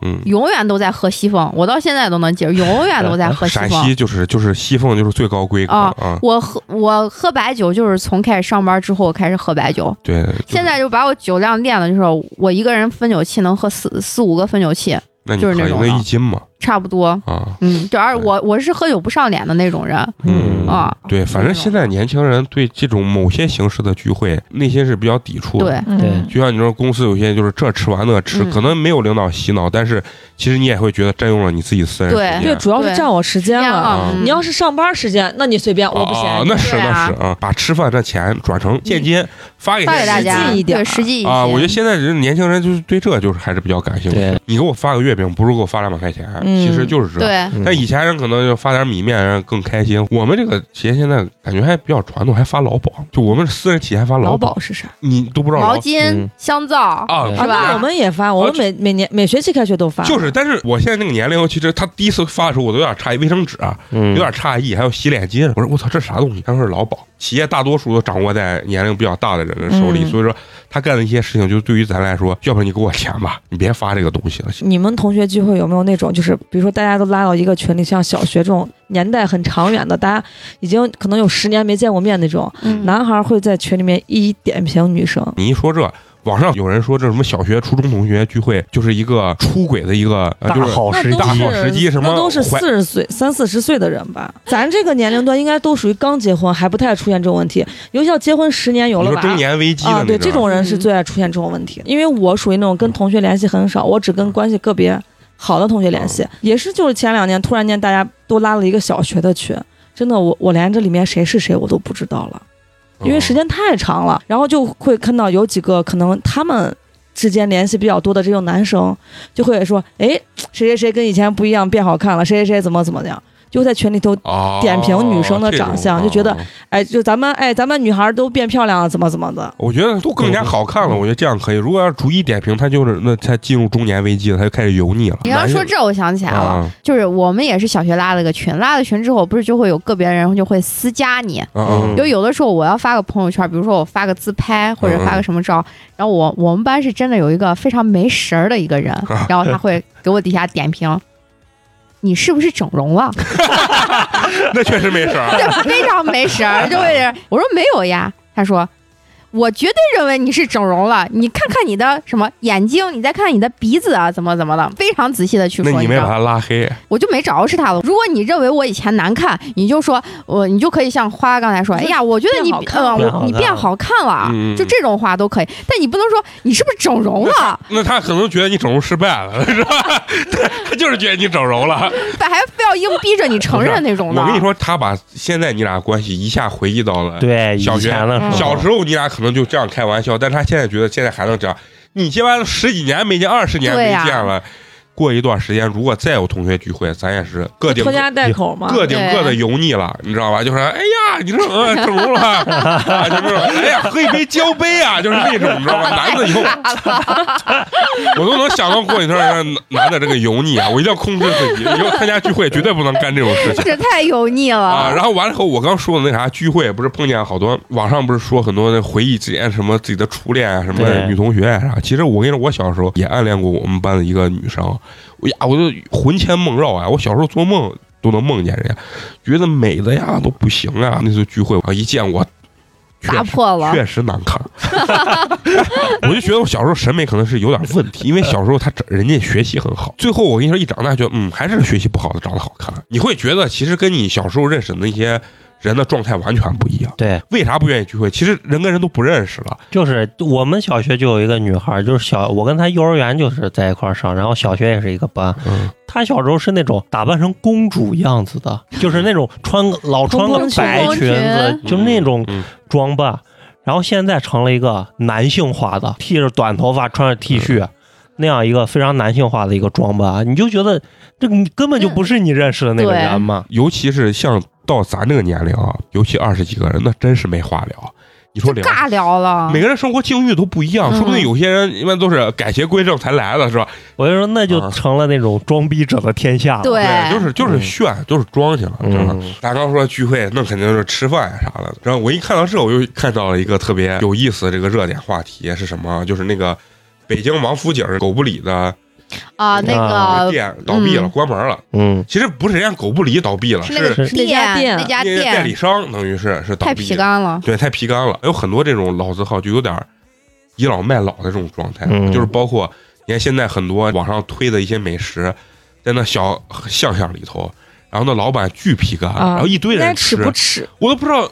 S2: 嗯，
S3: 永远都在喝西凤，我到现在都能记住，永远都在 喝西
S2: 陕西
S3: 凤。
S2: 就是就是西凤就是最高规格
S3: 啊
S2: 啊，
S3: 我喝我喝白酒，就是从开始上班之后开始喝白酒，
S2: 对，就是
S3: 现在就把我酒量练的，就是我一个人分酒器能喝四四五个分酒器，
S2: 那你
S3: 就是
S2: 可
S3: 那
S2: 以
S3: 种
S2: 那
S3: 的
S2: 一斤嘛
S3: 差不多。
S2: 啊，
S3: 嗯，主要是
S2: 对
S3: 我我是喝酒不上脸的那种人
S5: 嗯
S2: 嗯
S3: 啊，
S2: 对，反正现在年轻人对这种某些形式的聚会内心是比较抵触的，
S3: 对，
S4: 嗯，
S2: 就像你说，公司有些就是这吃完那吃，
S3: 嗯
S2: 可能没有领导洗脑，但是其实你也会觉得占用了你自己私人时
S3: 对
S2: 间。
S4: 对，主要是
S3: 对
S4: 占我时间
S3: 这样
S4: 了。
S3: 啊
S2: 啊
S3: 嗯
S4: 你要是上班时间，那你随便，我不嫌。
S2: 啊，那是
S3: 对
S2: 那
S3: 啊
S2: 是啊，把吃饭这钱转成现金发给
S3: 发给大家
S4: 实际一点
S3: 对实际一些
S2: 啊，我觉得现在人年轻人就是对这就是还是比较感兴趣
S5: 对。
S2: 你给我发个月饼，不如给我发两百块钱，
S4: 嗯
S2: 其实就是这。
S3: 对
S5: 嗯
S2: 但以前人可能就发点米面，人更开心。我们这个企业现在感觉还比较传统，还发劳保，就我们私人企业还发劳
S4: 劳
S2: 保，
S4: 保是啥？
S2: 你都不知道
S3: 毛
S2: 劳
S3: 巾
S5: 嗯、
S3: 香皂
S2: 啊
S3: 是
S4: 啊，那
S3: 吧
S4: 我？们也发，我们每每年每学期开学都发。
S2: 哦就是，但是我现在这个年龄，其实他第一次发的时候，我都有点诧异，卫生纸啊，
S5: 嗯
S2: 有点诧异，还有洗脸巾。我说我操，这啥东西？他说是劳保，企业大多数都掌握在年龄比较大的人的手里，
S4: 嗯
S2: 所以说他干的一些事情，就对于咱来说，要不然你给我钱吧，你别发这个东西了。
S4: 你们同学聚会有没有那种，就是比如说大家都拉到一个群里，像小学这种年代很长远的，大家已经可能有十年没见过面那种，
S3: 嗯
S4: 男孩会在群里面一一点评女生。
S2: 你一说这，网上有人说这什么小学、初中同学聚会，就是一个出轨的一个，呃
S5: 嗯大
S2: 就是
S5: 好时
S4: 那
S5: 机
S4: 都
S2: 大
S4: 是
S2: 好时机什么
S4: 那都是
S2: 怀
S4: 四十岁、三四十岁的人吧？咱这个年龄段应该都属于刚结婚，还不太出现这种问题。尤其要结婚十年有
S2: 你
S4: 了
S2: 说
S4: 娃
S2: 中年危机的
S4: 啊，
S2: 那
S4: 对，这种人是
S3: 嗯
S4: 最爱出现这种问题。因为我属于那种跟同学联系很少，我只跟关系个别好的同学联
S2: 哦
S4: 系。也是就是前两年突然间大家都拉了一个小学的群，真的我我连这里面谁是谁我都不知道了。
S2: 嗯
S4: 因为时间太长了，然后就会看到有几个可能他们之间联系比较多的这种男生，就会说，哎，谁谁谁跟以前不一样，变好看了，谁谁谁怎么怎么样。就在群里头，
S2: 哦
S4: 点评女生的长相
S2: 这种
S4: 就觉得
S2: 哦
S4: 哎，就咱们哎，咱们女孩都变漂亮了，怎么怎么的，
S2: 我觉得都更加好看了。我觉得这样可以。如果要是逐一点评，他就是那他进入中年危机了，他就开始油腻了。哎
S3: 你要说这，我想起来了，
S2: 啊
S3: 就是我们也是小学拉了个群，拉了群之后，不是就会有个别人就会私加你。
S2: 啊啊
S5: 嗯
S3: 就有的时候我要发个朋友圈，比如说我发个自拍或者发个什么
S2: 嗯
S3: 照，然后我我们班是真的有一个非常没神儿的一 个人，然后他会给我底下点评，你是不是整容了？
S2: 那确实没事儿。
S3: 就非常没神儿，就会我说没有呀，他说。我绝对认为你是整容了，你看看你的什么眼睛，你再看看你的鼻子啊，怎么怎么的，非常仔细的去
S2: 那
S3: 说。
S2: 你
S3: 知
S2: 没
S3: 道
S2: 把
S3: 吗
S2: 他拉黑，
S3: 我就没找着是他了。如果你认为我以前难看，你就说我，你就可以像花刚才说，哎
S4: 你说
S3: 呀，我觉得你
S4: 变好看
S3: 呃，
S5: 了
S3: 我你变好看了，啊
S2: 嗯嗯嗯
S3: 就这种话都可以。但你不能说你是不是整容啊了，
S2: 那他可能觉得你整容失败了， 是吧？他就是觉得你整容了。
S3: 反还非要硬逼着你承认那种的。
S2: 我跟你，说，他把现在你俩关系一下回忆到了
S5: 对，以
S2: 小学
S5: 前的时候，
S2: 小时候，你俩可能就这样开玩笑，但是他现在觉得现在还能这样。你结完十几年没见，二十年没
S3: 对啊呀
S2: 见了，过一段时间，如果再有同学聚会，咱也是各顶
S4: 拖家带口嘛。
S2: 各顶各的油腻了，你知道吧？就是哎呀，你这呃整容了，啊 就是哎呀，喝一杯交杯啊，就是那种，你知道吧？男的以后，我都能想到过一段时间男的这个油腻啊，我一定要控制自己，以后参加聚会绝对不能干这种事情。
S3: 这太油腻了。
S2: 啊，然后完了以后，我刚说的那啥聚会，不是碰见好多网上不是说很多的回忆之前什么自己的初恋啊，什么
S5: 对
S2: 女同学啊啥。其实我跟你说，我小时候也暗恋过我们班的一个女生，我呀，我就魂牵梦绕啊，我小时候做梦都能梦见人家，觉得美的呀都不行啊。那次聚会啊，一见我。确
S3: 打
S2: 实
S3: 破了
S2: 啊确实难看。 我就觉得我小时候审美可能是有点问题，因为小时候他长人家学习很好，最后我跟你说一长大就嗯还是学习不好的长得好看，你会觉得其实跟你小时候认识的那些人的状态完全不一样。
S5: 对，
S2: 为啥不愿意聚会？其实人跟人都不认识了，
S5: 就是我们小学就有一个女孩儿，就是小我跟她幼儿园就是在一块儿上，然后小学也是一个班。
S2: 嗯
S5: 她小时候是那种打扮成公主样子的，就是那种穿个老穿个
S4: 蓬蓬裙
S5: 白裙子，就那种
S2: 嗯
S5: 装扮。然后现在成了一个男性化的，剃着短头发，穿着 T
S3: 嗯
S5: 恤，那样一个非常男性化的一个装扮，啊你就觉得这个你根本就不是你认识的那个
S3: 对
S5: 人嘛。
S2: 尤其是像到咱这个年龄啊，尤其二十几个人，那真是没话聊。你说聊
S3: 尬聊了，
S2: 每个人生活境遇都不一样，
S3: 嗯
S2: 说不定有些人一般都是改邪归正才来的，是吧？
S5: 我就说那就
S2: 啊
S5: 成了那种装逼者的天下了。
S3: 对
S2: 就是就是
S5: 嗯
S2: 炫，就是装去了，对吧？
S5: 嗯，
S2: 咱刚说聚会，那肯定是吃饭呀啥的。然后我一看到这，我又看到了一个特别有意思的这个热点话题是什么？就是那个北京王府井狗不理的
S3: 啊，那
S2: 那个
S3: 个
S2: 店倒闭了，
S3: 嗯
S2: 关门了。
S5: 嗯，
S2: 其实不是人家狗不理倒闭了，
S3: 那个
S5: 是
S4: 那家
S3: 店
S4: 店
S3: 那家
S2: 那个代理商等于是是倒
S3: 太
S2: 闭
S3: 皮
S2: 了，
S3: 干了，
S2: 对，太皮干了。有很多这种老字号就有点儿倚老卖老的这种状态，
S5: 嗯
S2: 就是包括你看现在很多网上推的一些美食，在那小巷巷里头。然后那老板巨皮干，
S4: 啊
S2: 然后一堆
S4: 应该
S2: 人
S4: 吃不吃？
S2: 我都不知道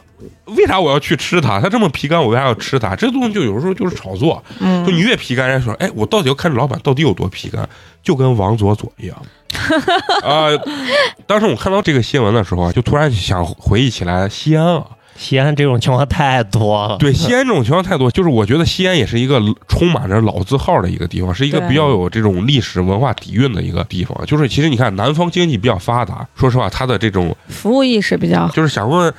S2: 为啥我要去吃它，它这么皮干，我为啥要吃它？这东西就有时候就是炒作，
S4: 嗯
S2: 就，你越皮干，人家说，哎，我到底要看这老板到底有多皮干，就跟王佐佐 一样。啊、当时我看到这个新闻的时候啊，就突然想回忆起来西安啊，
S5: 西安这种情况太多了。
S2: 对西安这种情况太多，就是我觉得西安也是一个充满着老字号的一个地方，是一个
S4: 对
S2: 比较有这种历史文化底蕴的一个地方。啊就是其实你看，南方经济比较发达，说实话，它的这种
S4: 服务意识比较好。
S2: 就是想问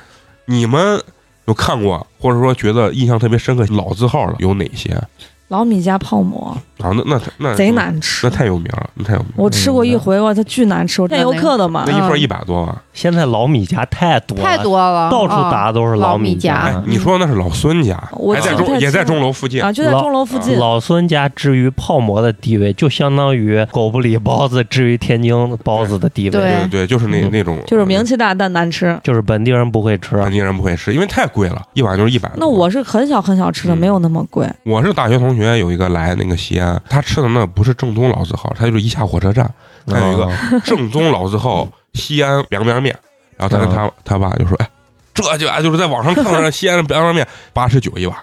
S2: 你们有看过或者说觉得印象特别深刻老字号的有哪些啊？
S4: 老米家泡馍
S2: 那那那
S4: 贼，难吃
S2: 嗯那，嗯太有名了，那太有名了。
S4: 我吃过一回，哇，它巨难吃。我
S3: 那
S4: 带游客的嘛
S2: 那，一份
S3: 嗯
S2: 一百多
S4: 啊
S2: 吧？
S5: 现在老米家太多了，
S3: 太多了，嗯
S5: 到处打的都是
S3: 老
S5: 米
S3: 米家
S2: 哎
S3: 啊，
S2: 你说那是老孙家，
S4: 嗯我
S2: 还在
S4: 记不
S2: 钟
S4: 太
S2: 也在
S4: 清
S2: 钟楼附近
S4: 啊，就在
S5: 老
S4: 钟楼附近。
S5: 嗯老孙家至于泡馍的地位，就相当于狗不理包子至于天津包子的地位，
S3: 对
S2: 对对，就是那
S5: 嗯
S2: 那种
S4: 就是名气大但难吃。
S5: 就是本地人不会吃。
S2: 南京人不会吃，因为太贵了，一碗就是一百。
S4: 那我是很小很小吃的，
S2: 嗯
S4: 没有那么贵。
S2: 我是大学同学，有一个来那个西安，他吃的那不是正宗老字号，他就是一下火车站，还有一个
S5: 个
S2: 正宗老字号西安凉面面，然后他跟他、他爸就说：“哎，这就啊，就是在网上看到西安的凉面面八十九一碗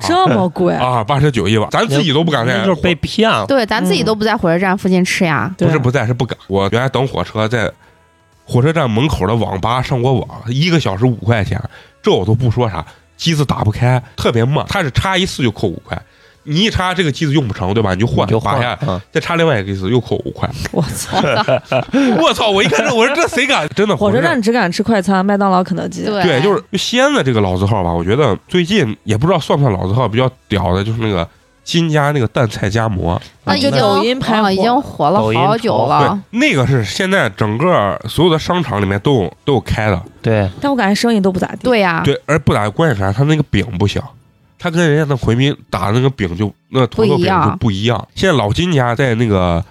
S4: 这 么贵，
S2: 啊，八十九一碗，咱自己都不敢在，
S5: 就是被啊骗了。
S3: 对，咱自己
S4: 嗯
S3: 都不在火车站附近吃呀，
S4: 对
S2: 不是不在是不敢。我原来等火车在火车站门口的网吧上过网，一个小时五块钱，这我都不说啥，机子打不开，特别慢，他是插一次就扣五块。你一插这个机子用不成，对吧？你就换，
S5: 你就
S2: 拔
S5: 换
S2: 下来，
S5: 啊，
S2: 再插另外一个机子又扣五块。
S4: 我操！
S2: 我操！我一看这，我说这谁敢？真的
S4: 火车
S2: 站。
S4: 站只敢吃快餐，麦当劳、肯德基。
S1: 对
S2: 对，就是就西安的这个老字号吧，我觉得最近也不知道算不算老字号，比较屌的就是那个金家那个蛋菜夹馍，
S3: 那已经
S4: 就抖音拍火
S3: 啊已经火了
S5: 抖音
S3: 好久
S5: 炒
S3: 了。
S2: 对，那个是现在整个所有的商场里面都有都有开的，
S5: 对，
S4: 但我感觉生意都不咋地。，
S3: 对呀，
S2: 对，而不打关键啥，它那个饼不行。它跟人家那回民打的那个饼就那土豆
S3: 不一
S2: 饼
S3: 样
S2: 就不一样。现在老金家在那个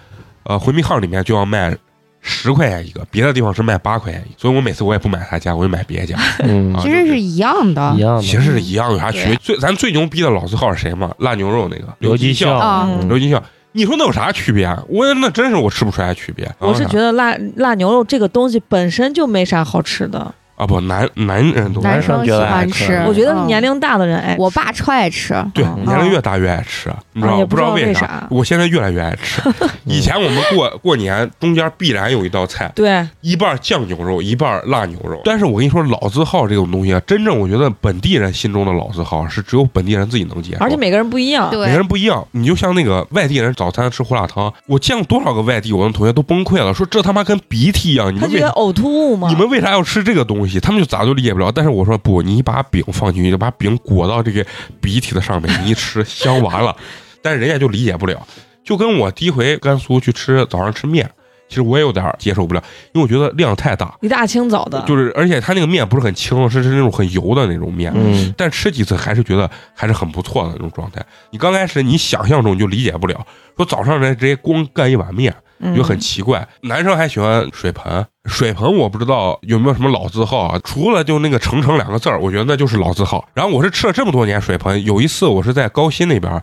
S2: 呃回民巷里面就要卖十块钱一个，别的地方是卖八块钱一个。所以我每次我也不买他家，我就买别家。
S5: 嗯
S2: 啊，
S3: 其实是一样的
S5: 一。样的，
S2: 其实
S4: 嗯
S2: 是一样，有啥区
S3: 对
S2: 别？最咱最牛逼的老字号是谁嘛？辣牛肉那个
S5: 刘
S2: 吉
S5: 吉
S2: 孝
S5: 孝，
S3: 嗯
S5: 嗯
S2: 刘金笑，你说那有啥区别啊？我那真是我吃不出来区别。
S4: 我是觉得辣辣牛肉这个东西本身就没啥好吃的，
S2: 啊，不男男人都
S3: 男生喜欢吃，
S5: 嗯
S4: 我觉得
S3: 嗯
S4: 年龄大的人哎爱吃。
S3: 我爸超爱吃，
S2: 对
S4: 嗯
S2: 年龄越大越爱吃，你知道
S4: 啊
S2: 吗
S4: 也
S2: 不
S4: 不
S2: 知道
S4: 知道为
S2: 啥
S4: 啥，
S2: 我现在越来越爱 吃。以前我们过过年中间必然有一道菜，
S4: 对
S2: 一半酱牛肉，一半辣牛肉。但是我跟你说，老字号这种东西啊，真正我觉得本地人心中的老字号是只有本地人自己能接受，
S4: 而且每个人不一样。
S2: 每个
S1: 对，
S2: 人不一样，你就像那个外地人早餐吃胡辣汤，我见过多少个外地，我们同学都崩溃了，说这他妈跟鼻涕一样，你
S4: 他
S2: 们
S4: 觉
S2: 为
S4: 得呕吐物嘛，
S2: 你们为啥要吃这个东西？他们就咋都理解不了。但是我说不，你一把饼放进去，就把饼裹到这个鼻涕的上面，你一吃香完了。但是人家就理解不了，就跟我第一回甘肃去吃早上吃面，其实我也有点接受不了，因为我觉得量太大，
S4: 一大清早的，
S2: 就是而且它那个面不是很轻，是是那种很油的那种面。
S5: 嗯，
S2: 但吃几次还是觉得还是很不错的那种状态。你刚开始你想象中你就理解不了，说早上人直接光干一碗面，
S4: 嗯
S2: 就很奇怪。男生还喜欢水盆，水盆我不知道有没有什么老字号啊，除了就那个“程程”两个字儿，我觉得那就是老字号。然后我是吃了这么多年水盆，有一次我是在高新那边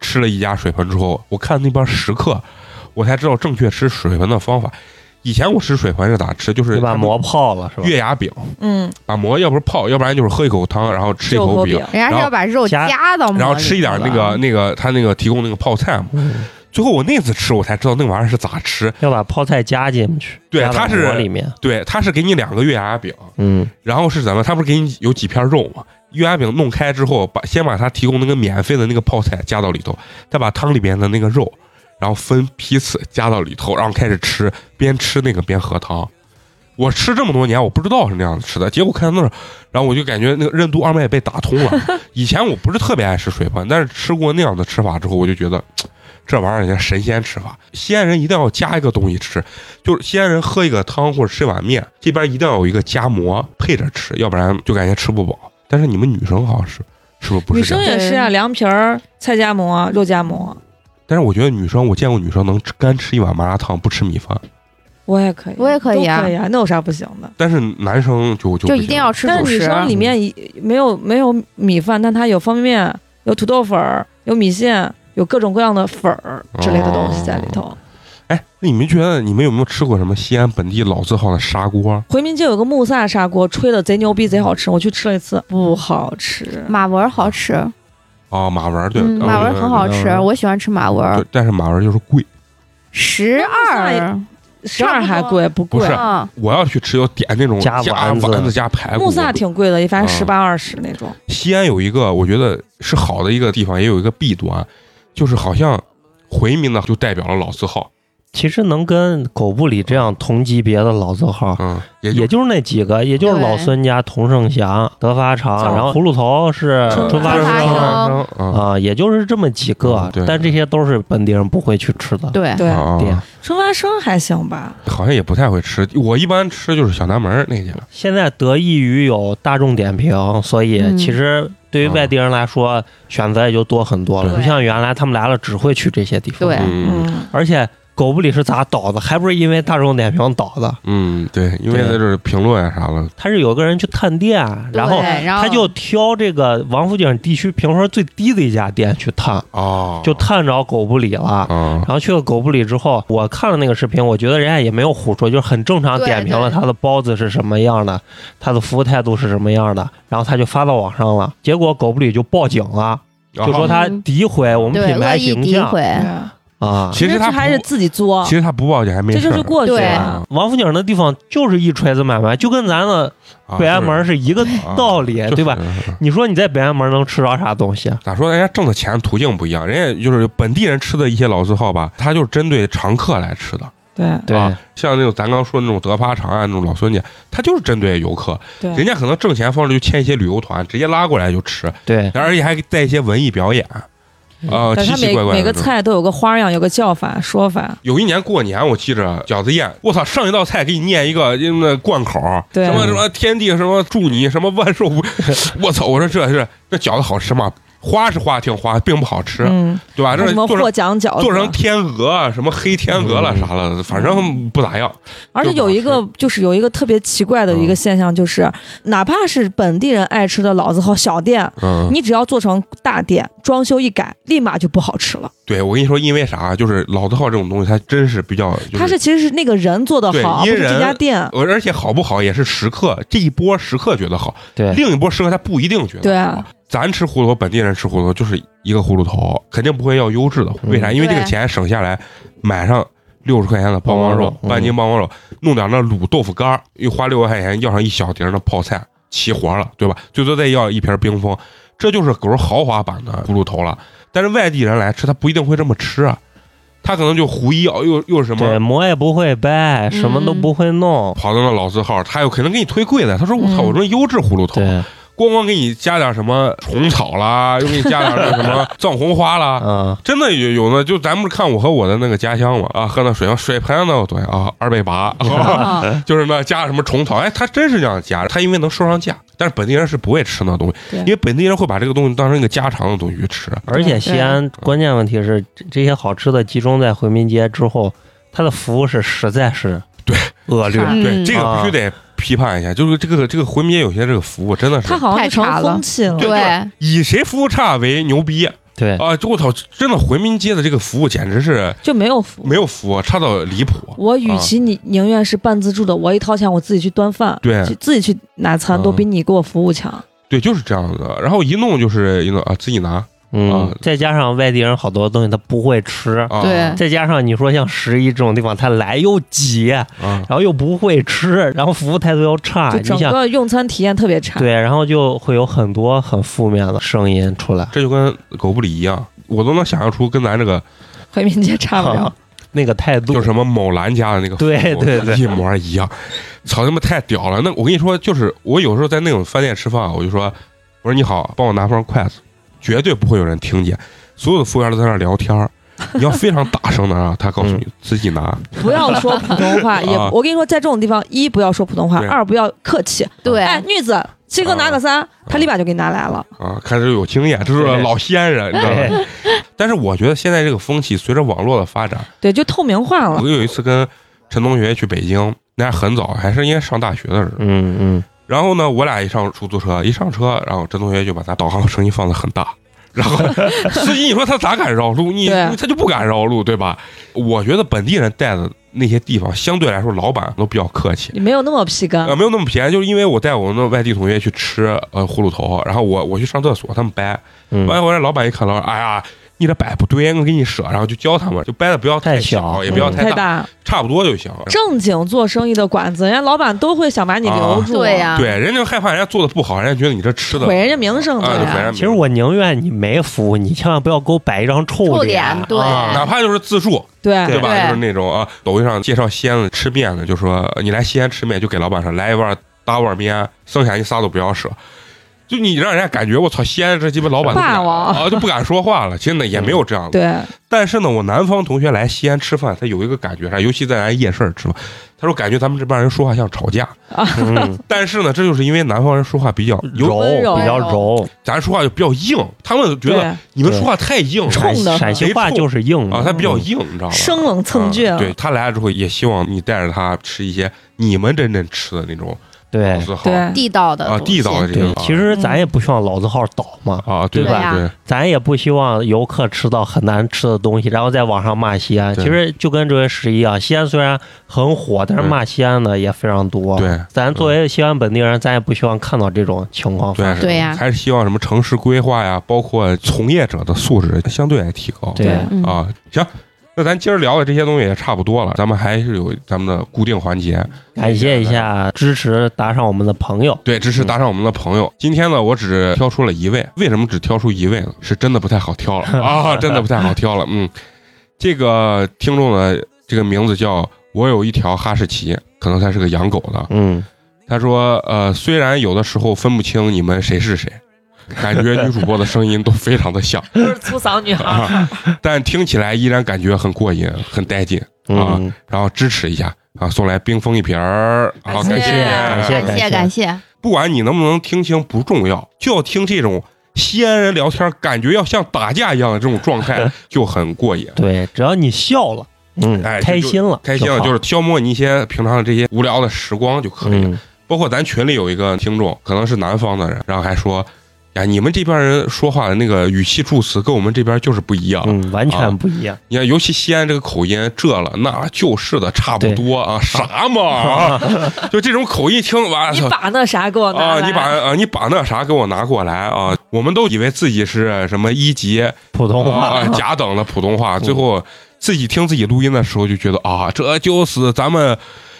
S2: 吃了一家水盆之后，我看那边食客，我才知道正确吃水盆的方法。以前我吃水盆是咋吃，就是
S5: 嗯你把馍泡了是吧？
S2: 月牙饼，
S4: 嗯，
S2: 把馍要不是泡，要不然就是喝一口汤，然后吃一
S4: 肉
S2: 口
S4: 和
S2: 饼
S4: 饼，，
S3: 人家是要把肉
S5: 加
S3: 夹到馍里头的，
S2: 然后吃一点那个那个他那个提供那个泡菜嘛。
S5: 嗯
S2: 最后我那次吃，我才知道那玩意儿是咋吃。
S5: 要把泡菜加进去，
S2: 对
S5: 加到
S2: 它是
S5: 馍里面，
S2: 对，他是给你两个月牙饼，
S5: 嗯，
S2: 然后是怎么？他不是给你有几片肉吗？月牙饼弄开之后，把先把它提供那个免费的那个泡菜加到里头，再把汤里边的那个肉，然后分批次加到里头，然后开始吃，边吃那个边喝汤。我吃这么多年，我不知道是那样子吃的，结果看到那儿，然后我就感觉那个任督二脉被打通了。以前我不是特别爱吃水盆，但是吃过那样的吃法之后，我就觉得这玩意儿人家神仙吃法，西安人一定要加一个东西吃，就是西安人喝一个汤或者吃一碗面，这边一定要有一个夹馍配着吃，要不然就感觉吃不饱。但是你们女生好像是是不是不
S4: 女
S2: 是这
S4: 生
S2: 样？
S4: 也是啊，凉皮儿、菜夹馍、肉夹馍，
S2: 但是我觉得女生，我见过女生能吃干吃一碗麻辣烫不吃米饭，
S4: 我也可以，
S3: 我也可
S4: 都
S3: 以啊
S4: 可以啊，那有啥不行的？
S2: 但是男生就就
S3: 就
S2: 不
S3: 一定
S2: 行
S3: 要吃
S4: 但
S3: 主
S4: 是女
S3: 食。
S2: 啊
S4: 生里面
S2: 嗯
S4: 一没有没有米饭，但它有方便面、有土豆粉儿、有米线、有各种各样的粉儿
S2: 哦
S4: 之类的东西在里头。
S2: 哎，那你们觉得你们有没有吃过什么西安本地老字号的砂锅？
S4: 回民街有个木萨砂锅，吹的贼牛逼，贼好吃，我去吃了一次，不好吃。
S3: 马文好吃，
S2: 哦，马文儿对，
S3: 嗯，
S2: 哦
S3: 马文很好吃，
S5: 嗯
S3: 我喜欢吃马文
S2: 对，，但是马文就是贵。
S3: 十二
S4: 十二还
S3: 差不多
S4: 贵，不贵。
S2: 不是
S3: 啊，
S2: 我要去吃，要点那种
S5: 加
S2: 加
S5: 丸子
S2: 丸子加排骨
S4: 木。萨挺贵的，一般
S2: 嗯哦
S4: 十八二十那种。
S2: 西安有一个我觉得是好的一个地方，也有一个弊端，就是好像回民呢就代表了老字号，
S5: 其实能跟狗不理这样同级别的老字号。
S2: 嗯，也就
S5: 也就是那几个，也就是
S3: 对
S5: 老孙家、同盛祥、德发
S4: 枣
S5: 长，然后葫芦头是
S4: 春
S5: 春
S2: 发
S5: 发
S3: 春发
S5: 生
S3: 生
S2: 生，嗯
S5: 啊，也就是这么几
S2: 嗯
S5: 个
S2: 对，
S5: 但这些都是本地人不会去吃的。
S3: 嗯对，
S4: 对，
S2: 啊
S5: 对
S4: 春发生还行吧，
S2: 好像也不太会吃。我一般吃就是小南门儿那家，
S5: 现在得益于有大众点评，所以
S3: 嗯
S5: 其实对于外地人来说，选择也就多很多了。
S2: 对
S5: 不像原来他们来了只会去这些地方。
S3: 对
S2: 嗯
S4: 嗯，
S5: 而且狗不理是咋倒的，还不是因为大众点评倒的？
S2: 嗯，对，因为在这儿评论啊啥了，
S5: 他是有个人去探店，然后
S3: 对然后
S5: 他就挑这个王府井地区评分最低的一家店去探，
S2: 哦，
S5: 就探着狗不理了。
S2: 啊
S5: 然后去了狗不理之后，我看了那个视频，我觉得人家也没有胡说，就是很正常
S3: 对
S5: 点评了
S3: 对
S5: 他的包子是什么样的，他的服务态度是什么样的，然后他就发到网上了。结果狗不理就报警了，就说他
S3: 嗯
S2: 哦
S5: 诋毁我们
S3: 对，
S5: 品
S3: 恶
S5: 牌
S3: 意
S5: 形
S3: 诋
S5: 象。
S3: 毁，
S4: 嗯对
S5: 啊。
S2: 其实他
S4: 还是
S2: 不
S4: 自己作
S2: 其，实他不报警还没
S4: 这
S2: 事
S4: 就
S2: 儿，啊
S4: 是过去
S3: 对
S4: 了。
S5: 王府井那地方就是一锤子买卖，就跟咱的
S2: 啊
S5: 北安门是一个道理，对？吧
S2: 就？是就是
S5: 你说你在北安门能吃着啥东 西？啊
S2: 咋说？人家挣的钱途径不一样，人家就是本地人吃的一些老字号吧，他就是针对常客来吃的。
S4: 对
S5: 对
S2: 啊像那种咱刚说的那种德发长啊安那种老孙家，他就是针对游客，人
S4: 对，
S2: 家可能挣钱方式就签一些旅游团，直接拉过来就吃，
S5: 对，
S2: 然后而且还带一些文艺表演，啊，
S4: 但
S2: 奇
S4: 他
S2: 奇
S4: 每
S2: 怪怪的
S4: 每个
S2: 那种
S4: 菜都有个花样，有个叫法说法。
S2: 有一年过年，我记着饺子宴，我操，上一道菜给你念一个那个贯口，
S4: 对
S2: 什么什么天地什么祝你什么万寿无， 我操，我说这是这饺子好吃吗？花是花，挺花，并不好吃，
S4: 嗯，
S2: 对吧？
S4: 还有
S2: 这
S4: 什么
S2: 做
S4: 获
S2: 成
S4: 奖饺
S2: 做成
S4: 子，
S2: 天鹅啊，什么黑天鹅了
S5: 嗯
S2: 啥了，反正不咋样。
S4: 而且有一
S2: 就嗯
S4: 个就是有一个特别奇怪的一个现象，就是哪怕是本地人爱吃的老字号小店，
S2: 嗯，
S4: 你只要做成大店，装修一改，立马就不好吃了。
S2: 对我跟你说，因为啥？啊就是老字号这种东西，它真是比较，就
S4: 它是其实是那个人做的
S2: 对
S4: 好，而
S2: 因
S4: 不是这
S2: 人
S4: 家店。
S2: 我而且好不好也是食客这一波食客觉得好，
S5: 对
S2: 另一波食客他不一定觉得。
S4: 对，啊
S2: 咱吃葫芦，本地人吃葫芦就是一个葫芦头，肯定不会要优质的。为啥？因为这个钱省下来，买上六十块钱的棒棒肉
S5: 棒棒，肉
S2: 半斤棒棒肉，弄点那卤豆腐干儿，又花六块钱要上一小碟儿的泡菜，齐活了，对吧？最多再要一瓶冰峰，这就是狗儿豪华版的葫芦头了。但是外地人来吃，他不一定会这么吃啊，他可能就胡一咬又又是什
S5: 对，
S2: 么。
S5: 馍也不会掰，什么都
S3: 嗯
S5: 不会弄。
S2: 跑到那老字号，他又肯定给你推贵的。他说：“我操，
S4: 嗯
S2: 我这优质葫芦头，
S5: 对，
S2: 光光给你加点什么虫草啦，又给你加点那什么藏红花啦，
S5: 嗯，
S2: 真的有有呢，就咱们不是看我和我的那个家乡嘛，啊，喝那水，水盆子我多少啊，二百八，
S3: 嗯
S2: 就是那加什么虫草，哎，他真是这样加，他因为能收上价，但是本地人是不会吃那东西，
S4: 对
S2: 因为本地人会把这个东西当成一个家常的东西去吃，
S5: 而且西安关键问题是，这这些好吃的集中在回民街之后，它的服务是实在是
S2: 对
S5: 恶劣。
S3: 嗯
S2: 对，这个必须得批判一下，就是这个这个回民街有些这个服务真的是
S4: 它好像
S3: 太
S4: 就成
S3: 差了
S4: 风气了。
S2: 对
S3: 对，
S2: 以谁服务差为牛逼
S5: 对，
S2: 啊！就我操，真的回民街的这个服务简直是
S4: 就没有服务。
S2: 没有服务，差到离谱。
S4: 我与
S2: 啊
S4: 其你宁愿是半自助的，我一掏钱我自己去端饭，
S2: 对
S4: 去自己去拿餐，
S2: 嗯
S4: 都比你给我服务强。
S2: 对，就是这样子。然后一弄就是一弄啊，自己拿
S5: 嗯
S2: 啊，
S5: 再加上外地人好多东西他不会吃，
S2: 啊，
S3: 对
S4: 嗯
S5: 再加上你说像十一这种地方，他来又挤，然
S2: 啊，
S5: 后又不会吃，然后服务态度又
S3: 哎
S5: 差，
S4: 就
S5: 你
S4: 整
S5: 想
S4: 个用餐体验特别差。
S5: 对，然后就会有很多很负面的声音出来。
S2: 这就跟狗不理一样，我都能想象出跟咱这个
S4: 回民街差不 了。
S5: 啊那个态度
S2: 就是什么某兰家的那个
S5: 对
S2: 服务
S5: 对对
S2: 一模一样，操他妈太屌了！那我跟你说，就是我有时候在那种饭店吃饭，我就说，我说你好，帮我拿双筷子，绝对不会有人听见，所有的服务员都在那儿聊天儿。你要非常大声的让他告诉
S5: 嗯
S2: 你自己拿，
S4: 不要说普通话，也
S2: 啊
S4: 我跟你说，在这种地方，一不要说普通话
S2: 对，
S4: 二不要客气。
S3: 对
S4: 哎，女子，七哥拿个三，他立马就给你拿来了。
S2: 啊，开始有经验，这是
S5: 对
S2: 老西安人，你知道吗？
S5: 对
S2: 但是我觉得现在这个风气随着网络的发展，
S4: 对，就透明化了。
S2: 我有一次跟陈同学去北京，那很早，还是应该上大学的时候，
S5: 嗯嗯，
S2: 然后呢，我俩一上出租车，一上车，然后陈同学就把咱导航声音放得很大，然后司机你说他咋敢绕路？你
S4: 对
S2: 他就不敢绕路，对吧？我觉得本地人带的那些地方，相对来说老板都比较客气。
S4: 你没有那么皮干
S2: 呃，，没有那么便宜，就是因为我带我那外地同学去吃呃葫芦头，然后我我去上厕所，他们掰，
S5: 嗯
S2: 完了我让老板一看，老板哎呀，你这掰不对，我给你说，然后就教他们，就掰的不要
S5: 太
S2: 小，
S5: 小
S2: 也不要
S5: 嗯
S4: 太
S2: 大，
S4: 大。
S2: 差不多就行。
S4: 正经做生意的馆子，人家老板都会想把你留住，
S3: 对，呀，
S2: 对，人家就害怕人家做的不好，人家觉得你这吃的
S4: 毁人家名声
S2: 啊，
S4: 的
S2: 就
S4: 呀
S2: 本。来没
S5: 其实我宁愿你没服务，你千万不要给我摆一张臭
S3: 臭脸对
S5: 啊
S2: 哪怕就是自助，
S4: 对
S2: 对吧？
S3: 对
S2: 就是那种啊，抖音上介绍西安的吃面的，就说呃你来西安吃面，就给老板说来一碗大碗面，啊剩下你啥都不要说。就你让人家感觉我操，西安这鸡巴老板都不敢
S4: 霸王
S2: 啊，就不敢说话了。其实呢也没有这样的，
S4: 对，
S2: 但是呢，我南方同学来西安吃饭，他有一个感觉啥，尤其在咱夜市吃饭，他说感觉咱们这帮人说话像吵架。
S5: 嗯，
S2: 但是呢，这就是因为南方人说话比较有，
S5: 柔
S4: 温柔
S5: 比较柔，
S2: 咱说话就比较硬，他们觉得
S4: 对，
S2: 你们说话太硬了
S4: 冲的
S5: 陕西话就是硬嗯
S2: 啊，他比较硬，你知道吧？
S4: 生冷蹭倔
S2: 嗯
S4: 了。
S2: 对他来了之后，也希望你带着他吃一些你们真正吃的那种
S5: 对
S2: 老字号
S4: 对，
S3: 地道的
S2: 啊，
S3: 东西
S2: 地道的这
S5: 对
S2: 种。。
S5: 其实咱也不希望老字号倒嘛，
S2: 啊，
S5: 对
S2: 吧？
S3: 吧
S2: 对，
S5: 咱也不希望游客吃到很难吃的东西，然后在网上骂西安。
S2: 对
S5: 其实就跟这位十一样，西安虽然很火，但是
S2: 对
S5: 骂西安的也非常多。
S2: 对
S5: 咱作为西安本地人，咱也不希望看到这种情况发
S2: 对
S5: 生。
S3: 对呀
S2: 还是希望什么城市规划呀，包括从业者的素质相对来提高。
S5: 对
S4: 嗯
S2: 啊，行，那咱今儿聊的这些东西也差不多了，咱们还是有咱们的固定环节，
S5: 感谢一下支持打赏我们的朋友，
S2: 对，支持打赏我们的朋友。今天呢，我只挑出了一位，为什么只挑出一位呢？是真的不太好挑了啊，真的不太好挑了。嗯，这个听众呢，这个名字叫我有一条哈士奇，可能他是个养狗的。
S5: 嗯，
S2: 他说，呃，虽然有的时候分不清你们谁是谁，感觉女主播的声音都非常的像
S4: 都是粗嗓女孩儿，
S2: 啊，但听起来依然感觉很过瘾，很带劲。啊
S5: 嗯，
S2: 然后支持一下啊，送来冰封一瓶儿，好，
S4: 感
S2: 感
S4: 谢
S2: 感
S5: 谢
S3: 感
S5: 谢
S3: 感谢，
S2: 不管你能不能听清不重要，就要听这种西安人聊天，感觉要像打架一样的这种状 态，就很过瘾。
S5: 对，只要你笑了，嗯，
S2: 哎
S5: 开心了，
S2: 开心了，
S5: 好
S2: 就是消磨你一些平常的这些无聊的时光就可以了。
S5: 嗯
S2: 包括咱群里有一个听众，可能是南方的人，然后还说：“呀，你们这边人说话的那个语气助词跟我们这边就是不一样。
S5: 嗯，完
S2: 啊
S5: 全不一样，
S2: 你看，尤其西安这个口音，这了那就是的，差不多 啊，啥嘛啊，就这种口音听，完
S4: 你
S2: 操，
S4: 把那啥给我拿
S2: 啊，
S4: 来
S2: 你把啊，你把那啥给我拿过来啊！我们都以为自己是什么一级
S5: 普通话
S2: 啊
S5: 嗯
S2: 甲等的普通话，最后自己听自己录音的时候就觉得啊，这就是咱们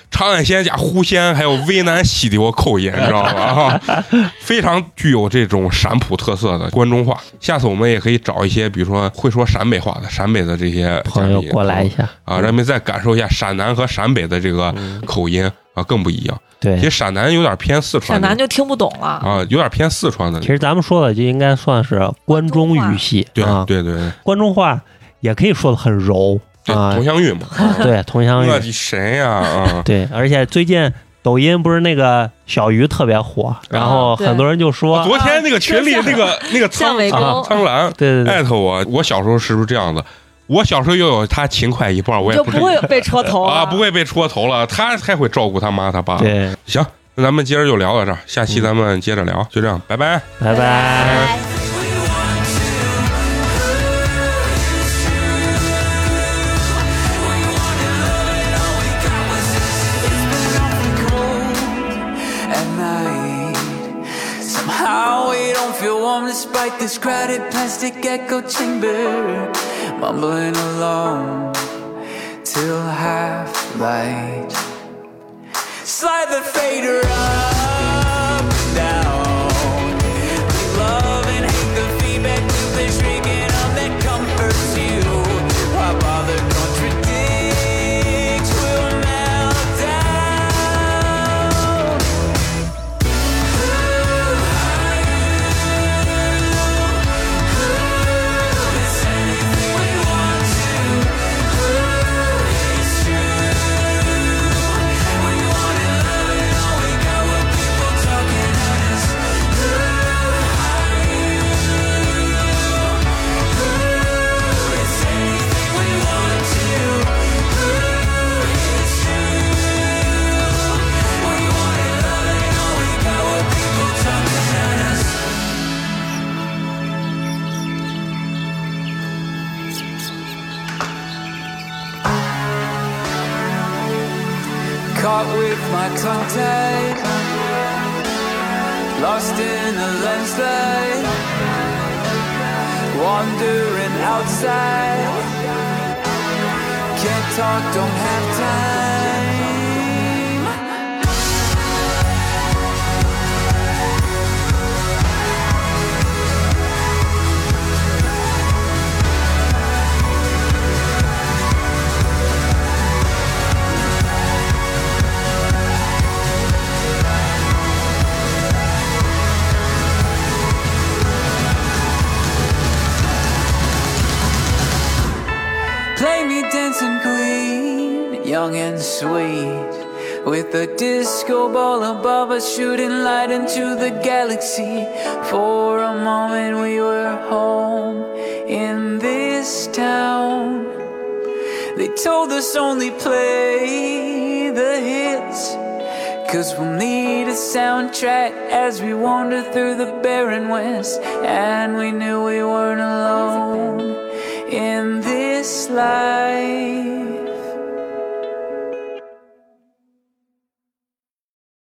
S2: 长安县加呼县还有渭南西的我口音，你知道吗？ 啊，非常具有这种陕普特色的关中话。下次我们也可以找一些，比如说会说陕北话的陕北的这些
S5: 朋友
S2: 嘉宾
S5: 过来一嗯下，
S2: 啊，让你们再感受一下陕南和陕北的这个口音啊，更不一样。
S5: 对
S2: 其，实陕南有点偏四川
S4: 陕
S2: 那种，
S4: 南就听不懂了。
S2: 啊，有点偏四川的那
S5: 其
S2: 种。
S5: 实咱们说的就应该算是关中语系
S2: 对
S5: 啊，
S2: 对对对
S5: 关中话也可以说的很柔
S2: 对，
S5: 啊
S2: 佟，湘玉嘛，
S5: 对，同乡
S2: 我
S5: 语，
S2: 的神呀 啊！
S5: 对，而且最近抖音不是那个小鱼特别火，然后
S4: 对
S5: 很多人就
S2: 啊我
S5: 说，
S2: 哦昨天那个群里
S4: 啊
S2: 那 个那个
S4: 像
S2: 苍
S4: 围
S2: 苍
S4: 攻
S2: 苍兰
S5: 对对对
S2: 艾特我，我小时候是不是这样的？我小时候又有他勤快一半，我也
S4: 就
S2: 至于
S4: 不会被戳头
S2: 啊，
S4: 了
S2: 不会被戳头了。他太会照顾他妈他爸。
S5: 对，嗯
S2: 行，那咱们今儿就聊到这儿，下期咱们接着聊，就这样，拜拜。
S5: 拜拜。
S6: at night. Somehow we don't feel warm despite this crowded plastic echo chamber. Mumbling along till half light. Slide the fader up and down. We love and hate the feedback we've been shrinking on that comforts you. Why bother contradict? We'll melt down. caught with my tongue tied, lost in a landslide, wandering outside. Can't talk, don't have time. Play me dancing queen, young and sweet. With a disco ball above us, shooting light into the galaxy. For a moment, we were home in this town. They told us only play the hits. Cause we'll need a soundtrack as we wander through the barren west. And we knew we weren't alone in this life.